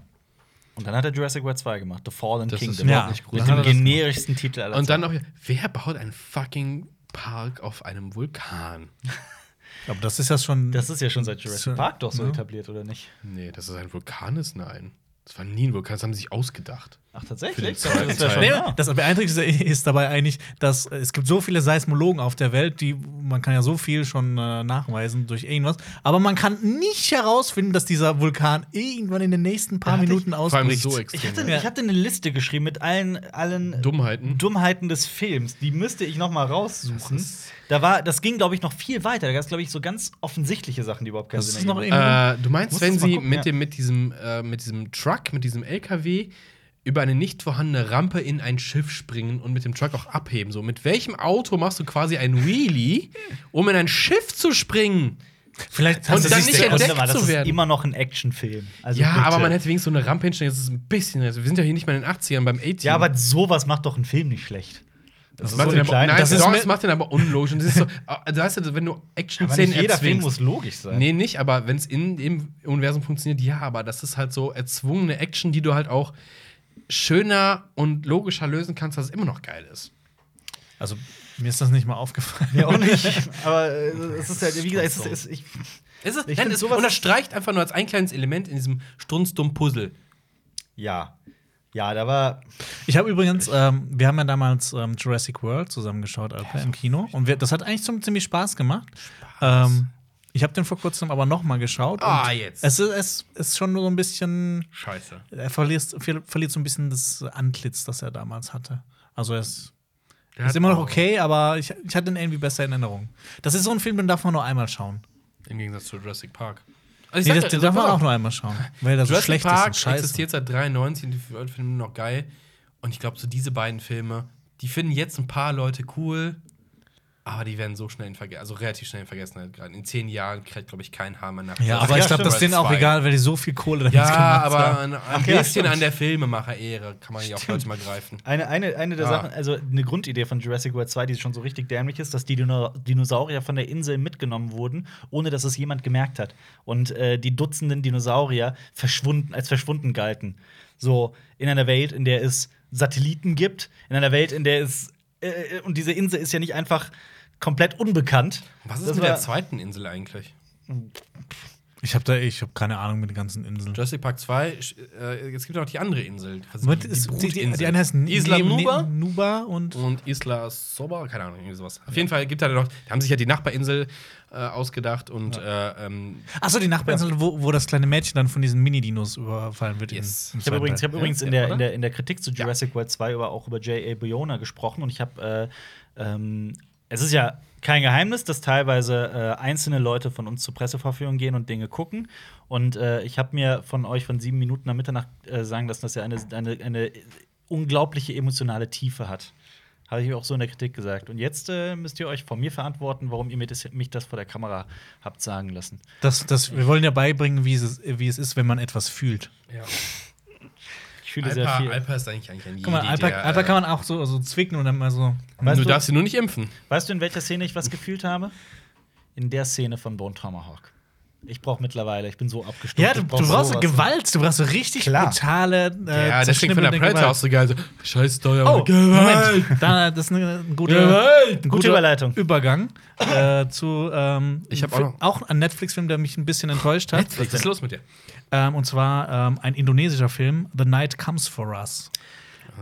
Speaker 1: Und dann hat er Jurassic World 2 gemacht, The Fallen
Speaker 2: Das ist
Speaker 1: Kingdom.
Speaker 2: überhaupt
Speaker 3: Ja.
Speaker 2: nicht gut.
Speaker 1: Mit
Speaker 2: Dann
Speaker 1: dem
Speaker 2: hat er das
Speaker 1: generischsten Titel aller
Speaker 2: Und dann
Speaker 1: Zeiten.
Speaker 2: auch, hier, wer baut einen fucking Park auf einem Vulkan?
Speaker 3: Aber das ist ja schon.
Speaker 1: Das ist ja schon seit Jurassic
Speaker 3: So-
Speaker 1: Park
Speaker 2: ne?
Speaker 1: doch so
Speaker 3: Ja.
Speaker 1: etabliert, oder nicht?
Speaker 2: Nee, dass es ein Vulkan ist, nein. Das war nie ein Vulkan, das haben sie sich ausgedacht.
Speaker 1: Ach,
Speaker 2: Für den
Speaker 1: tatsächlich?
Speaker 2: zweiten
Speaker 1: Das wär
Speaker 2: Teil.
Speaker 1: schon
Speaker 3: Nee,
Speaker 1: nah.
Speaker 3: das Beeindruckendste ist dabei eigentlich, dass äh, es gibt so viele Seismologen auf der Welt, die man kann ja so viel schon äh, nachweisen durch irgendwas, aber man kann nicht herausfinden, dass dieser Vulkan irgendwann in den nächsten paar
Speaker 1: Da hatte ich-
Speaker 3: Minuten
Speaker 2: Vor allem
Speaker 3: ausbricht.
Speaker 2: so
Speaker 1: Ich
Speaker 2: extrem.
Speaker 1: hatte,
Speaker 3: Ja.
Speaker 1: ich hatte eine Liste geschrieben mit allen, allen
Speaker 2: Dummheiten.
Speaker 1: Dummheiten des Films. Die müsste ich noch mal raussuchen.
Speaker 2: Das ist-
Speaker 1: Da war, das ging, glaube ich, noch viel weiter. Da gab es, glaube ich, so ganz offensichtliche Sachen, die überhaupt keinen
Speaker 3: Das ist
Speaker 1: Sinn
Speaker 3: noch
Speaker 1: ergeben.
Speaker 3: irgendwie.
Speaker 2: Äh, du meinst,
Speaker 1: Musst
Speaker 2: wenn
Speaker 1: es mal
Speaker 2: sie
Speaker 1: gucken,
Speaker 2: mit,
Speaker 1: ja.
Speaker 2: dem, mit, diesem, äh, mit diesem Truck, mit diesem LKW über eine nicht vorhandene Rampe in ein Schiff springen und mit dem Truck auch abheben? So, mit welchem Auto machst du quasi ein Wheelie, um in ein Schiff zu springen?
Speaker 3: Vielleicht
Speaker 2: Und
Speaker 3: hast du
Speaker 2: dann
Speaker 3: sich
Speaker 2: nicht
Speaker 1: der
Speaker 3: der-
Speaker 1: Grund
Speaker 2: entdeckt
Speaker 1: war, das
Speaker 2: zu werden.
Speaker 1: ist immer noch ein Actionfilm. Also
Speaker 2: ja,
Speaker 1: bitte.
Speaker 2: aber man hätte wenigstens so eine Rampe hinstellen. Das ist ein bisschen. Also wir sind ja hier nicht mal in den 80ern beim 80
Speaker 1: ja, aber sowas macht doch einen Film nicht schlecht.
Speaker 2: das
Speaker 1: ist
Speaker 2: macht
Speaker 1: so
Speaker 2: den
Speaker 1: eine
Speaker 2: aber,
Speaker 1: kleine-
Speaker 2: nein,
Speaker 1: das
Speaker 2: das
Speaker 1: ist
Speaker 3: mit-
Speaker 2: macht den aber unlogisch. Und das ist so, also weißt du, wenn du
Speaker 1: Aber
Speaker 2: Action-Szenen
Speaker 1: nicht jeder Film
Speaker 2: erzwingst.
Speaker 1: muss logisch sein.
Speaker 2: Nee, nicht, aber wenn es in dem Universum funktioniert, ja, aber das ist halt so erzwungene Action, die du halt auch schöner und logischer lösen kannst, dass es immer noch geil ist.
Speaker 3: Also, mir ist das nicht mal aufgefallen.
Speaker 1: Ja, auch nicht. Aber äh, es ist ja, wie gesagt, es ist, es, ich,
Speaker 2: Es ist,
Speaker 1: Ich
Speaker 2: nein,
Speaker 1: find
Speaker 2: es
Speaker 1: sowas-
Speaker 2: unterstreicht einfach nur als ein kleines Element in diesem strunzdummen Puzzle.
Speaker 1: ja. Ja, da war.
Speaker 3: Ich habe übrigens, ähm, wir haben ja damals ähm, Jurassic World zusammengeschaut, Alper, im Kino. Und wir, das hat eigentlich zum, ziemlich Spaß gemacht. Ähm, ich habe den vor kurzem aber noch mal geschaut.
Speaker 2: Ah,
Speaker 3: und
Speaker 2: jetzt.
Speaker 3: Es ist, es ist schon nur so ein bisschen
Speaker 2: Scheiße.
Speaker 3: Er verliert, ver- verliert so ein bisschen das Antlitz, das er damals hatte. Also er ist, ist immer noch okay, aber ich, ich hatte ihn irgendwie besser in Erinnerung. Das ist so ein Film, den darf man nur einmal schauen.
Speaker 2: Im Gegensatz zu Jurassic Park. Also
Speaker 3: Nee,
Speaker 2: sag
Speaker 3: das,
Speaker 2: ja,
Speaker 3: den
Speaker 2: also
Speaker 3: darf man
Speaker 2: pass
Speaker 3: auch
Speaker 2: auf,
Speaker 3: nur einmal schauen. Weil das so
Speaker 2: Jurassic
Speaker 3: schlecht ist
Speaker 2: Park
Speaker 3: und scheiße.
Speaker 2: existiert seit 93 und die Leute finden ihn noch geil. Und ich glaube, so diese beiden Filme, die finden jetzt ein paar Leute cool, aber die werden so schnell in Vergessenheit, also relativ schnell in Vergessenheit geraten. In zehn Jahren kriegt, glaube ich, kein Haar mehr nach. Also
Speaker 3: Ja,
Speaker 2: Jurassic
Speaker 3: aber ich glaube,
Speaker 2: World
Speaker 3: das ist denen auch
Speaker 2: 2.
Speaker 3: egal, weil die so viel Kohle damit
Speaker 2: Ja,
Speaker 3: gemacht
Speaker 2: aber
Speaker 3: haben.
Speaker 2: ein, ein
Speaker 1: ja,
Speaker 2: bisschen
Speaker 1: stimmt.
Speaker 2: an der Filmemacher-Ehre kann man ja auch Leute mal greifen.
Speaker 1: Eine, eine, eine der
Speaker 2: Ja.
Speaker 1: Sachen, also eine Grundidee von Jurassic World 2, die schon so richtig dämlich ist, dass die Dino- Dinosaurier von der Insel mitgenommen wurden, ohne dass es jemand gemerkt hat. Und äh, die Dutzenden Dinosaurier verschwunden, als verschwunden galten. So in einer Welt, in der es Satelliten gibt, in einer Welt, in der es. Äh, und diese Insel ist ja nicht einfach komplett unbekannt.
Speaker 2: Was ist
Speaker 1: Das
Speaker 2: mit der
Speaker 1: war-
Speaker 2: zweiten Insel eigentlich?
Speaker 3: Ich habe da, ich habe keine Ahnung mit den ganzen Inseln.
Speaker 2: Jurassic Park 2, sch- äh, es gibt auch die andere Insel. Also
Speaker 3: Mit- ist- die, die, die eine heißt N-
Speaker 2: Isla
Speaker 3: Ne- Ne-
Speaker 2: Nuba Oh.
Speaker 3: Nuba und
Speaker 2: und Isla Soba, keine Ahnung, irgendwie sowas. Auf jeden Fall gibt es da noch, da haben sich ja die Nachbarinsel äh, ausgedacht und äh, ähm,
Speaker 3: Achso, die Nachbarinsel, wo, wo das kleine Mädchen dann von diesen Mini-Dinos überfallen wird.
Speaker 2: Yes.
Speaker 1: Ich habe
Speaker 3: zweiten
Speaker 1: übrigens, ich
Speaker 3: Teil.
Speaker 1: hab übrigens in,
Speaker 2: Ja,
Speaker 1: der,
Speaker 2: oder?
Speaker 1: in, der, in der Kritik zu Jurassic World 2 aber auch über J.A. Bayona gesprochen und ich habe, äh, ähm, es ist ja kein Geheimnis, dass teilweise äh, einzelne Leute von uns zur Presseverführung gehen und Dinge gucken. Und äh, ich habe mir von euch von sieben Minuten nach Mitternacht äh, sagen lassen, dass er eine, eine, eine unglaubliche emotionale Tiefe hat. Habe ich auch so in der Kritik gesagt. Und jetzt äh, müsst ihr euch von mir verantworten, warum ihr mir das, mich das vor der Kamera habt sagen lassen.
Speaker 3: das, das, wir wollen ja beibringen, wie es, wie es ist, wenn man etwas fühlt.
Speaker 2: ja.
Speaker 1: Ich fühle sehr
Speaker 2: Alpa,
Speaker 1: viel.
Speaker 2: Alpa ist eigentlich eigentlich ein Jedi,
Speaker 3: Guck mal, Alper,
Speaker 2: der,
Speaker 3: Alper kann man auch so, so zwicken und dann mal so.
Speaker 2: äh,
Speaker 1: Weißt
Speaker 2: du
Speaker 1: du-
Speaker 2: darfst sie nur nicht impfen.
Speaker 3: Äh,
Speaker 1: Weißt du, in welcher Szene ich was gefühlt habe? In der Szene von Bone Tomahawk. Ich brauche mittlerweile, ich bin so abgestumpft.
Speaker 3: Ja, du,
Speaker 1: ich
Speaker 3: du
Speaker 1: brauch
Speaker 3: brauchst
Speaker 1: sowas. ne?
Speaker 3: Gewalt, du brauchst so richtig
Speaker 1: Klar.
Speaker 3: brutale. Äh,
Speaker 2: ne? ja, deswegen von der
Speaker 3: zerschnippelnde
Speaker 2: Predator auch
Speaker 3: Gewalt.
Speaker 2: so geil. So, Scheiß Steuer.
Speaker 3: Oh,
Speaker 2: Gewalt.
Speaker 3: Moment. Da, das ist eine, eine gute,
Speaker 2: Gewalt.
Speaker 3: ein
Speaker 1: Gute
Speaker 3: guter
Speaker 1: Überleitung.
Speaker 3: Übergang äh, zu. Ähm,
Speaker 2: Ich hab auch
Speaker 3: Fi-
Speaker 2: noch-
Speaker 3: auch einen Netflix-Film, der mich ein bisschen enttäuscht hat.
Speaker 2: Was ist los mit dir?
Speaker 3: Ähm, und zwar ähm, ein indonesischer Film, The Night Comes for Us.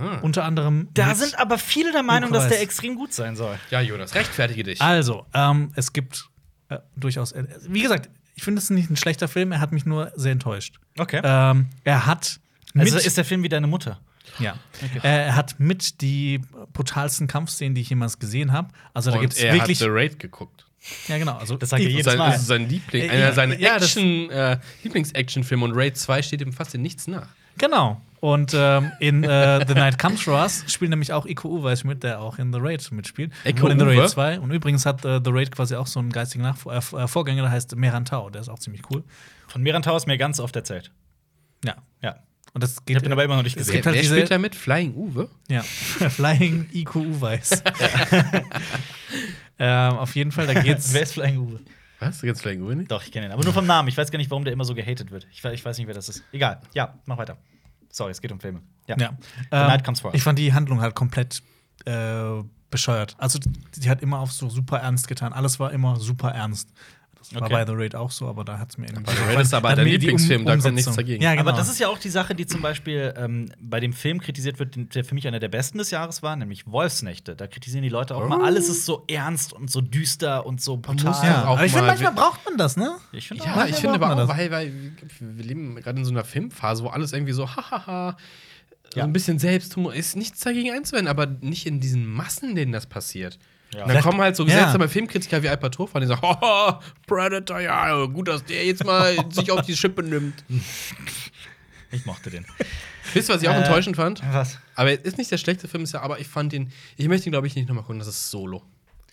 Speaker 2: Ah.
Speaker 3: Unter anderem.
Speaker 1: Da
Speaker 3: mit-
Speaker 1: sind aber viele der Meinung, dass der
Speaker 3: Kreis.
Speaker 1: extrem gut sein soll.
Speaker 2: Ja, Jonas, rechtfertige dich.
Speaker 3: Also, ähm, es gibt äh, durchaus. Äh, wie gesagt, ich finde es nicht ein schlechter Film, er hat mich nur sehr enttäuscht.
Speaker 1: Okay.
Speaker 3: Ähm, er hat.
Speaker 1: also
Speaker 3: mit-
Speaker 1: ist der Film wie deine Mutter.
Speaker 3: Ja. Äh, Er hat mit die brutalsten Kampfszenen, die ich jemals gesehen habe. Also da
Speaker 2: Und
Speaker 3: gibt es
Speaker 2: er
Speaker 3: wirklich.
Speaker 2: hat The Raid geguckt.
Speaker 3: Ja, genau. Also,
Speaker 1: Das sagt ja
Speaker 3: ich-
Speaker 1: jeder. Jedes
Speaker 2: Sein,
Speaker 1: Mal.
Speaker 2: das ist sein Liebling,
Speaker 3: Äh,
Speaker 2: einer
Speaker 3: ja,
Speaker 2: seiner
Speaker 3: ja, das-
Speaker 2: Action, äh, Lieblings-Action-Filme und Raid 2 steht ihm fast in nichts nach.
Speaker 3: Genau. Und ähm, in äh, The Night Comes For Us spielt nämlich auch Iko Uweis mit, der auch in The Raid mitspielt.
Speaker 2: Iko
Speaker 3: und in The
Speaker 2: Uwe?
Speaker 3: Raid 2. Und übrigens hat äh, The Raid quasi auch so einen geistigen Nachv äh, Vorgänger, der heißt Merantau. Der ist auch ziemlich cool.
Speaker 1: Von Mirantau ist mir ganz oft erzählt.
Speaker 3: Ja.
Speaker 1: Ja.
Speaker 3: Und das
Speaker 1: Ich
Speaker 3: geht.
Speaker 1: habe den aber immer noch nicht
Speaker 3: Es
Speaker 1: gesehen.
Speaker 3: gibt halt diese-
Speaker 2: spielt da mit? Flying Uwe?
Speaker 3: Ja, Flying IQ Uweis. ähm, auf jeden Fall, da geht's.
Speaker 1: ist Flying Uwe?
Speaker 2: Was? Du kennst Flying Uwe nicht?
Speaker 1: Doch, ich kenne ihn. Aber nur vom Namen. Ich weiß gar nicht, warum der immer so gehatet wird. Ich, we- ich weiß nicht, wer das ist. Egal. Ja, mach weiter. Sorry, es geht um Filme. Ja.
Speaker 3: Ja. Ähm,
Speaker 1: Night Comes For Us.
Speaker 3: Ich fand die Handlung halt komplett äh, bescheuert. Also, die die hat immer auf so super ernst getan. Alles war immer super ernst. Das war
Speaker 1: Okay.
Speaker 3: bei The Raid auch so, aber da hat es mir irgendwie.
Speaker 2: The Raid ist aber
Speaker 3: hat
Speaker 2: dein
Speaker 3: mir die Um
Speaker 2: Lieblingsfilm, da kommt
Speaker 3: Umsetzung-
Speaker 2: nichts dagegen.
Speaker 3: Ja, genau.
Speaker 1: Aber das ist ja auch die Sache, die zum Beispiel ähm, bei dem Film kritisiert wird, den- der für mich einer der besten des Jahres war, nämlich Wolfsnächte. Da kritisieren die Leute auch mal,
Speaker 2: Oh.
Speaker 1: alles ist so ernst und so düster und so brutal.
Speaker 3: ja.
Speaker 2: auch
Speaker 3: Aber ich finde,
Speaker 2: mal-
Speaker 3: manchmal braucht man das, ne?
Speaker 1: Ich finde
Speaker 2: Ja,
Speaker 1: auch.
Speaker 2: ich
Speaker 3: Manchmal
Speaker 2: finde
Speaker 3: braucht
Speaker 2: aber auch,
Speaker 3: man
Speaker 2: weil, weil wir leben gerade in so einer Filmphase, wo alles irgendwie so hahaha, so
Speaker 1: Ja.
Speaker 2: ein bisschen Selbsthumor ist, nichts dagegen einzuwenden, aber nicht in diesen Massen, denen das passiert.
Speaker 1: Ja.
Speaker 2: Und dann kommen halt so
Speaker 3: Ja.
Speaker 2: seltsame Filmkritiker wie Alpatro von, die sagen, haha, Predator, ja, gut, dass der jetzt mal sich auf die Schippe nimmt.
Speaker 1: Ich mochte den.
Speaker 2: Wisst ihr, was ich auch
Speaker 1: Äh,
Speaker 2: enttäuschend fand?
Speaker 1: Was?
Speaker 2: Aber es ist nicht der schlechte Film, ist ja, aber ich fand ihn, ich möchte ihn, glaube ich, nicht nochmal gucken, das ist Solo.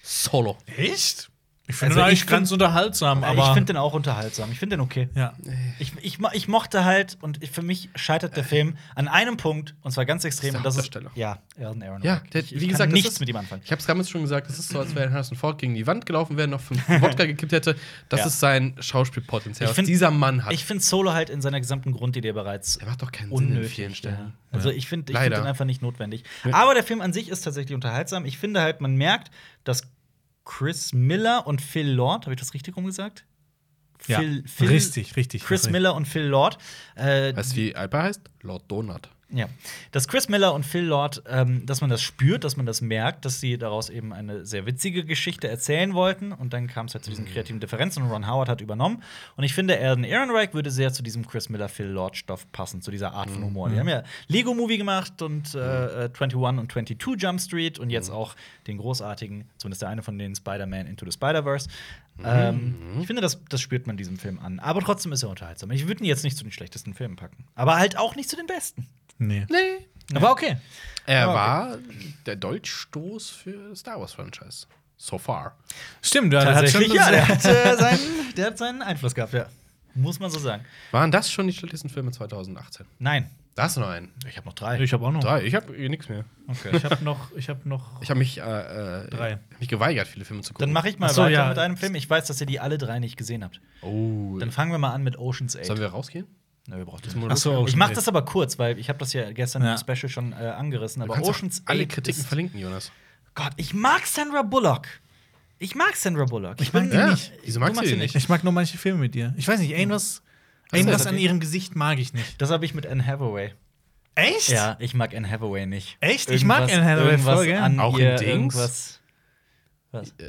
Speaker 2: Solo.
Speaker 3: Echt? Ich finde
Speaker 1: Also
Speaker 3: ihn
Speaker 1: ich
Speaker 3: eigentlich
Speaker 1: find-
Speaker 3: ganz unterhaltsam, aber.
Speaker 1: ich finde den auch unterhaltsam. Ich finde den okay.
Speaker 3: ja.
Speaker 1: Ich, ich, mo- ich mochte halt, und ich, für mich scheitert der Film an einem Punkt, und zwar ganz extrem.
Speaker 2: Das
Speaker 1: und
Speaker 2: Äh. ist der
Speaker 1: das ist,
Speaker 2: Hauptdarsteller.
Speaker 1: ja, Alden Aaron.
Speaker 2: Ja, der,
Speaker 1: ich, ich
Speaker 2: wie
Speaker 1: kann
Speaker 2: gesagt, das
Speaker 1: nichts
Speaker 2: ist,
Speaker 1: mit ihm anfangen.
Speaker 2: Ich habe es damals schon gesagt, das ist so, als wäre Harrison Ford gegen die Wand gelaufen wäre, noch fünf Wodka gekippt hätte. Das
Speaker 1: Ja.
Speaker 2: ist sein Schauspielpotenzial,
Speaker 1: Ich
Speaker 2: was
Speaker 1: find-
Speaker 2: dieser Mann hat.
Speaker 1: Ich finde Solo halt in seiner gesamten Grundidee bereits
Speaker 2: der macht doch keinen Sinn in
Speaker 1: unnötig.
Speaker 2: vielen Stellen.
Speaker 1: Ja. Also ich finde ich find
Speaker 2: Leider.
Speaker 1: den einfach nicht notwendig.
Speaker 2: Ja.
Speaker 1: Aber der Film an sich ist tatsächlich unterhaltsam. Ich finde halt, man merkt, dass Chris Miller und Phil Lord, habe ich das richtig rumgesagt?
Speaker 3: ja.
Speaker 1: Phil, Phil,
Speaker 3: richtig, richtig.
Speaker 1: Chris
Speaker 3: richtig.
Speaker 1: Miller und Phil Lord. Äh,
Speaker 2: Weißt du, wie Alper heißt? Lord Donut.
Speaker 1: ja. Dass Chris Miller und Phil Lord, ähm, dass man das spürt, dass man das merkt, dass sie daraus eben eine sehr witzige Geschichte erzählen wollten. Und dann kam es halt zu diesen kreativen Differenzen und Ron Howard hat übernommen. Und ich finde, Alden Ehrenreich würde sehr zu diesem Chris Miller, Phil Lord-Stoff passen, zu dieser Art von Humor. Die haben ja Lego-Movie gemacht und äh, äh, 21 und 22 Jump Street und jetzt auch den großartigen, zumindest der eine von denen, Spider-Man Into the Spider-Verse. Ähm, ich finde, das, das spürt man diesem Film an. Aber trotzdem ist er unterhaltsam. Ich würde ihn jetzt nicht zu den schlechtesten Filmen packen. Aber halt auch nicht zu den besten.
Speaker 3: Nee.
Speaker 2: Nee.
Speaker 1: Aber okay.
Speaker 2: Er
Speaker 1: Ah,
Speaker 2: war der Dolchstoß für das Star Wars-Franchise. So far.
Speaker 3: Stimmt, ja, der hat schon.
Speaker 1: Tatsächlich, ja, der hat, äh, seinen, der hat seinen Einfluss gehabt, ja. Muss man so sagen.
Speaker 2: Waren das schon die schlechtesten Filme 2018?
Speaker 1: Nein.
Speaker 2: Da ist noch ein.
Speaker 1: Ich habe noch drei.
Speaker 3: Ich habe auch noch.
Speaker 2: Drei. Ich habe nichts mehr.
Speaker 1: Okay.
Speaker 3: Ich habe noch, ich habe noch.
Speaker 2: Ich habe mich, äh, äh,
Speaker 3: Drei.
Speaker 2: hab mich geweigert, viele Filme zu
Speaker 1: Dann
Speaker 2: gucken.
Speaker 1: mache ich mal
Speaker 3: Ach so,
Speaker 1: weiter
Speaker 3: ja.
Speaker 1: mit einem Film. Ich weiß, dass ihr die alle drei nicht gesehen habt.
Speaker 2: oh.
Speaker 1: Dann fangen wir mal an mit Ocean's
Speaker 2: Sollen
Speaker 1: 8.
Speaker 2: wir rausgehen?
Speaker 1: Nö, ihr braucht das
Speaker 2: Zum
Speaker 1: nicht.
Speaker 3: Ach so,
Speaker 2: Rückblick?
Speaker 1: Ich mache das aber kurz, weil ich habe das ja gestern
Speaker 3: Ja.
Speaker 1: im Special schon äh, angerissen.
Speaker 2: Du
Speaker 1: Aber
Speaker 2: kannst auch
Speaker 1: Ocean's 8
Speaker 2: alle Kritiken
Speaker 1: ist,
Speaker 2: verlinken, Jonas.
Speaker 1: Gott, ich mag Sandra Bullock. Ich mag Sandra Bullock.
Speaker 3: Ich mag
Speaker 1: bin-
Speaker 3: die Ja,
Speaker 2: nicht. wieso magst du die nicht?
Speaker 3: Ich mag nur manche Filme mit dir. Ich weiß nicht, irgendwas,
Speaker 2: Ach so,
Speaker 3: irgendwas
Speaker 2: das hat
Speaker 3: an
Speaker 2: die-
Speaker 3: ihrem Gesicht mag ich nicht.
Speaker 1: Das habe ich mit Anne Hathaway.
Speaker 3: Echt?
Speaker 1: Ja, ich mag Anne Hathaway nicht.
Speaker 3: Echt? Ich mag Anne Hathaway
Speaker 1: irgendwas
Speaker 3: voll gern.
Speaker 1: an
Speaker 2: Auch in
Speaker 1: ihr,
Speaker 2: Dings?
Speaker 1: irgendwas. Was?
Speaker 2: Äh,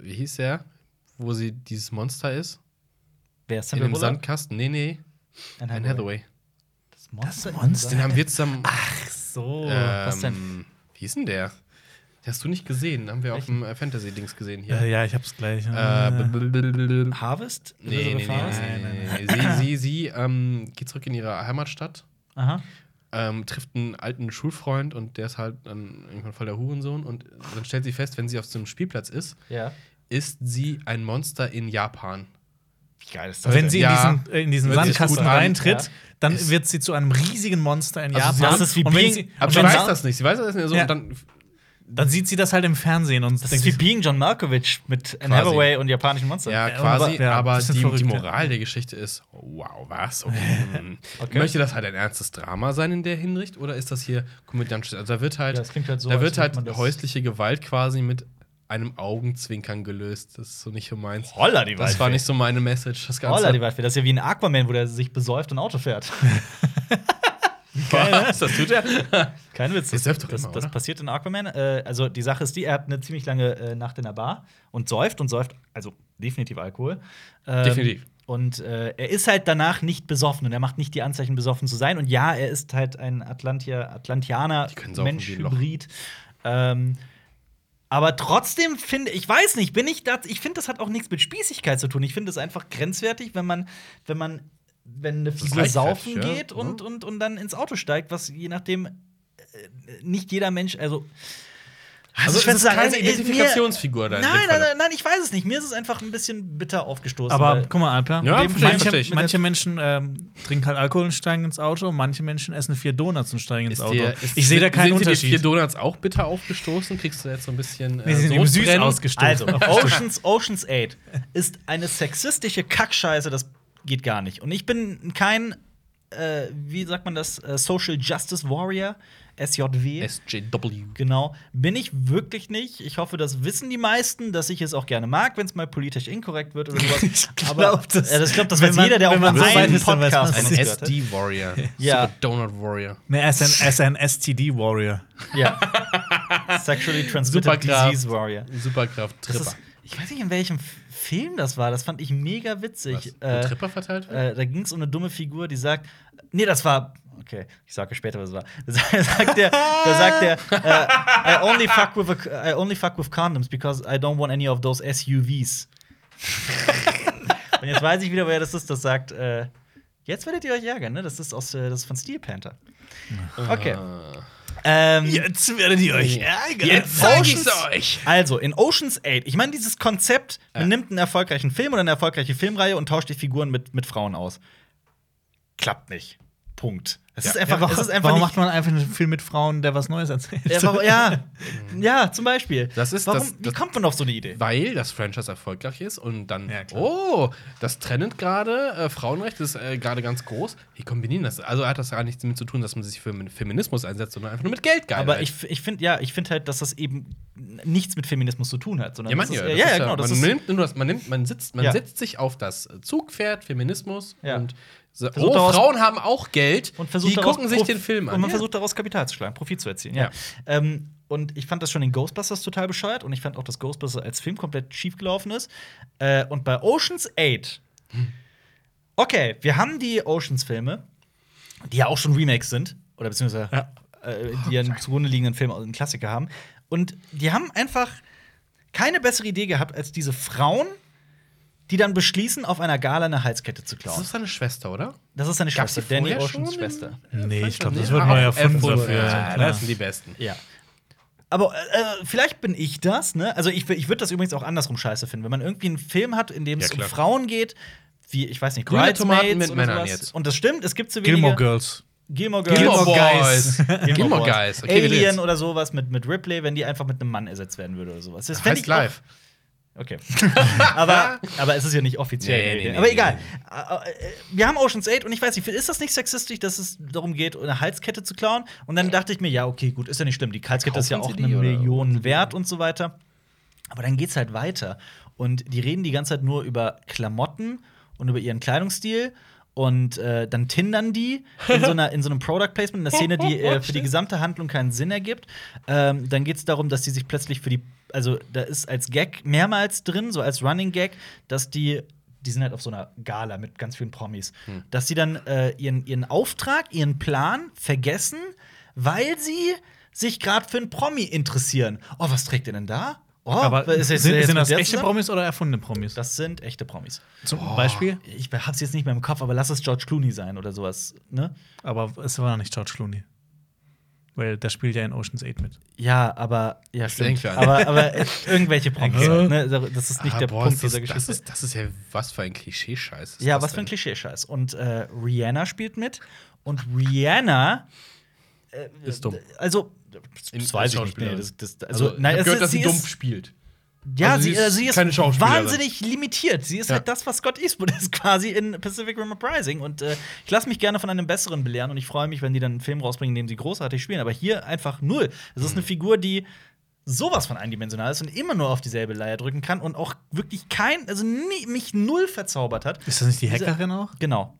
Speaker 2: wie hieß der? Wo sie dieses Monster ist?
Speaker 1: Wer ist
Speaker 2: In
Speaker 1: Sandra
Speaker 2: dem
Speaker 1: Bullock?
Speaker 2: Sandkasten? Nee, nee.
Speaker 1: Anne
Speaker 2: Anne Hathaway.
Speaker 1: Das Monster.
Speaker 3: Das Monster.
Speaker 2: Den haben wir zusammen.
Speaker 3: Ach so.
Speaker 2: ähm,
Speaker 1: was denn?
Speaker 2: Wie hieß denn der? Den hast du nicht gesehen. Den haben wir auf dem äh, Fantasy-Dings gesehen hier.
Speaker 3: Äh, ja, ich hab's gleich.
Speaker 2: Äh,
Speaker 3: Äh,
Speaker 2: blablabla.
Speaker 1: Harvest?
Speaker 2: nee, nee, nee,
Speaker 1: Elizabeth Harvest?
Speaker 2: nee, nee, nee. Sie, sie, sie ähm, geht zurück in ihre Heimatstadt,
Speaker 1: Aha.
Speaker 2: ähm, trifft einen alten Schulfreund und der ist halt dann irgendwann voll der Hurensohn. Und dann stellt sie fest, wenn sie auf so einem Spielplatz ist,
Speaker 1: Ja.
Speaker 2: ist sie ein Monster in Japan.
Speaker 1: Wie geil ist
Speaker 3: Wenn sie
Speaker 2: Ja.
Speaker 3: in diesen, äh, in diesen
Speaker 2: Hört sich
Speaker 3: Sandkasten
Speaker 2: gut an.
Speaker 3: reintritt,
Speaker 1: Ja.
Speaker 3: dann
Speaker 2: Ist-
Speaker 3: wird sie zu einem riesigen Monster in
Speaker 2: Also sie
Speaker 3: Japan.
Speaker 1: haben- Das ist wie
Speaker 3: und wenn
Speaker 1: Being-
Speaker 3: sie,
Speaker 2: Aber
Speaker 3: und
Speaker 2: sie
Speaker 3: wenn
Speaker 2: weiß
Speaker 3: sie,
Speaker 2: das nicht. Sie weiß das nicht so.
Speaker 3: Ja.
Speaker 2: Und dann
Speaker 3: dann sieht sie das halt im Fernsehen und
Speaker 1: Das ist
Speaker 3: denkt
Speaker 1: wie
Speaker 3: sich,
Speaker 1: Being John Malkovich mit Anne
Speaker 2: Quasi.
Speaker 1: Hathaway und japanischen Monstern.
Speaker 2: Ja,
Speaker 3: Ja,
Speaker 2: quasi,
Speaker 3: aber- ja,
Speaker 2: aber
Speaker 3: bisschen
Speaker 2: die,
Speaker 3: verrückt,
Speaker 2: die
Speaker 3: ja.
Speaker 2: Moral der Geschichte ist, wow, was? Okay. hm.
Speaker 1: Okay.
Speaker 2: Möchte das halt ein ernstes Drama sein in der Hinricht oder ist das hier komödiantisch? Also da wird halt,
Speaker 1: Ja, das klingt halt so,
Speaker 2: da
Speaker 1: als
Speaker 2: wird
Speaker 1: hätte
Speaker 2: halt
Speaker 1: man das-
Speaker 2: häusliche Gewalt quasi mit einem Augenzwinkern gelöst. Das ist so nicht so meins.
Speaker 1: Holla Oh, die
Speaker 2: Das war nicht so meine Message, das Ganze.
Speaker 1: Holla die Waldfee. Das ist ja wie ein Aquaman, wo der sich besäuft und Auto fährt. ne?
Speaker 2: was? Das tut er?
Speaker 1: Kein Witz.
Speaker 2: Der säuft doch
Speaker 1: das,
Speaker 2: immer,
Speaker 1: das
Speaker 2: oder?
Speaker 1: passiert in Aquaman. Äh, also die Sache ist die, er hat eine ziemlich lange äh, Nacht in der Bar und säuft und säuft, also definitiv Alkohol. Ähm,
Speaker 2: Definitiv.
Speaker 1: Und äh, er ist halt danach nicht besoffen und er macht nicht die Anzeichen, besoffen zu sein. Und ja, er ist halt ein Atlantier, Atlantianer,
Speaker 2: Die können saufen wie ein Loch.
Speaker 1: Mensch-Hybrid. Ähm, aber trotzdem finde ich, weiß nicht, bin ich da, ich finde, das hat auch nichts mit Spießigkeit zu tun. Ich finde es einfach grenzwertig, wenn man, wenn man, wenn eine Figur
Speaker 2: leichtfertig,
Speaker 1: saufen
Speaker 2: halt, ja. ne?
Speaker 1: geht und, und, und dann ins Auto steigt, was je nachdem äh, nicht jeder Mensch, also.
Speaker 2: Also,
Speaker 1: ich würd
Speaker 2: es ist keine
Speaker 1: äh,
Speaker 2: Identifikationsfigur da
Speaker 1: mir,
Speaker 2: in
Speaker 1: nein,
Speaker 2: dem
Speaker 1: nein,
Speaker 2: Falle.
Speaker 1: nein, nein, ich weiß es nicht. Mir ist es einfach ein bisschen bitter aufgestoßen.
Speaker 3: aber
Speaker 1: weil-
Speaker 3: guck mal, Alper,
Speaker 2: Ja,
Speaker 3: dem-
Speaker 2: verstehe ich, verstehe ich.
Speaker 3: manche, manche Menschen ähm, trinken halt Alkohol und steigen ins Auto, manche Menschen essen vier Donuts und steigen ins
Speaker 2: Ist
Speaker 3: Auto.
Speaker 2: dir- ist-
Speaker 3: ich sehe da keinen
Speaker 2: sind dir Die vier
Speaker 3: Unterschied.
Speaker 2: Donuts auch bitter aufgestoßen? Kriegst du jetzt so ein bisschen. Äh,
Speaker 3: Nee, sie sind eben süß
Speaker 2: Sodbrennen?
Speaker 3: ausgestoßen.
Speaker 1: Also, Oceans, Oceans 8 ist eine sexistische Kackscheiße, das geht gar nicht. Und ich bin kein, äh, wie sagt man das, äh, Social Justice Warrior, SJW.
Speaker 2: SJW.
Speaker 1: Genau, bin ich wirklich nicht. Ich hoffe, das wissen die meisten, dass ich es auch gerne mag, wenn es mal politisch inkorrekt wird oder sowas. ich
Speaker 3: glaub, das-
Speaker 1: äh, das, glaub, das
Speaker 3: wenn
Speaker 1: weiß
Speaker 3: man-
Speaker 1: jeder, der
Speaker 3: wenn
Speaker 1: auch
Speaker 3: man
Speaker 1: mal
Speaker 3: so weit
Speaker 1: einen
Speaker 3: ist, dann weiß
Speaker 1: Podcast
Speaker 3: man
Speaker 1: von
Speaker 2: Ein
Speaker 3: es.
Speaker 1: uns gehört hat.
Speaker 2: SD-Warrior.
Speaker 1: Ja.
Speaker 2: Super Donut Warrior.
Speaker 3: Nee, er ist ein, er ist ein STD-Warrior.
Speaker 1: Ja. Sexually Transmitted
Speaker 2: Superkraft.
Speaker 1: Disease Warrior.
Speaker 2: Superkraft
Speaker 1: Das
Speaker 2: Tripper.
Speaker 1: ist, ich weiß nicht, in welchem F- Film das war. Das fand ich mega
Speaker 2: Was?
Speaker 1: witzig.
Speaker 2: Wo Tripper verteilt wird?
Speaker 1: Äh, da ging es um eine dumme Figur, die sagt, nee, das war, okay, ich sage später, was es war. Da sagt der, da sagt der, äh, I only fuck with a, I only fuck with condoms because I don't want any of those SUVs. Und jetzt weiß ich wieder, wer das ist. Das sagt, äh, jetzt werdet ihr euch ärgern, ne? Das ist aus, äh, das ist von Steel Panther. Okay.
Speaker 2: Ah.
Speaker 1: Ähm,
Speaker 3: Jetzt werdet ihr euch ärgern.
Speaker 2: Jetzt zeig ich's euch.
Speaker 1: Also, in Oceans 8, ich meine, dieses Konzept, man nimmt einen erfolgreichen Film oder eine erfolgreiche Filmreihe und tauscht die Figuren mit, mit Frauen aus. Klappt nicht. Punkt. Es ist einfach,
Speaker 3: warum,
Speaker 1: es ist einfach
Speaker 3: warum
Speaker 1: nicht,
Speaker 3: macht man einfach einen Film mit Frauen, der was Neues erzählt?
Speaker 1: ja, warum, ja, ja, zum Beispiel.
Speaker 2: Das ist-
Speaker 1: warum,
Speaker 2: das-
Speaker 1: wie
Speaker 2: das-
Speaker 1: kommt man auf so eine Idee?
Speaker 2: Weil das Franchise erfolgreich ist und dann,
Speaker 3: Ja, klar.
Speaker 2: oh, das trennt gerade, äh, Frauenrecht ist äh, gerade ganz groß. Wie kombinieren das? Also hat das gar nichts damit zu tun, dass man sich für den Feminismus einsetzt, sondern einfach nur mit Geldgeil.
Speaker 1: Aber ich, ich finde ja, ich finde halt, dass das eben nichts mit Feminismus zu tun hat. Sondern
Speaker 2: ja, man,
Speaker 1: das ist, ja,
Speaker 2: ja, das
Speaker 1: ja,
Speaker 2: ist
Speaker 1: genau. Das
Speaker 2: man,
Speaker 1: ist,
Speaker 2: nimmt, nur das, man, nimmt, man, sitzt, man
Speaker 1: Ja.
Speaker 2: setzt sich auf das Zugpferd, Feminismus
Speaker 1: Ja.
Speaker 2: und so,
Speaker 1: Versucht
Speaker 2: oh,
Speaker 1: daraus-
Speaker 2: Frauen haben auch Geld,
Speaker 1: und versucht
Speaker 2: die
Speaker 1: daraus
Speaker 2: gucken sich
Speaker 1: Prof-
Speaker 2: den Film an.
Speaker 1: Und man
Speaker 2: Ja.
Speaker 1: versucht daraus Kapital zu schlagen, Profit zu erzielen. Ja.
Speaker 2: Ja.
Speaker 1: Ähm, und ich fand das schon in Ghostbusters total bescheuert und ich fand auch, dass Ghostbusters als Film komplett schiefgelaufen ist. Äh, und bei Oceans 8,
Speaker 2: Hm.
Speaker 1: okay, wir haben die Oceans-Filme, die ja auch schon Remakes sind, oder beziehungsweise
Speaker 3: Ja.
Speaker 1: äh, die ja einen zugrunde liegenden Film, also einen Klassiker haben. Und die haben einfach keine bessere Idee gehabt, als diese Frauen, die dann beschließen, auf einer Gala eine Halskette zu
Speaker 2: das
Speaker 1: klauen.
Speaker 2: ist seine Schwester, oder?
Speaker 1: Das ist seine
Speaker 2: Gab's
Speaker 1: Schwester,
Speaker 2: die
Speaker 1: Danny
Speaker 2: vorher schon
Speaker 1: Oceans
Speaker 2: in-
Speaker 1: Schwester.
Speaker 3: Nee, ich glaube, das
Speaker 2: Ah,
Speaker 3: wird neu
Speaker 2: auf
Speaker 3: erfunden
Speaker 2: Apple.
Speaker 3: dafür.
Speaker 2: Ja, das sind die besten.
Speaker 1: Ja. Aber äh, vielleicht bin ich das, ne? Also ich, ich würde das übrigens auch andersrum scheiße finden. Wenn man irgendwie einen Film hat, in dem es
Speaker 2: Ja,
Speaker 1: um
Speaker 2: klar.
Speaker 1: Frauen geht, wie, ich weiß nicht,
Speaker 2: Grüne
Speaker 1: Bridesmaids
Speaker 2: Tomaten mit
Speaker 1: oder
Speaker 2: Männern
Speaker 1: sowas.
Speaker 2: jetzt.
Speaker 1: Und das stimmt, es gibt so wenige.
Speaker 3: Gilmore Girls.
Speaker 1: Gilmore Girls.
Speaker 2: Gilmore
Speaker 3: Guys.
Speaker 2: Boys. Gilmore Guys. Okay, wir
Speaker 1: Alien
Speaker 2: reden's.
Speaker 1: oder sowas mit, mit Ripley, wenn die einfach mit einem Mann ersetzt werden würde oder sowas. Das fänd
Speaker 2: Heißt
Speaker 1: auch-
Speaker 2: live.
Speaker 1: Okay. aber, aber es ist ja nicht offiziell.
Speaker 2: Nee, nee, nee,
Speaker 1: aber
Speaker 2: nee,
Speaker 1: egal. Äh, äh, Wir haben Oceans 8 und ich weiß nicht, ist das nicht sexistisch, dass es darum geht, eine Halskette zu klauen? Und dann dachte ich mir, ja, okay, gut, ist ja nicht schlimm. Die Halskette ist ja auch
Speaker 2: Verkaufen sie
Speaker 1: eine
Speaker 2: die oder-
Speaker 1: Million wert und so weiter. Aber dann geht's halt weiter. Und die reden die ganze Zeit nur über Klamotten und über ihren Kleidungsstil. Und äh, dann tindern die in so, einer, in so einem Product Placement, eine Szene, die äh, für die gesamte Handlung keinen Sinn ergibt. Ähm, dann geht's darum, dass die sich plötzlich für die, also da ist als Gag mehrmals drin, so als Running Gag, dass die, die sind halt auf so einer Gala mit ganz vielen Promis, dass die dann äh, ihren, ihren Auftrag, ihren Plan vergessen, weil sie sich gerade für einen Promi interessieren. Oh, was trägt ihr denn da? Oh,
Speaker 3: Aber
Speaker 1: was ist-
Speaker 3: sind,
Speaker 1: ist jetzt
Speaker 3: sind
Speaker 1: mit
Speaker 3: das
Speaker 1: der
Speaker 3: echte
Speaker 1: zusammen?
Speaker 3: Promis oder erfundene Promis?
Speaker 1: Das sind echte Promis.
Speaker 3: Zum Beispiel.
Speaker 1: Ich hab's jetzt nicht mehr im Kopf, aber lass es George Clooney sein oder sowas, ne?
Speaker 3: Aber es war noch nicht George Clooney. Weil der spielt ja in Ocean's 8 mit.
Speaker 1: Ja, aber ja, stimmt.
Speaker 2: denke an.
Speaker 1: Aber, aber äh, irgendwelche Promis,
Speaker 3: Okay.
Speaker 1: halt, ne? Das ist nicht
Speaker 2: Ah,
Speaker 1: der
Speaker 2: boah,
Speaker 1: Punkt
Speaker 2: ist das,
Speaker 1: dieser Geschichte.
Speaker 2: Das ist, das ist ja was für ein Klischee-Scheiß. ist
Speaker 1: ja,
Speaker 2: das
Speaker 1: was für ein
Speaker 2: denn?
Speaker 1: Klischee-Scheiß. Und äh, Rihanna spielt mit und Rihanna äh,
Speaker 2: Ist dumm.
Speaker 1: Also, das
Speaker 2: In-
Speaker 1: weiß ich nicht.
Speaker 2: Schauspielerin.
Speaker 1: Nee, das, das, also,
Speaker 2: ich hab
Speaker 1: nein, es,
Speaker 2: gehört,
Speaker 1: ist-
Speaker 2: dass sie
Speaker 1: sie
Speaker 2: dumpf
Speaker 1: ist,
Speaker 2: spielt.
Speaker 1: ja,
Speaker 2: also, sie
Speaker 1: sie,
Speaker 2: ist
Speaker 1: äh, sie ist
Speaker 2: keine Schauspielerin.
Speaker 1: wahnsinnig limitiert. Sie ist
Speaker 2: Ja.
Speaker 1: halt das, was Scott Eastwood ist, quasi in Pacific Rim Uprising. Und äh, ich lasse mich gerne von einem Besseren belehren und ich freue mich, wenn die dann einen Film rausbringen, in dem sie großartig spielen. Aber hier einfach null. Es
Speaker 3: Mhm.
Speaker 1: ist eine Figur, die sowas von eindimensional ist und immer nur auf dieselbe Leier drücken kann und auch wirklich kein, also nie, mich null verzaubert hat.
Speaker 3: Ist das nicht die
Speaker 1: Diese-
Speaker 3: Hackerin auch?
Speaker 1: Genau.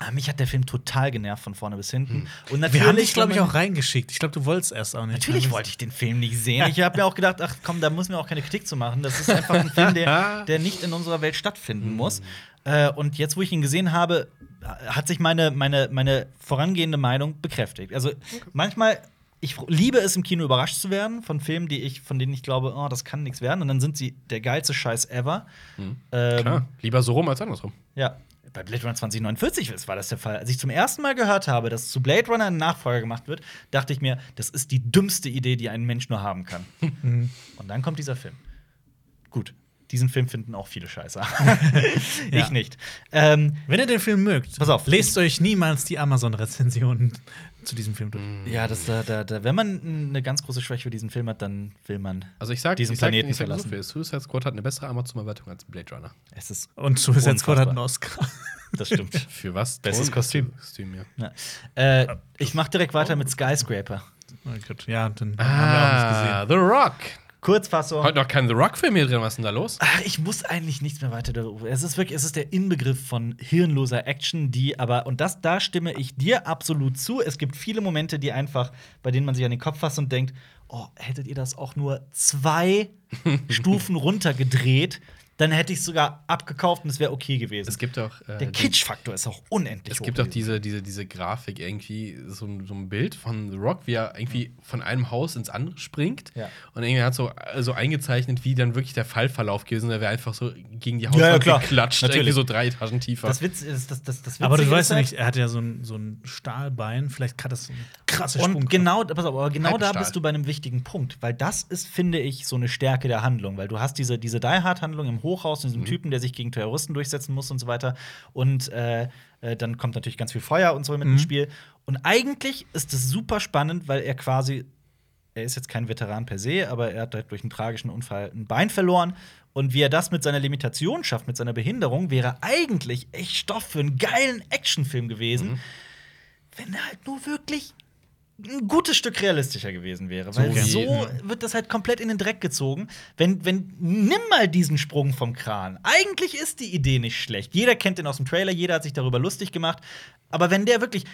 Speaker 1: Aber mich hat der Film total genervt von vorne bis hinten. Und
Speaker 3: Mhm. Wir haben dich, glaube ich,
Speaker 1: wenn man-
Speaker 3: auch reingeschickt. Ich glaube, du wolltest erst auch nicht.
Speaker 1: Natürlich wollte ich den Film nicht sehen. Ich habe mir auch gedacht, ach komm, da muss mir auch keine Kritik zu machen. Das ist einfach ein Film, der, der nicht in unserer Welt stattfinden muss. Äh, und jetzt, wo ich ihn gesehen habe, hat sich meine, meine, meine vorangehende Meinung bekräftigt. Also manchmal, ich fr- liebe es, im Kino überrascht zu werden von Filmen, die ich, von denen ich glaube, oh, das kann nichts werden. Und dann sind sie der geilste Scheiß ever. Ähm,
Speaker 2: Klar, lieber so rum als andersrum.
Speaker 1: ja. Bei Blade Runner 2049 ist- war das der Fall. Als ich zum ersten Mal gehört habe, dass zu Blade Runner ein Nachfolger gemacht wird, dachte ich mir, das ist die dümmste Idee, die ein Mensch nur haben kann. Und dann kommt dieser Film. Gut, diesen Film finden auch viele Scheiße.
Speaker 3: Ja.
Speaker 1: Ich nicht. Ähm,
Speaker 3: Wenn ihr den Film mögt,
Speaker 1: Pass auf.
Speaker 3: lest euch niemals die Amazon-Rezensionen zu diesem Film durch.
Speaker 1: ja, das, da, da, da, wenn man eine ganz große Schwäche für diesen Film hat, dann will man
Speaker 2: Also ich sag,
Speaker 1: diesen
Speaker 2: ich sag,
Speaker 1: Planeten
Speaker 2: ich sag so
Speaker 1: verlassen.
Speaker 2: viel. Suicide Squad hat eine bessere Amazon-Bewertung als Blade Runner.
Speaker 1: es ist,
Speaker 3: Und Suicide Squad hat einen
Speaker 1: Unfassbar.
Speaker 3: Oscar.
Speaker 1: das stimmt.
Speaker 2: Für was?
Speaker 1: Bestes
Speaker 2: Ton-
Speaker 1: Kostüm.
Speaker 2: Kostüm, ja.
Speaker 1: ja. äh, ich mach direkt weiter mit Skyscraper.
Speaker 3: Oh Gott, ja, dann haben wir auch nicht
Speaker 2: Ah, The Rock.
Speaker 1: Kurzfassung.
Speaker 2: Heute noch kein The Rock-Film hier drin. Was ist denn da los?
Speaker 1: Ach, Ah, ich muss eigentlich nichts mehr weiter darüber. Es ist wirklich, es ist der Inbegriff von hirnloser Action, die aber, und das, da stimme ich dir absolut zu. Es gibt viele Momente, die einfach, bei denen man sich an den Kopf fasst und denkt, oh, hättet ihr das auch nur zwei Stufen runtergedreht, dann hätte ich es sogar abgekauft und es wäre okay gewesen.
Speaker 2: Es gibt auch.
Speaker 1: der
Speaker 2: äh, die-
Speaker 1: Kitschfaktor ist auch unendlich
Speaker 2: Es gibt
Speaker 1: hoch
Speaker 2: auch diese, diese, diese Grafik irgendwie, so, ein- so ein Bild von The Rock, wie er irgendwie von einem Haus ins andere springt.
Speaker 1: Ja.
Speaker 2: Und irgendwie hat so äh, so eingezeichnet, wie dann wirklich der Fallverlauf gewesen wäre. Er wäre einfach so gegen die
Speaker 1: ja,
Speaker 2: Hauswand
Speaker 1: klar.
Speaker 2: geklatscht,
Speaker 1: Natürlich.
Speaker 2: irgendwie so drei Etagen tiefer.
Speaker 1: Das Witz ist, das, das, das
Speaker 3: Aber du
Speaker 1: Witzige
Speaker 3: weißt
Speaker 1: ist
Speaker 3: ja
Speaker 1: halt-
Speaker 3: nicht, er hat ja so ein, so ein Stahlbein, vielleicht hat das so einen krassen
Speaker 1: Und genau, pass auf, aber genau da
Speaker 2: Halbstahl.
Speaker 1: bist du bei einem wichtigen Punkt, weil das ist, finde ich, so eine Stärke der Handlung, weil du hast diese, diese Die Hard-Handlung im Hochhaus, diesem Typen, der sich gegen Terroristen durchsetzen muss und so weiter. Und äh, äh, dann kommt natürlich ganz viel Feuer und so mit ins Spiel. Und eigentlich ist es super spannend, weil er quasi er ist jetzt kein Veteran per se, aber er hat halt durch einen tragischen Unfall ein Bein verloren. Und wie er das mit seiner Limitation schafft, mit seiner Behinderung, wäre eigentlich echt Stoff für einen geilen Actionfilm gewesen, wenn er halt nur wirklich ein gutes Stück realistischer gewesen wäre. Weil
Speaker 2: wie-
Speaker 1: so wird das halt komplett in den Dreck gezogen. Wenn, wenn, nimm mal diesen Sprung vom Kran. Eigentlich ist die Idee nicht schlecht. Jeder kennt den aus dem Trailer, jeder hat sich darüber lustig gemacht. Aber wenn der wirklich,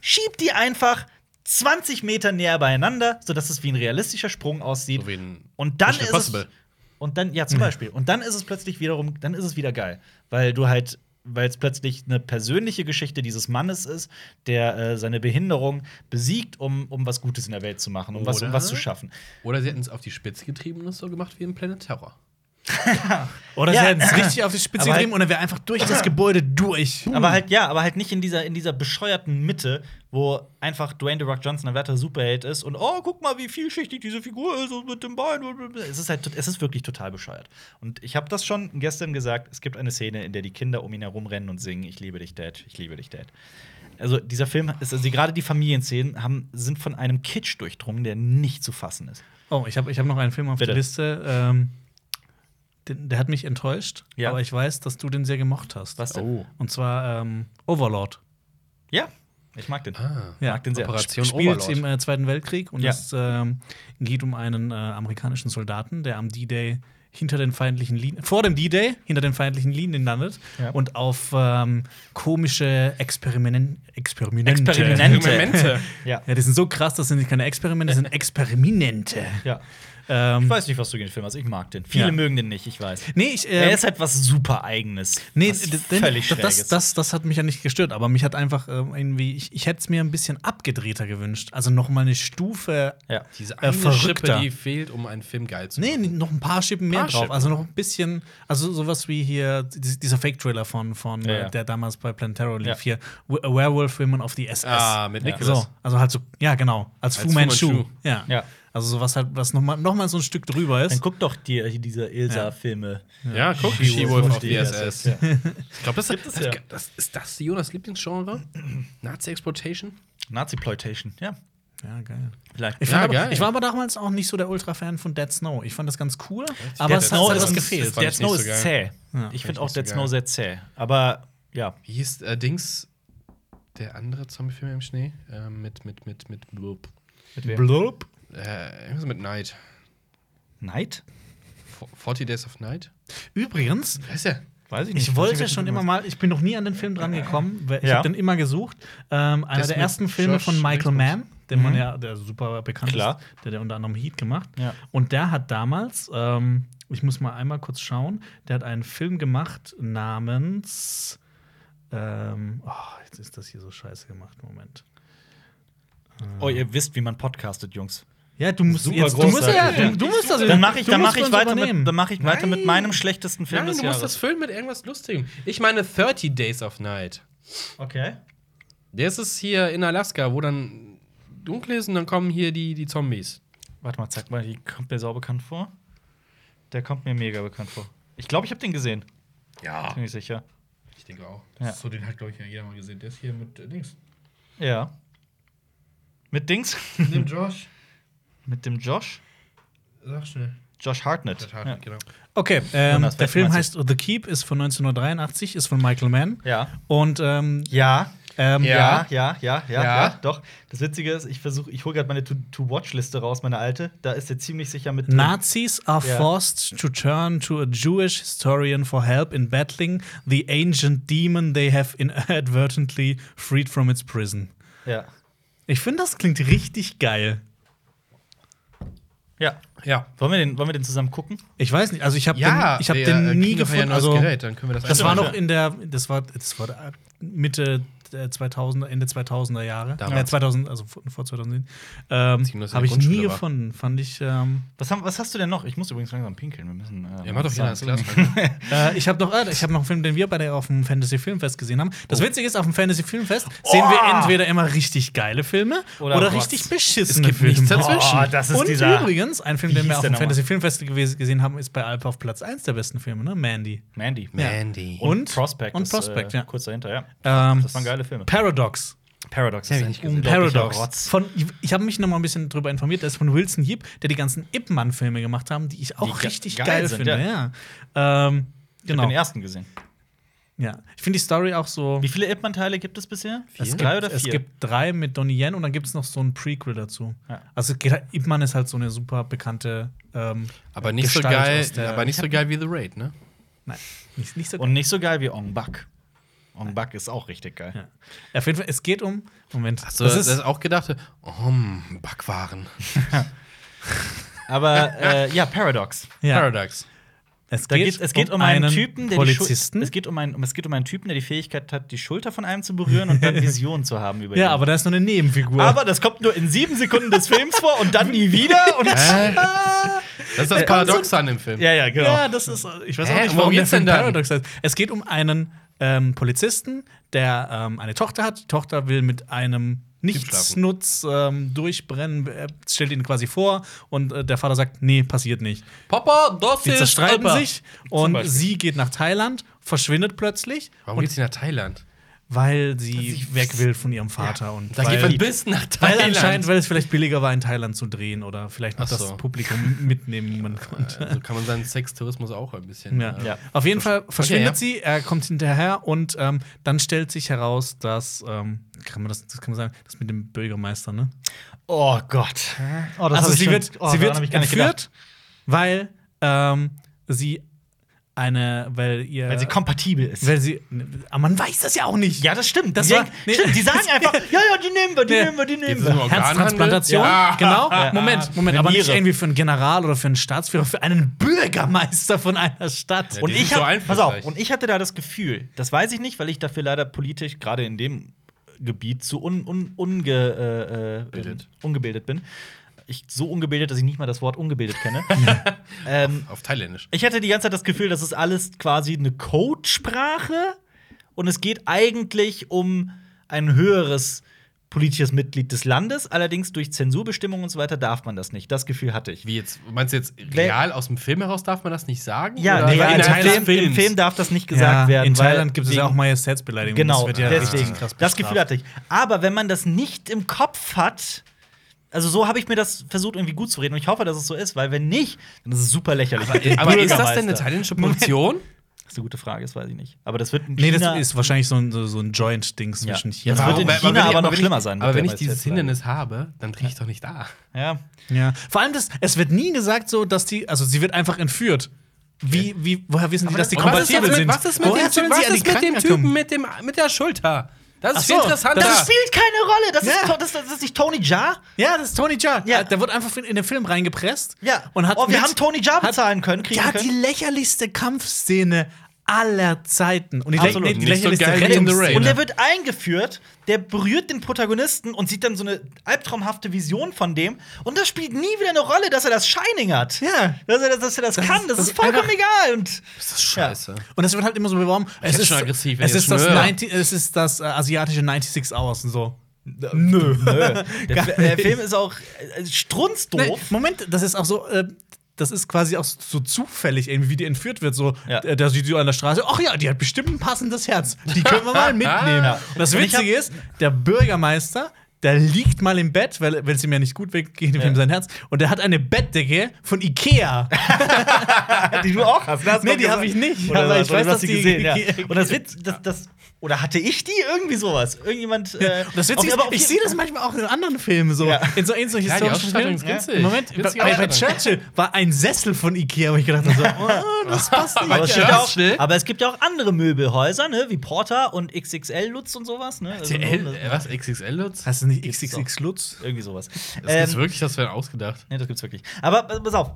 Speaker 1: schieb die einfach 20 Meter näher beieinander, sodass es wie ein realistischer Sprung aussieht.
Speaker 2: So wie ein
Speaker 1: und dann
Speaker 2: Mission
Speaker 1: ist es,
Speaker 2: Impossible.
Speaker 1: und dann, ja, zum Beispiel. Und dann ist es plötzlich wiederum, dann ist es wieder geil. Weil du halt, weil es plötzlich eine persönliche Geschichte dieses Mannes ist, der äh, seine Behinderung besiegt, um, um was Gutes in der Welt zu machen, um was, um
Speaker 2: Oder-
Speaker 1: was zu schaffen.
Speaker 2: Oder sie hätten es auf die Spitze getrieben und es so gemacht wie in Planet Terror.
Speaker 3: Oder sie
Speaker 1: Ja.
Speaker 3: hätten es richtig auf die Spitze
Speaker 1: Aber halt-
Speaker 3: getrieben und er wäre einfach durch das Gebäude durch.
Speaker 1: Aber halt, ja, aber halt nicht in dieser, in dieser bescheuerten Mitte, wo einfach Dwayne The Rock Johnson ein werter Superheld ist und oh, guck mal, wie vielschichtig diese Figur ist und mit dem Bein. blablabla. Es ist halt, tot- es ist wirklich total bescheuert. Und ich habe das schon gestern gesagt, es gibt eine Szene, in der die Kinder um ihn herumrennen und singen, ich liebe dich, Dad, ich liebe dich, Dad. Also dieser Film, ist, also gerade die Familienszenen haben, sind von einem Kitsch durchdrungen, der nicht zu fassen ist.
Speaker 3: Oh, ich habe ich hab noch einen Film auf
Speaker 1: Bitte.
Speaker 3: der Liste. Ähm, den, der hat mich enttäuscht,
Speaker 1: Ja.
Speaker 3: aber ich weiß, dass du den sehr gemocht hast.
Speaker 1: Was denn?
Speaker 2: Oh.
Speaker 3: Und zwar ähm, Overlord.
Speaker 1: Ja, ich mag den.
Speaker 2: Ah.
Speaker 1: Ich mag den sehr.
Speaker 2: Operation-
Speaker 3: Sp- spielt
Speaker 2: Overlord.
Speaker 3: im äh, Zweiten Weltkrieg und
Speaker 1: Ja.
Speaker 3: es ähm, geht um einen äh, amerikanischen Soldaten, der am D-Day hinter den feindlichen Linien, vor dem D-Day hinter den feindlichen Linien landet
Speaker 1: Ja.
Speaker 3: und auf ähm, komische Experimenten, Experimente.
Speaker 1: Experimente.
Speaker 2: Experimente.
Speaker 1: Ja.
Speaker 3: Ja, die sind so krass, das sind nicht keine Experimente, das sind Experimente.
Speaker 1: ja. Ich
Speaker 3: Ähm,
Speaker 1: weiß nicht, was du gegen den Film hast. Ich mag den. Viele
Speaker 3: Ja.
Speaker 1: mögen den nicht, ich weiß.
Speaker 3: nee, ich, äh,
Speaker 1: Er ist halt was super Eigenes.
Speaker 3: Nee,
Speaker 1: was
Speaker 3: das, denn-
Speaker 1: völlig
Speaker 3: das,
Speaker 1: Schräges.
Speaker 3: das, das, das hat mich ja nicht gestört, aber mich hat einfach ähm, irgendwie, ich, ich hätte es mir ein bisschen abgedrehter gewünscht. Also noch mal eine Stufe.
Speaker 1: ja.
Speaker 2: Diese
Speaker 3: Äh,
Speaker 2: eine
Speaker 3: verrückter.
Speaker 2: Schippe, die fehlt, um einen Film geil zu
Speaker 3: Nee,
Speaker 2: machen.
Speaker 3: nee, noch ein paar Schippen mehr
Speaker 2: Paar
Speaker 3: drauf.
Speaker 2: Schippen.
Speaker 3: Also noch ein bisschen, also sowas wie hier, dies- dieser Fake-Trailer von, von
Speaker 1: Ja,
Speaker 3: äh,
Speaker 1: ja.
Speaker 3: der damals bei Planetaro lief
Speaker 1: Ja.
Speaker 3: hier, äh, We- A Werewolf Women of the SS.
Speaker 2: Ah, mit Nicholas.
Speaker 3: So, also halt so, ja genau, als,
Speaker 2: Als
Speaker 3: Fu
Speaker 2: Fu
Speaker 3: Manchu.
Speaker 2: Manchu.
Speaker 3: Ja.
Speaker 1: Ja.
Speaker 3: Also sowas halt, was noch mal, noch mal so ein Stück drüber
Speaker 1: Dann
Speaker 3: ist.
Speaker 1: guck doch die, äh, diese Ilsa-Filme.
Speaker 2: Ja, guck,
Speaker 1: She-Wolf
Speaker 2: She-Wolf
Speaker 1: auf
Speaker 2: auf
Speaker 1: die SS,
Speaker 2: DSS. Ich glaube, das,
Speaker 1: es
Speaker 2: das,
Speaker 1: ja.
Speaker 2: das ist das Jonas Lieblingsgenre? Nazi-Exploitation?
Speaker 1: Nazi-Ploitation, ja.
Speaker 3: Ja, geil.
Speaker 1: Vielleicht.
Speaker 3: Ich,
Speaker 2: Ja,
Speaker 3: fand aber,
Speaker 2: geil.
Speaker 3: ich war aber damals auch nicht so der Ultra-Fan von Dead Snow. Ich fand das ganz cool, aber
Speaker 1: Dead
Speaker 3: es hat
Speaker 1: Snow
Speaker 3: was
Speaker 1: ist-
Speaker 3: gefehlt.
Speaker 2: fand
Speaker 1: Dead
Speaker 2: ich nicht
Speaker 1: Snow
Speaker 2: so
Speaker 1: ist
Speaker 2: geil.
Speaker 1: zäh.
Speaker 3: Ja,
Speaker 1: ich
Speaker 2: fand
Speaker 1: finde
Speaker 2: ich
Speaker 1: auch
Speaker 2: nicht so
Speaker 1: Dead Snow
Speaker 2: geil.
Speaker 1: sehr zäh. Aber ja.
Speaker 2: Wie hieß äh, Dings der andere Zombie-Film im Schnee? Ähm, mit, mit, mit, mit Blub.
Speaker 3: Blurp.
Speaker 2: Äh, irgendwas mit Night.
Speaker 1: Night?
Speaker 2: Fo- 40 Days of Night?
Speaker 3: Übrigens,
Speaker 2: Wer ist der?
Speaker 1: Weiß
Speaker 3: ich wollte schon immer mal, ich bin noch nie an den Film dran gekommen, weil ich
Speaker 1: Ja.
Speaker 3: habe den immer gesucht. Ähm, einer
Speaker 2: ist
Speaker 3: der
Speaker 2: mit
Speaker 3: ersten Filme
Speaker 2: Josh
Speaker 3: von Michael
Speaker 2: Dingsbums.
Speaker 3: Mann, den man ja, der super bekannt
Speaker 1: Mhm. Klar.
Speaker 3: ist, der, der unter anderem Heat gemacht.
Speaker 1: Ja.
Speaker 3: Und der hat damals, ähm, ich muss mal einmal kurz schauen, der hat einen Film gemacht namens. Ähm, oh, jetzt ist das hier so scheiße gemacht. Moment.
Speaker 1: Oh, ihr wisst, wie man podcastet, Jungs.
Speaker 3: Ja, du musst
Speaker 1: Super
Speaker 3: jetzt, du musst, ja,
Speaker 1: großartig,
Speaker 3: du,
Speaker 1: ja.
Speaker 3: du musst das
Speaker 1: Dann mache ich,
Speaker 3: du
Speaker 1: dann
Speaker 3: musst
Speaker 1: mach ich
Speaker 3: uns
Speaker 1: weiter,
Speaker 3: übernehmen.
Speaker 1: mit, dann mach ich weiter mit
Speaker 2: Nein.
Speaker 1: meinem schlechtesten Film des
Speaker 2: du musst
Speaker 1: Jahres.
Speaker 2: das füllen mit irgendwas Lustigem. Ich meine 30 Days of Night.
Speaker 1: okay.
Speaker 2: Der ist es hier in Alaska, wo dann dunkel ist und dann kommen hier die, die Zombies.
Speaker 1: Warte mal, zeig mal, die kommt mir sau bekannt vor. Der kommt mir mega bekannt vor. Ich glaube, ich habe den gesehen.
Speaker 2: Ja.
Speaker 1: Bin ich sicher.
Speaker 2: Ich denke auch.
Speaker 1: Ja.
Speaker 2: So, den hat, glaube ich, jeder mal gesehen. Der ist hier mit äh, Dings.
Speaker 1: Ja. Mit Dings?
Speaker 2: Mit dem Josh.
Speaker 1: mit dem Josh?
Speaker 2: Sag schnell.
Speaker 1: Josh Hartnett. Ja.
Speaker 2: genau.
Speaker 3: Okay, ähm,
Speaker 1: Jonas,
Speaker 3: der
Speaker 1: was
Speaker 3: Film
Speaker 1: meinst
Speaker 3: heißt The Keep, ist von 1983, ist von Michael Mann.
Speaker 1: Ja.
Speaker 3: Und ähm,
Speaker 1: Ja.
Speaker 3: ähm,
Speaker 1: Ja, ja,
Speaker 2: Ja.
Speaker 1: ja, ja, ja,
Speaker 2: Ja.
Speaker 1: doch. Das Witzige ist, ich versuche, ich hole gerade meine To-Watch-Liste raus, meine alte. Da ist er ziemlich sicher mit. drin.
Speaker 3: Nazis are
Speaker 1: Ja.
Speaker 3: forced to turn to a Jewish historian for help in battling the ancient demon they have inadvertently freed from its prison.
Speaker 1: Ja.
Speaker 3: Ich finde, das klingt richtig geil.
Speaker 1: Ja.
Speaker 2: Ja.
Speaker 1: Wollen wir den, wollen wir den zusammen gucken?
Speaker 3: Ich weiß nicht, also ich habe den, ich hab
Speaker 2: wir, äh,
Speaker 3: den nie
Speaker 2: kriegen dafür ja
Speaker 3: gefunden.
Speaker 2: ein neues
Speaker 3: Also,
Speaker 2: Gerät, dann können wir das,
Speaker 3: das war
Speaker 2: einstellen.
Speaker 3: noch in der, das war, das war da Mitte der 2000er, Ende 2000er Jahre.
Speaker 2: Damals.
Speaker 3: Äh, 2000, also vor vor 2010. Ähm,
Speaker 2: Ziemlich in
Speaker 3: habe
Speaker 2: der
Speaker 3: ich nie
Speaker 2: Grundschule war.
Speaker 3: gefunden. Fand ich. Ähm,
Speaker 1: Was, haben, was hast du denn noch? Ich muss übrigens langsam pinkeln. Wir müssen. Äh,
Speaker 2: Ja, mach doch jeder ins Glas.
Speaker 3: Äh, ich habe noch, äh, ich hab noch einen Film, den wir bei der auf dem Fantasy Filmfest gesehen haben. Das Witzige ist, auf dem Fantasy Filmfest sehen wir entweder immer richtig geile Filme
Speaker 1: Oder
Speaker 3: oder,
Speaker 1: Rotz.
Speaker 3: richtig beschissene
Speaker 2: Es gibt
Speaker 3: Filme.
Speaker 2: nichts dazwischen.
Speaker 1: Oh, das ist
Speaker 3: Und
Speaker 1: dieser-
Speaker 3: übrigens, ein Film,
Speaker 1: Wie
Speaker 3: den
Speaker 1: hieß
Speaker 3: wir auf
Speaker 1: der
Speaker 3: dem
Speaker 1: nochmal?
Speaker 3: Fantasy Filmfest gewes- gesehen haben, ist bei Alpha auf Platz 1 der besten Filme, ne? Mandy.
Speaker 1: Mandy.
Speaker 2: Mandy.
Speaker 3: Und-
Speaker 1: Prospect.
Speaker 3: und
Speaker 1: ist,
Speaker 3: Prospect,
Speaker 1: äh,
Speaker 3: ja.
Speaker 1: Kurz dahinter, ja.
Speaker 3: Ähm,
Speaker 1: Das waren geile Filme.
Speaker 3: Paradox.
Speaker 1: Paradox
Speaker 2: hab ich nicht gesehen.
Speaker 1: unglaublicher
Speaker 3: um Paradox.
Speaker 1: Rotz.
Speaker 3: Von, ich- ich habe mich noch mal ein bisschen drüber informiert. Das ist von Wilson Yip, der die ganzen Ip Man Filme gemacht haben, die ich auch
Speaker 1: ge-
Speaker 3: richtig
Speaker 1: geil
Speaker 3: geil,
Speaker 1: sind,
Speaker 3: finde. Ja. Ähm,
Speaker 1: Ich hab
Speaker 3: genau.
Speaker 1: den ersten gesehen.
Speaker 3: Ja. Ich finde die Story auch so.
Speaker 1: Wie viele Ipman-Teile gibt es bisher?
Speaker 2: Vier.
Speaker 1: Es drei oder vier?
Speaker 3: Es gibt drei mit Donnie Yen und dann gibt es noch so ein Prequel dazu.
Speaker 1: Ja.
Speaker 3: Also es geht halt- Ip Man ist halt so eine super bekannte. Ähm,
Speaker 2: Aber nicht so
Speaker 3: Gestalt
Speaker 2: geil,
Speaker 3: aus der-
Speaker 2: aber nicht so geil wie The Raid, ne?
Speaker 3: nein, nicht, nicht so.
Speaker 1: Und nicht so geil wie Ong Bak. Ong Bak ist auch richtig geil.
Speaker 3: ja. Auf jeden Fall, es geht um. Moment,
Speaker 2: Hast du
Speaker 3: das
Speaker 2: das,
Speaker 3: ist
Speaker 2: auch gedacht? Oh, mm, Backwaren.
Speaker 1: Aber äh, ja, Paradox.
Speaker 3: ja.
Speaker 2: Paradox.
Speaker 3: Es
Speaker 1: Da
Speaker 3: geht,
Speaker 1: geht, es geht um einen, Typen, der die Schul-
Speaker 3: Polizisten.
Speaker 1: es geht um einen, es geht um einen Typen, der die Fähigkeit hat, die Schulter von einem zu berühren und dann Visionen zu haben über ihn.
Speaker 3: ja, aber da ist nur eine Nebenfigur.
Speaker 1: aber das kommt nur in sieben Sekunden des Films vor und dann nie wieder. Und
Speaker 2: Hä? Das ist das Paradox an dem Film.
Speaker 1: ja, ja, genau.
Speaker 3: Ja, das ist. äh, Ich weiß auch
Speaker 2: Hä?
Speaker 3: nicht,
Speaker 2: Worum
Speaker 3: warum der
Speaker 2: geht's denn
Speaker 3: Film
Speaker 2: dann?
Speaker 3: Paradox heißt. Es geht um einen ähm, Polizisten, der ähm, eine Tochter hat. Die Tochter will mit einem Nichtsnutz ähm, durchbrennen, äh, stellt ihn quasi vor und äh, der Vater sagt: Nee, passiert nicht.
Speaker 2: Papa, das
Speaker 3: Die zerstreiten sich und
Speaker 1: Beispiel.
Speaker 3: sie geht nach Thailand, verschwindet plötzlich,
Speaker 2: Warum geht's nicht nach Thailand?
Speaker 3: weil sie weg will von ihrem Vater. Und
Speaker 2: Da geht
Speaker 3: weil,
Speaker 2: man bis nach Thailand.
Speaker 3: weil anscheinend, weil es vielleicht billiger war, in Thailand zu drehen oder vielleicht noch
Speaker 2: Ach so.
Speaker 3: das Publikum mitnehmen konnte.
Speaker 2: Äh, so kann man seinen Sextourismus auch ein bisschen.
Speaker 3: Ja.
Speaker 2: äh,
Speaker 1: Ja.
Speaker 3: Auf jeden Fall verschwindet
Speaker 2: ja.
Speaker 3: sie, er kommt hinterher und ähm, dann stellt sich heraus, dass, ähm, kann man das, das kann man sagen, das mit dem Bürgermeister, ne?
Speaker 1: Oh Gott. Oh, das
Speaker 3: also
Speaker 1: hab ich
Speaker 3: sie
Speaker 1: schon-
Speaker 3: wird,
Speaker 1: oh,
Speaker 3: sie
Speaker 1: daran
Speaker 3: wird
Speaker 1: hab ich gar nicht
Speaker 3: entführt, weil ähm, sie eine, weil ihr,
Speaker 1: Weil sie kompatibel ist.
Speaker 3: weil sie, aber man weiß das ja auch nicht.
Speaker 1: Ja, das stimmt.
Speaker 3: Das
Speaker 1: die,
Speaker 3: war-
Speaker 1: denken-
Speaker 3: nee.
Speaker 1: stimmt die sagen einfach, ja, ja, die nehmen wir, die
Speaker 3: Nee.
Speaker 1: nehmen wir, die nehmen
Speaker 2: Geht's
Speaker 1: wir.
Speaker 2: nur um Organhandel?
Speaker 3: Herztransplantation,
Speaker 2: Ja.
Speaker 3: genau.
Speaker 1: Ja.
Speaker 3: Moment, Moment,
Speaker 1: Eine
Speaker 3: aber nicht
Speaker 1: Niere.
Speaker 3: irgendwie für einen General oder für einen Staatsführer, für einen Bürgermeister von einer Stadt.
Speaker 2: Ja,
Speaker 1: Und
Speaker 2: die sind
Speaker 1: ich,
Speaker 2: so
Speaker 1: hab, pass auf,
Speaker 2: einflussreich.
Speaker 1: und ich hatte da das Gefühl, das weiß ich nicht, weil ich dafür leider politisch gerade in dem Gebiet zu un, un, unge, äh, äh,
Speaker 2: Bildet.
Speaker 1: ungebildet bin. Ich, so ungebildet, dass ich nicht mal das Wort ungebildet kenne. ähm,
Speaker 2: Auf Thailändisch.
Speaker 1: ich hatte die ganze Zeit das Gefühl, das ist alles quasi eine Codesprache und es geht eigentlich um ein höheres politisches Mitglied des Landes. Allerdings durch Zensurbestimmungen und so weiter darf man das nicht. Das Gefühl hatte ich.
Speaker 2: Wie jetzt, meinst du jetzt real aus dem Film heraus darf man das nicht sagen?
Speaker 1: Ja,
Speaker 2: Oder
Speaker 1: nee,
Speaker 3: weil
Speaker 1: weil im,
Speaker 3: in
Speaker 2: innerhalb
Speaker 3: Thailand-
Speaker 1: Film,
Speaker 2: des Films?
Speaker 1: im Film darf das nicht gesagt werden.
Speaker 3: In
Speaker 1: weil
Speaker 3: Thailand gibt es ja
Speaker 1: wegen-
Speaker 3: auch Majestätsbeleidigung.
Speaker 1: Genau,
Speaker 3: das wird ja
Speaker 1: deswegen.
Speaker 3: richtig krass
Speaker 1: das Gefühl
Speaker 3: bestraft.
Speaker 1: hatte ich. Aber wenn man das nicht im Kopf hat, also so habe ich mir das versucht, irgendwie gut zu reden. Und ich hoffe, dass es so ist, weil wenn nicht, dann ist es super lächerlich.
Speaker 2: Aber ist das denn eine
Speaker 1: Äh, Bürgermeister.
Speaker 2: thailändische Produktion?
Speaker 1: Das ist eine gute Frage, das weiß ich nicht. Aber das wird in
Speaker 3: Nee,
Speaker 1: China
Speaker 3: das ist wahrscheinlich so ein, so so ein Joint-Ding zwischen
Speaker 1: Ja,
Speaker 3: China.
Speaker 1: das wird in
Speaker 2: Warum?
Speaker 1: China
Speaker 2: wenn ich-
Speaker 1: aber noch
Speaker 2: wenn ich-
Speaker 1: schlimmer sein mit
Speaker 2: Aber
Speaker 1: der
Speaker 2: wenn ich dieses
Speaker 1: Majestätsbeleidigung.
Speaker 2: Hindernis habe, dann kriege ich doch nicht da.
Speaker 1: Ja.
Speaker 3: Ja. Vor allem, das, es wird nie gesagt, so, dass die, also sie wird einfach entführt. Wie, wie, woher wissen die, dass die
Speaker 2: Und was ist jetzt
Speaker 3: kompatibel
Speaker 2: mit-
Speaker 3: sind?
Speaker 2: Was ist mit
Speaker 3: Woher
Speaker 2: dem
Speaker 3: sollen
Speaker 2: Typen,
Speaker 3: sie
Speaker 2: was
Speaker 3: an die
Speaker 2: ist mit dem
Speaker 3: Kranken kommen?
Speaker 2: Typen mit, dem, mit der Schulter? Das ist
Speaker 3: Ach
Speaker 2: viel
Speaker 3: so,
Speaker 2: interessanter.
Speaker 1: Das
Speaker 3: Ja.
Speaker 1: spielt keine Rolle. Das, ist,
Speaker 3: Ja.
Speaker 1: to- das, das ist nicht Tony Jaa.
Speaker 3: Ja, das ist Tony Jaa.
Speaker 1: Ja.
Speaker 3: Ja. Der wird einfach in den Film reingepresst.
Speaker 1: Ja.
Speaker 3: Und hat
Speaker 1: oh, wir
Speaker 3: mit-
Speaker 1: haben Tony Jaa
Speaker 3: hat-
Speaker 1: bezahlen können, kriegen
Speaker 3: Ja, die
Speaker 1: können.
Speaker 3: lächerlichste Kampfszene aller Zeiten. Und die, lä-
Speaker 1: Absolut.
Speaker 3: nee, die
Speaker 2: Nicht so
Speaker 3: lächerlichste
Speaker 2: geil wie in The Raid.
Speaker 3: Rettungsszene.
Speaker 1: Und der wird eingeführt, der berührt den Protagonisten und sieht dann so eine albtraumhafte Vision von dem. Und das spielt nie wieder eine Rolle, dass er das Shining hat.
Speaker 3: Ja.
Speaker 1: Dass er das, dass er das, kann. Das,
Speaker 3: das
Speaker 1: ist
Speaker 3: ist
Speaker 1: vollkommen
Speaker 3: einfach-
Speaker 1: egal. Und
Speaker 2: Das ist scheiße.
Speaker 3: Und das wird halt immer so beworben. Es
Speaker 2: werd
Speaker 3: ist,
Speaker 2: schon aggressiv, wenn
Speaker 3: es
Speaker 2: ich
Speaker 3: ist
Speaker 2: das
Speaker 3: das,
Speaker 2: höre.
Speaker 3: 90, es ist das äh, asiatische 96 Hours und so.
Speaker 1: nö. nö. Der,
Speaker 3: Gar
Speaker 1: Fi- der
Speaker 3: nicht.
Speaker 1: Film ist auch äh,
Speaker 3: Nee,
Speaker 1: strunzdoof.
Speaker 3: Moment, das ist auch so. Äh, das ist quasi auch so zufällig, irgendwie, wie die entführt wird. So,
Speaker 1: Ja.
Speaker 3: äh, da sieht sie an der Straße, ach ja, die hat bestimmt ein passendes Herz. Die können wir mal mitnehmen.
Speaker 1: Ja.
Speaker 3: Und das
Speaker 1: Und ich hab-
Speaker 3: Witzige ist, der Bürgermeister, der liegt mal im Bett, weil wenn es ihm ja nicht gut weggeht, geht
Speaker 1: Ja.
Speaker 3: ihm sein Herz. Und der hat eine Bettdecke von Ikea.
Speaker 1: die du auch hast. ne? Hast du
Speaker 3: Nee,
Speaker 1: auch
Speaker 3: die hab
Speaker 1: gesagt.
Speaker 3: ich nicht,
Speaker 1: Oder,
Speaker 3: aber ich
Speaker 1: oder
Speaker 3: weiß,
Speaker 1: du hast
Speaker 3: dass
Speaker 1: sie
Speaker 3: die-
Speaker 1: gesehen. Ja.
Speaker 3: die-
Speaker 1: Und das Witz, das, das Oder hatte ich die? Irgendwie sowas. Irgendjemand. Äh,
Speaker 3: Und Das Witzige
Speaker 1: auf-
Speaker 3: ist,
Speaker 1: aber auf
Speaker 3: ich
Speaker 1: jeden-
Speaker 3: sehe das manchmal auch in anderen Filmen so.
Speaker 1: Ja.
Speaker 3: In so, in so
Speaker 2: Ja, die
Speaker 3: historischen
Speaker 2: Ausstattung
Speaker 3: Filmen.
Speaker 2: ist
Speaker 1: Ja.
Speaker 2: günstig.
Speaker 3: Im Moment,
Speaker 2: Witzige
Speaker 3: bei, bei
Speaker 2: Ausstattung.
Speaker 3: Churchill war ein Sessel von Ikea, wo ich gedacht habe, so, oh, das passt nicht.
Speaker 1: Aber es, gibt
Speaker 2: Ja.
Speaker 1: ja auch,
Speaker 2: Schnell.
Speaker 1: aber es gibt ja auch andere Möbelhäuser, ne? Wie Porter und XXL Lutz und sowas, ne? Also,
Speaker 2: XL,
Speaker 1: das-
Speaker 2: äh, was? XXL Lutz?
Speaker 3: Hast du nicht
Speaker 1: Gibt's doch.
Speaker 3: XXX Lutz?
Speaker 1: Irgendwie sowas.
Speaker 2: Das
Speaker 1: Ähm,
Speaker 2: ist wirklich, das wäre ausgedacht.
Speaker 1: ne, das gibt's wirklich. Aber äh, pass auf,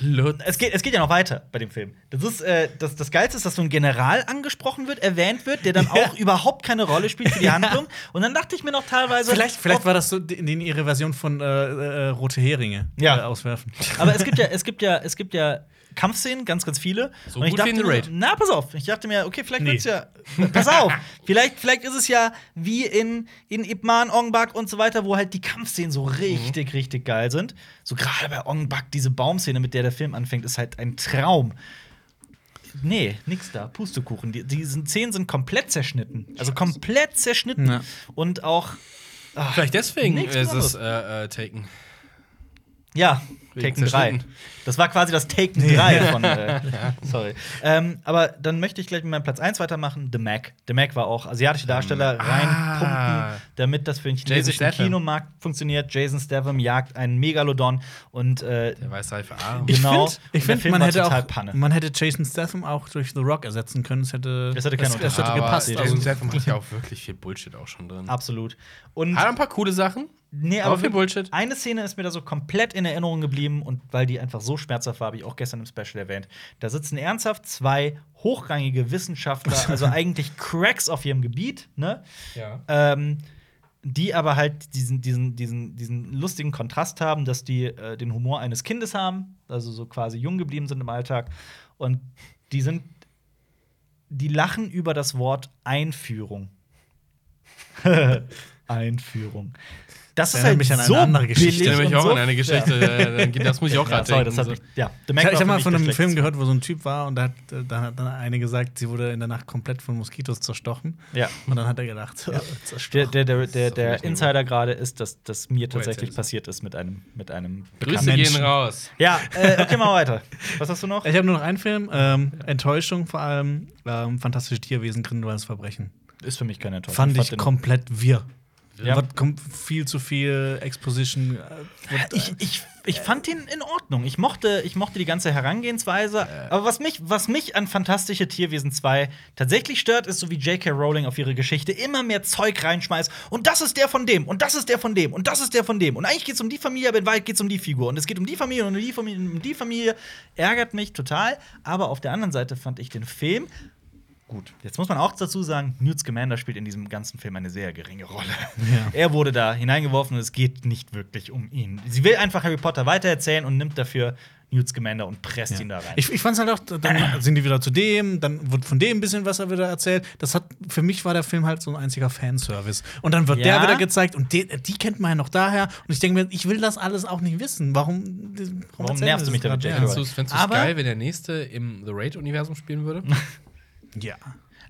Speaker 2: Lutz.
Speaker 1: es geht, es geht ja noch weiter bei dem Film. Das, ist, äh, das, das Geilste ist, dass so ein General angesprochen wird, erwähnt wird, der dann auch überhaupt keine Rolle spielt für die Handlung. Und dann dachte ich mir noch teilweise.
Speaker 3: Vielleicht, vielleicht
Speaker 1: Also, ob-
Speaker 3: war das so die, die, ihre Version von äh, äh, Rote Heringe
Speaker 1: Ja.
Speaker 3: äh, auswerfen.
Speaker 1: Aber es gibt ja, es gibt ja, es gibt ja Kampfszenen, ganz, ganz viele.
Speaker 2: So
Speaker 1: ich
Speaker 2: gut wie
Speaker 1: dachte
Speaker 2: in
Speaker 1: mir,
Speaker 2: Raid.
Speaker 1: na, pass auf. Ich dachte mir, okay, vielleicht
Speaker 3: Nee.
Speaker 1: wird's ja. Pass auf, vielleicht, vielleicht ist es ja wie in, in Ip Man, Ong Bak und so weiter, wo halt die Kampfszenen so
Speaker 2: Mhm.
Speaker 1: richtig, richtig geil sind. So gerade bei Ong Bak, diese Baumszene, mit der der Film anfängt, ist halt ein Traum. Nee, nix da. Pustekuchen. Die, diese Szenen sind komplett zerschnitten. Also komplett zerschnitten.
Speaker 3: Ja.
Speaker 1: Und auch. ah,
Speaker 2: Vielleicht deswegen
Speaker 1: nichts
Speaker 2: ist es
Speaker 1: Besonderes.
Speaker 2: äh, äh, Taken.
Speaker 1: Ja,
Speaker 2: Wegen
Speaker 1: Taken 3.
Speaker 2: zerschnitten.
Speaker 1: Das war quasi das Taken 3 von. Äh, sorry. Ähm, aber dann möchte ich gleich mit meinem Platz 1 weitermachen: The Mac. The Mac war auch asiatische Darsteller reinpumpen, damit das für den chinesischen
Speaker 2: Mm. Ah. Statham.
Speaker 1: Kinomarkt funktioniert. Jason Statham jagt einen Megalodon und äh,
Speaker 2: Der weiß Seife A.
Speaker 1: Ich- Genau.
Speaker 3: find-
Speaker 1: Der
Speaker 3: ich finde,
Speaker 1: Film
Speaker 3: man
Speaker 1: war
Speaker 3: hätte
Speaker 1: total
Speaker 3: auch,
Speaker 1: Panne.
Speaker 3: man hätte Jason Statham auch durch The Rock ersetzen können. Es hätte,
Speaker 1: Das hätte keinen
Speaker 3: es, es
Speaker 1: Unterschied.
Speaker 3: hätte gepasst.
Speaker 2: Jason
Speaker 3: Also,
Speaker 2: Statham hat ja auch wirklich viel Bullshit auch schon drin. Hat
Speaker 1: absolut. Und
Speaker 2: ein paar coole Sachen.
Speaker 1: nee,
Speaker 2: aber viel Bullshit.
Speaker 1: Eine Szene ist mir da so komplett in Erinnerung geblieben und weil die einfach so schmerzhaft war, habe ich auch gestern im Special erwähnt. Da sitzen ernsthaft zwei hochrangige Wissenschaftler, also eigentlich Cracks auf ihrem Gebiet, ne?
Speaker 2: Ja.
Speaker 1: ähm, die aber halt diesen, diesen, diesen, diesen lustigen Kontrast haben, dass die äh, den Humor eines Kindes haben, also so quasi jung geblieben sind im Alltag. Und die sind, die lachen über das Wort Einführung. Einführung. Das ist
Speaker 3: Erinnert
Speaker 1: halt
Speaker 3: mich an eine
Speaker 1: so
Speaker 3: andere Geschichte.
Speaker 2: Ich stelle
Speaker 1: billig
Speaker 2: mich
Speaker 1: und
Speaker 2: auch
Speaker 1: so-
Speaker 2: in eine Geschichte. äh, dann geht- Das muss ich auch
Speaker 1: Ja,
Speaker 2: gerade
Speaker 1: sorry,
Speaker 2: denken.
Speaker 1: das hat mich, ja, The Mac
Speaker 3: ich
Speaker 1: war
Speaker 3: ich
Speaker 1: für
Speaker 3: habe mal
Speaker 1: mich
Speaker 3: von
Speaker 1: der
Speaker 3: einem Film
Speaker 1: schlechteste.
Speaker 3: gehört, wo so ein Typ war und da hat, äh, da hat dann eine gesagt, sie wurde in der Nacht komplett von Moskitos zerstochen.
Speaker 1: Ja.
Speaker 3: Und dann hat er gedacht,
Speaker 1: Der,
Speaker 3: zerstochen.
Speaker 1: der, der, der,
Speaker 2: auf jeden
Speaker 1: der
Speaker 2: Fall
Speaker 1: Insider gerade ist, dass das mir
Speaker 2: Oh, erzähl
Speaker 1: tatsächlich
Speaker 2: es.
Speaker 1: passiert ist mit einem, mit einem
Speaker 2: Grüße
Speaker 1: Bekannten.
Speaker 2: gehen raus.
Speaker 1: Ja, äh, okay, mal weiter. Was hast du noch?
Speaker 3: Ich habe nur noch einen Film, ähm, Enttäuschung vor allem, ähm, Fantastische Tierwesen, grindelweiles Verbrechen.
Speaker 1: Ist für mich keine Enttäuschung.
Speaker 3: Fand ich
Speaker 1: den-
Speaker 3: komplett wirr.
Speaker 1: Ja.
Speaker 3: Wird kom- viel zu viel Exposition. äh, wird-
Speaker 1: Ich, ich, ich fand den in Ordnung. Ich mochte, ich mochte die ganze Herangehensweise. Aber was mich, was mich an Fantastische Tierwesen 2 tatsächlich stört, ist so wie J.K. Rowling auf ihre Geschichte immer mehr Zeug reinschmeißt. Und das ist der von dem, und das ist der von dem, und das ist der von dem. Und eigentlich geht es um die Familie, aber in Wahrheit geht es um die Figur. Und es geht um die Familie und um die Familie und um die Familie. Ärgert mich total. Aber auf der anderen Seite fand ich den Film. Gut, jetzt muss man auch dazu sagen, Newt Scamander spielt in diesem ganzen Film eine sehr geringe Rolle.
Speaker 3: Ja.
Speaker 1: Er wurde da hineingeworfen und es geht nicht wirklich um ihn. Sie will einfach Harry Potter weitererzählen und nimmt dafür Newt Scamander und presst ihn da rein.
Speaker 3: Ich, ich fand's halt auch, dann sind die wieder zu dem, dann wird von dem ein bisschen was er wieder erzählt. Das hat, für mich war der Film halt so ein einziger Fanservice. Und dann wird
Speaker 1: Ja.
Speaker 3: der wieder gezeigt und den, die kennt man ja noch daher. Und ich denke mir, ich will das alles auch nicht wissen. Warum, warum,
Speaker 1: Warum
Speaker 3: erzählen
Speaker 1: nervst
Speaker 3: sie
Speaker 1: du mich
Speaker 3: das
Speaker 1: damit,
Speaker 3: gerade?
Speaker 2: Fändest du es
Speaker 1: Aber-
Speaker 2: geil, wenn der nächste im The Raid-Universum spielen würde?
Speaker 3: Ja.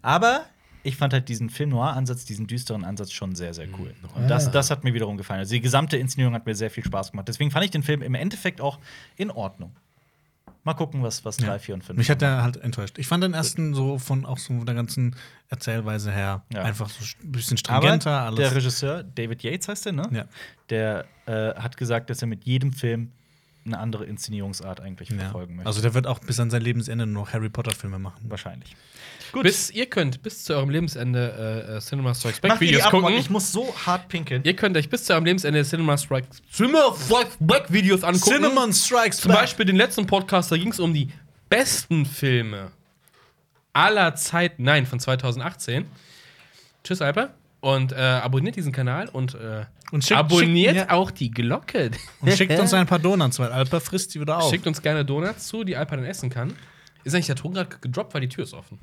Speaker 1: Aber ich fand halt diesen Film Noir-Ansatz, diesen düsteren Ansatz schon sehr, sehr cool.
Speaker 3: Mhm.
Speaker 1: Und
Speaker 3: Ah.
Speaker 1: das, das hat mir wiederum gefallen. Also die gesamte Inszenierung hat mir sehr viel Spaß gemacht. Deswegen fand ich den Film im Endeffekt auch in Ordnung. Mal gucken, was, was 3, 4 und 5
Speaker 3: Mich hat der halt enttäuscht. Ich fand den ersten so von auch so von der ganzen Erzählweise her
Speaker 1: Ja.
Speaker 3: einfach so ein bisschen
Speaker 1: Aber
Speaker 3: stringenter alles.
Speaker 1: der Regisseur, David Yates heißt der, ne?
Speaker 3: Ja.
Speaker 1: Der äh, hat gesagt, dass er mit jedem Film eine andere Inszenierungsart eigentlich verfolgen möchte.
Speaker 3: Also der wird auch bis an sein Lebensende nur noch Harry Potter Filme machen.
Speaker 1: wahrscheinlich.
Speaker 2: Bis ihr könnt, bis zu eurem Lebensende äh, äh, Cinema Strikes
Speaker 1: Mach
Speaker 2: Back
Speaker 1: mir die
Speaker 2: Videos
Speaker 1: ab, Mann.
Speaker 2: gucken.
Speaker 1: Ich muss so hart pinkeln.
Speaker 2: Ihr könnt euch bis zu eurem Lebensende Cinema Strikes, Cinema Strikes Back Videos angucken.
Speaker 3: Cinnamon Strikes
Speaker 2: Zum Beispiel den letzten Podcast, da ging es um die besten Filme aller Zeit, nein, von 2018. Tschüss, Alper. Und äh, abonniert diesen Kanal und, äh,
Speaker 3: Und schickt-
Speaker 2: abonniert
Speaker 3: schickt-
Speaker 2: auch die Glocke.
Speaker 3: Und schickt uns ein paar Donuts, weil Alper frisst die wieder auf.
Speaker 2: Schickt uns gerne Donuts zu, die Alper dann essen kann. Ist eigentlich der Ton gerade gedroppt, weil die Tür ist offen.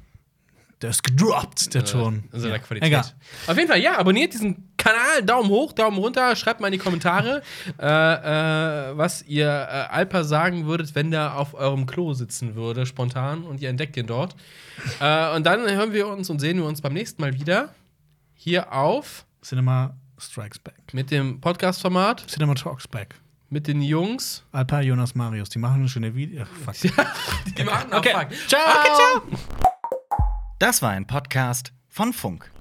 Speaker 3: Der ist gedroppt, der Ton.
Speaker 2: Also
Speaker 3: Ja.
Speaker 2: der Qualität.
Speaker 3: Egal.
Speaker 2: Auf jeden Fall, ja, abonniert diesen Kanal. Daumen hoch, Daumen runter. Schreibt mal in die Kommentare, äh, äh, was ihr äh, Alper sagen würdet, wenn der auf eurem Klo sitzen würde, spontan, und ihr entdeckt ihn dort. äh, und dann hören wir uns und sehen wir uns beim nächsten Mal wieder hier auf
Speaker 3: Cinema Strikes Back.
Speaker 2: mit dem Podcast-Format,
Speaker 3: Cinema Talks Back.
Speaker 2: mit den Jungs.
Speaker 3: Alper, Jonas, Marius, die machen eine schöne Video. Ach, fuck.
Speaker 2: Die machen
Speaker 3: Okay.
Speaker 1: Ah.
Speaker 2: Fuck.
Speaker 3: genau. Ah, Ciao.
Speaker 2: Okay, ciao.
Speaker 1: Das war ein Podcast von Funk.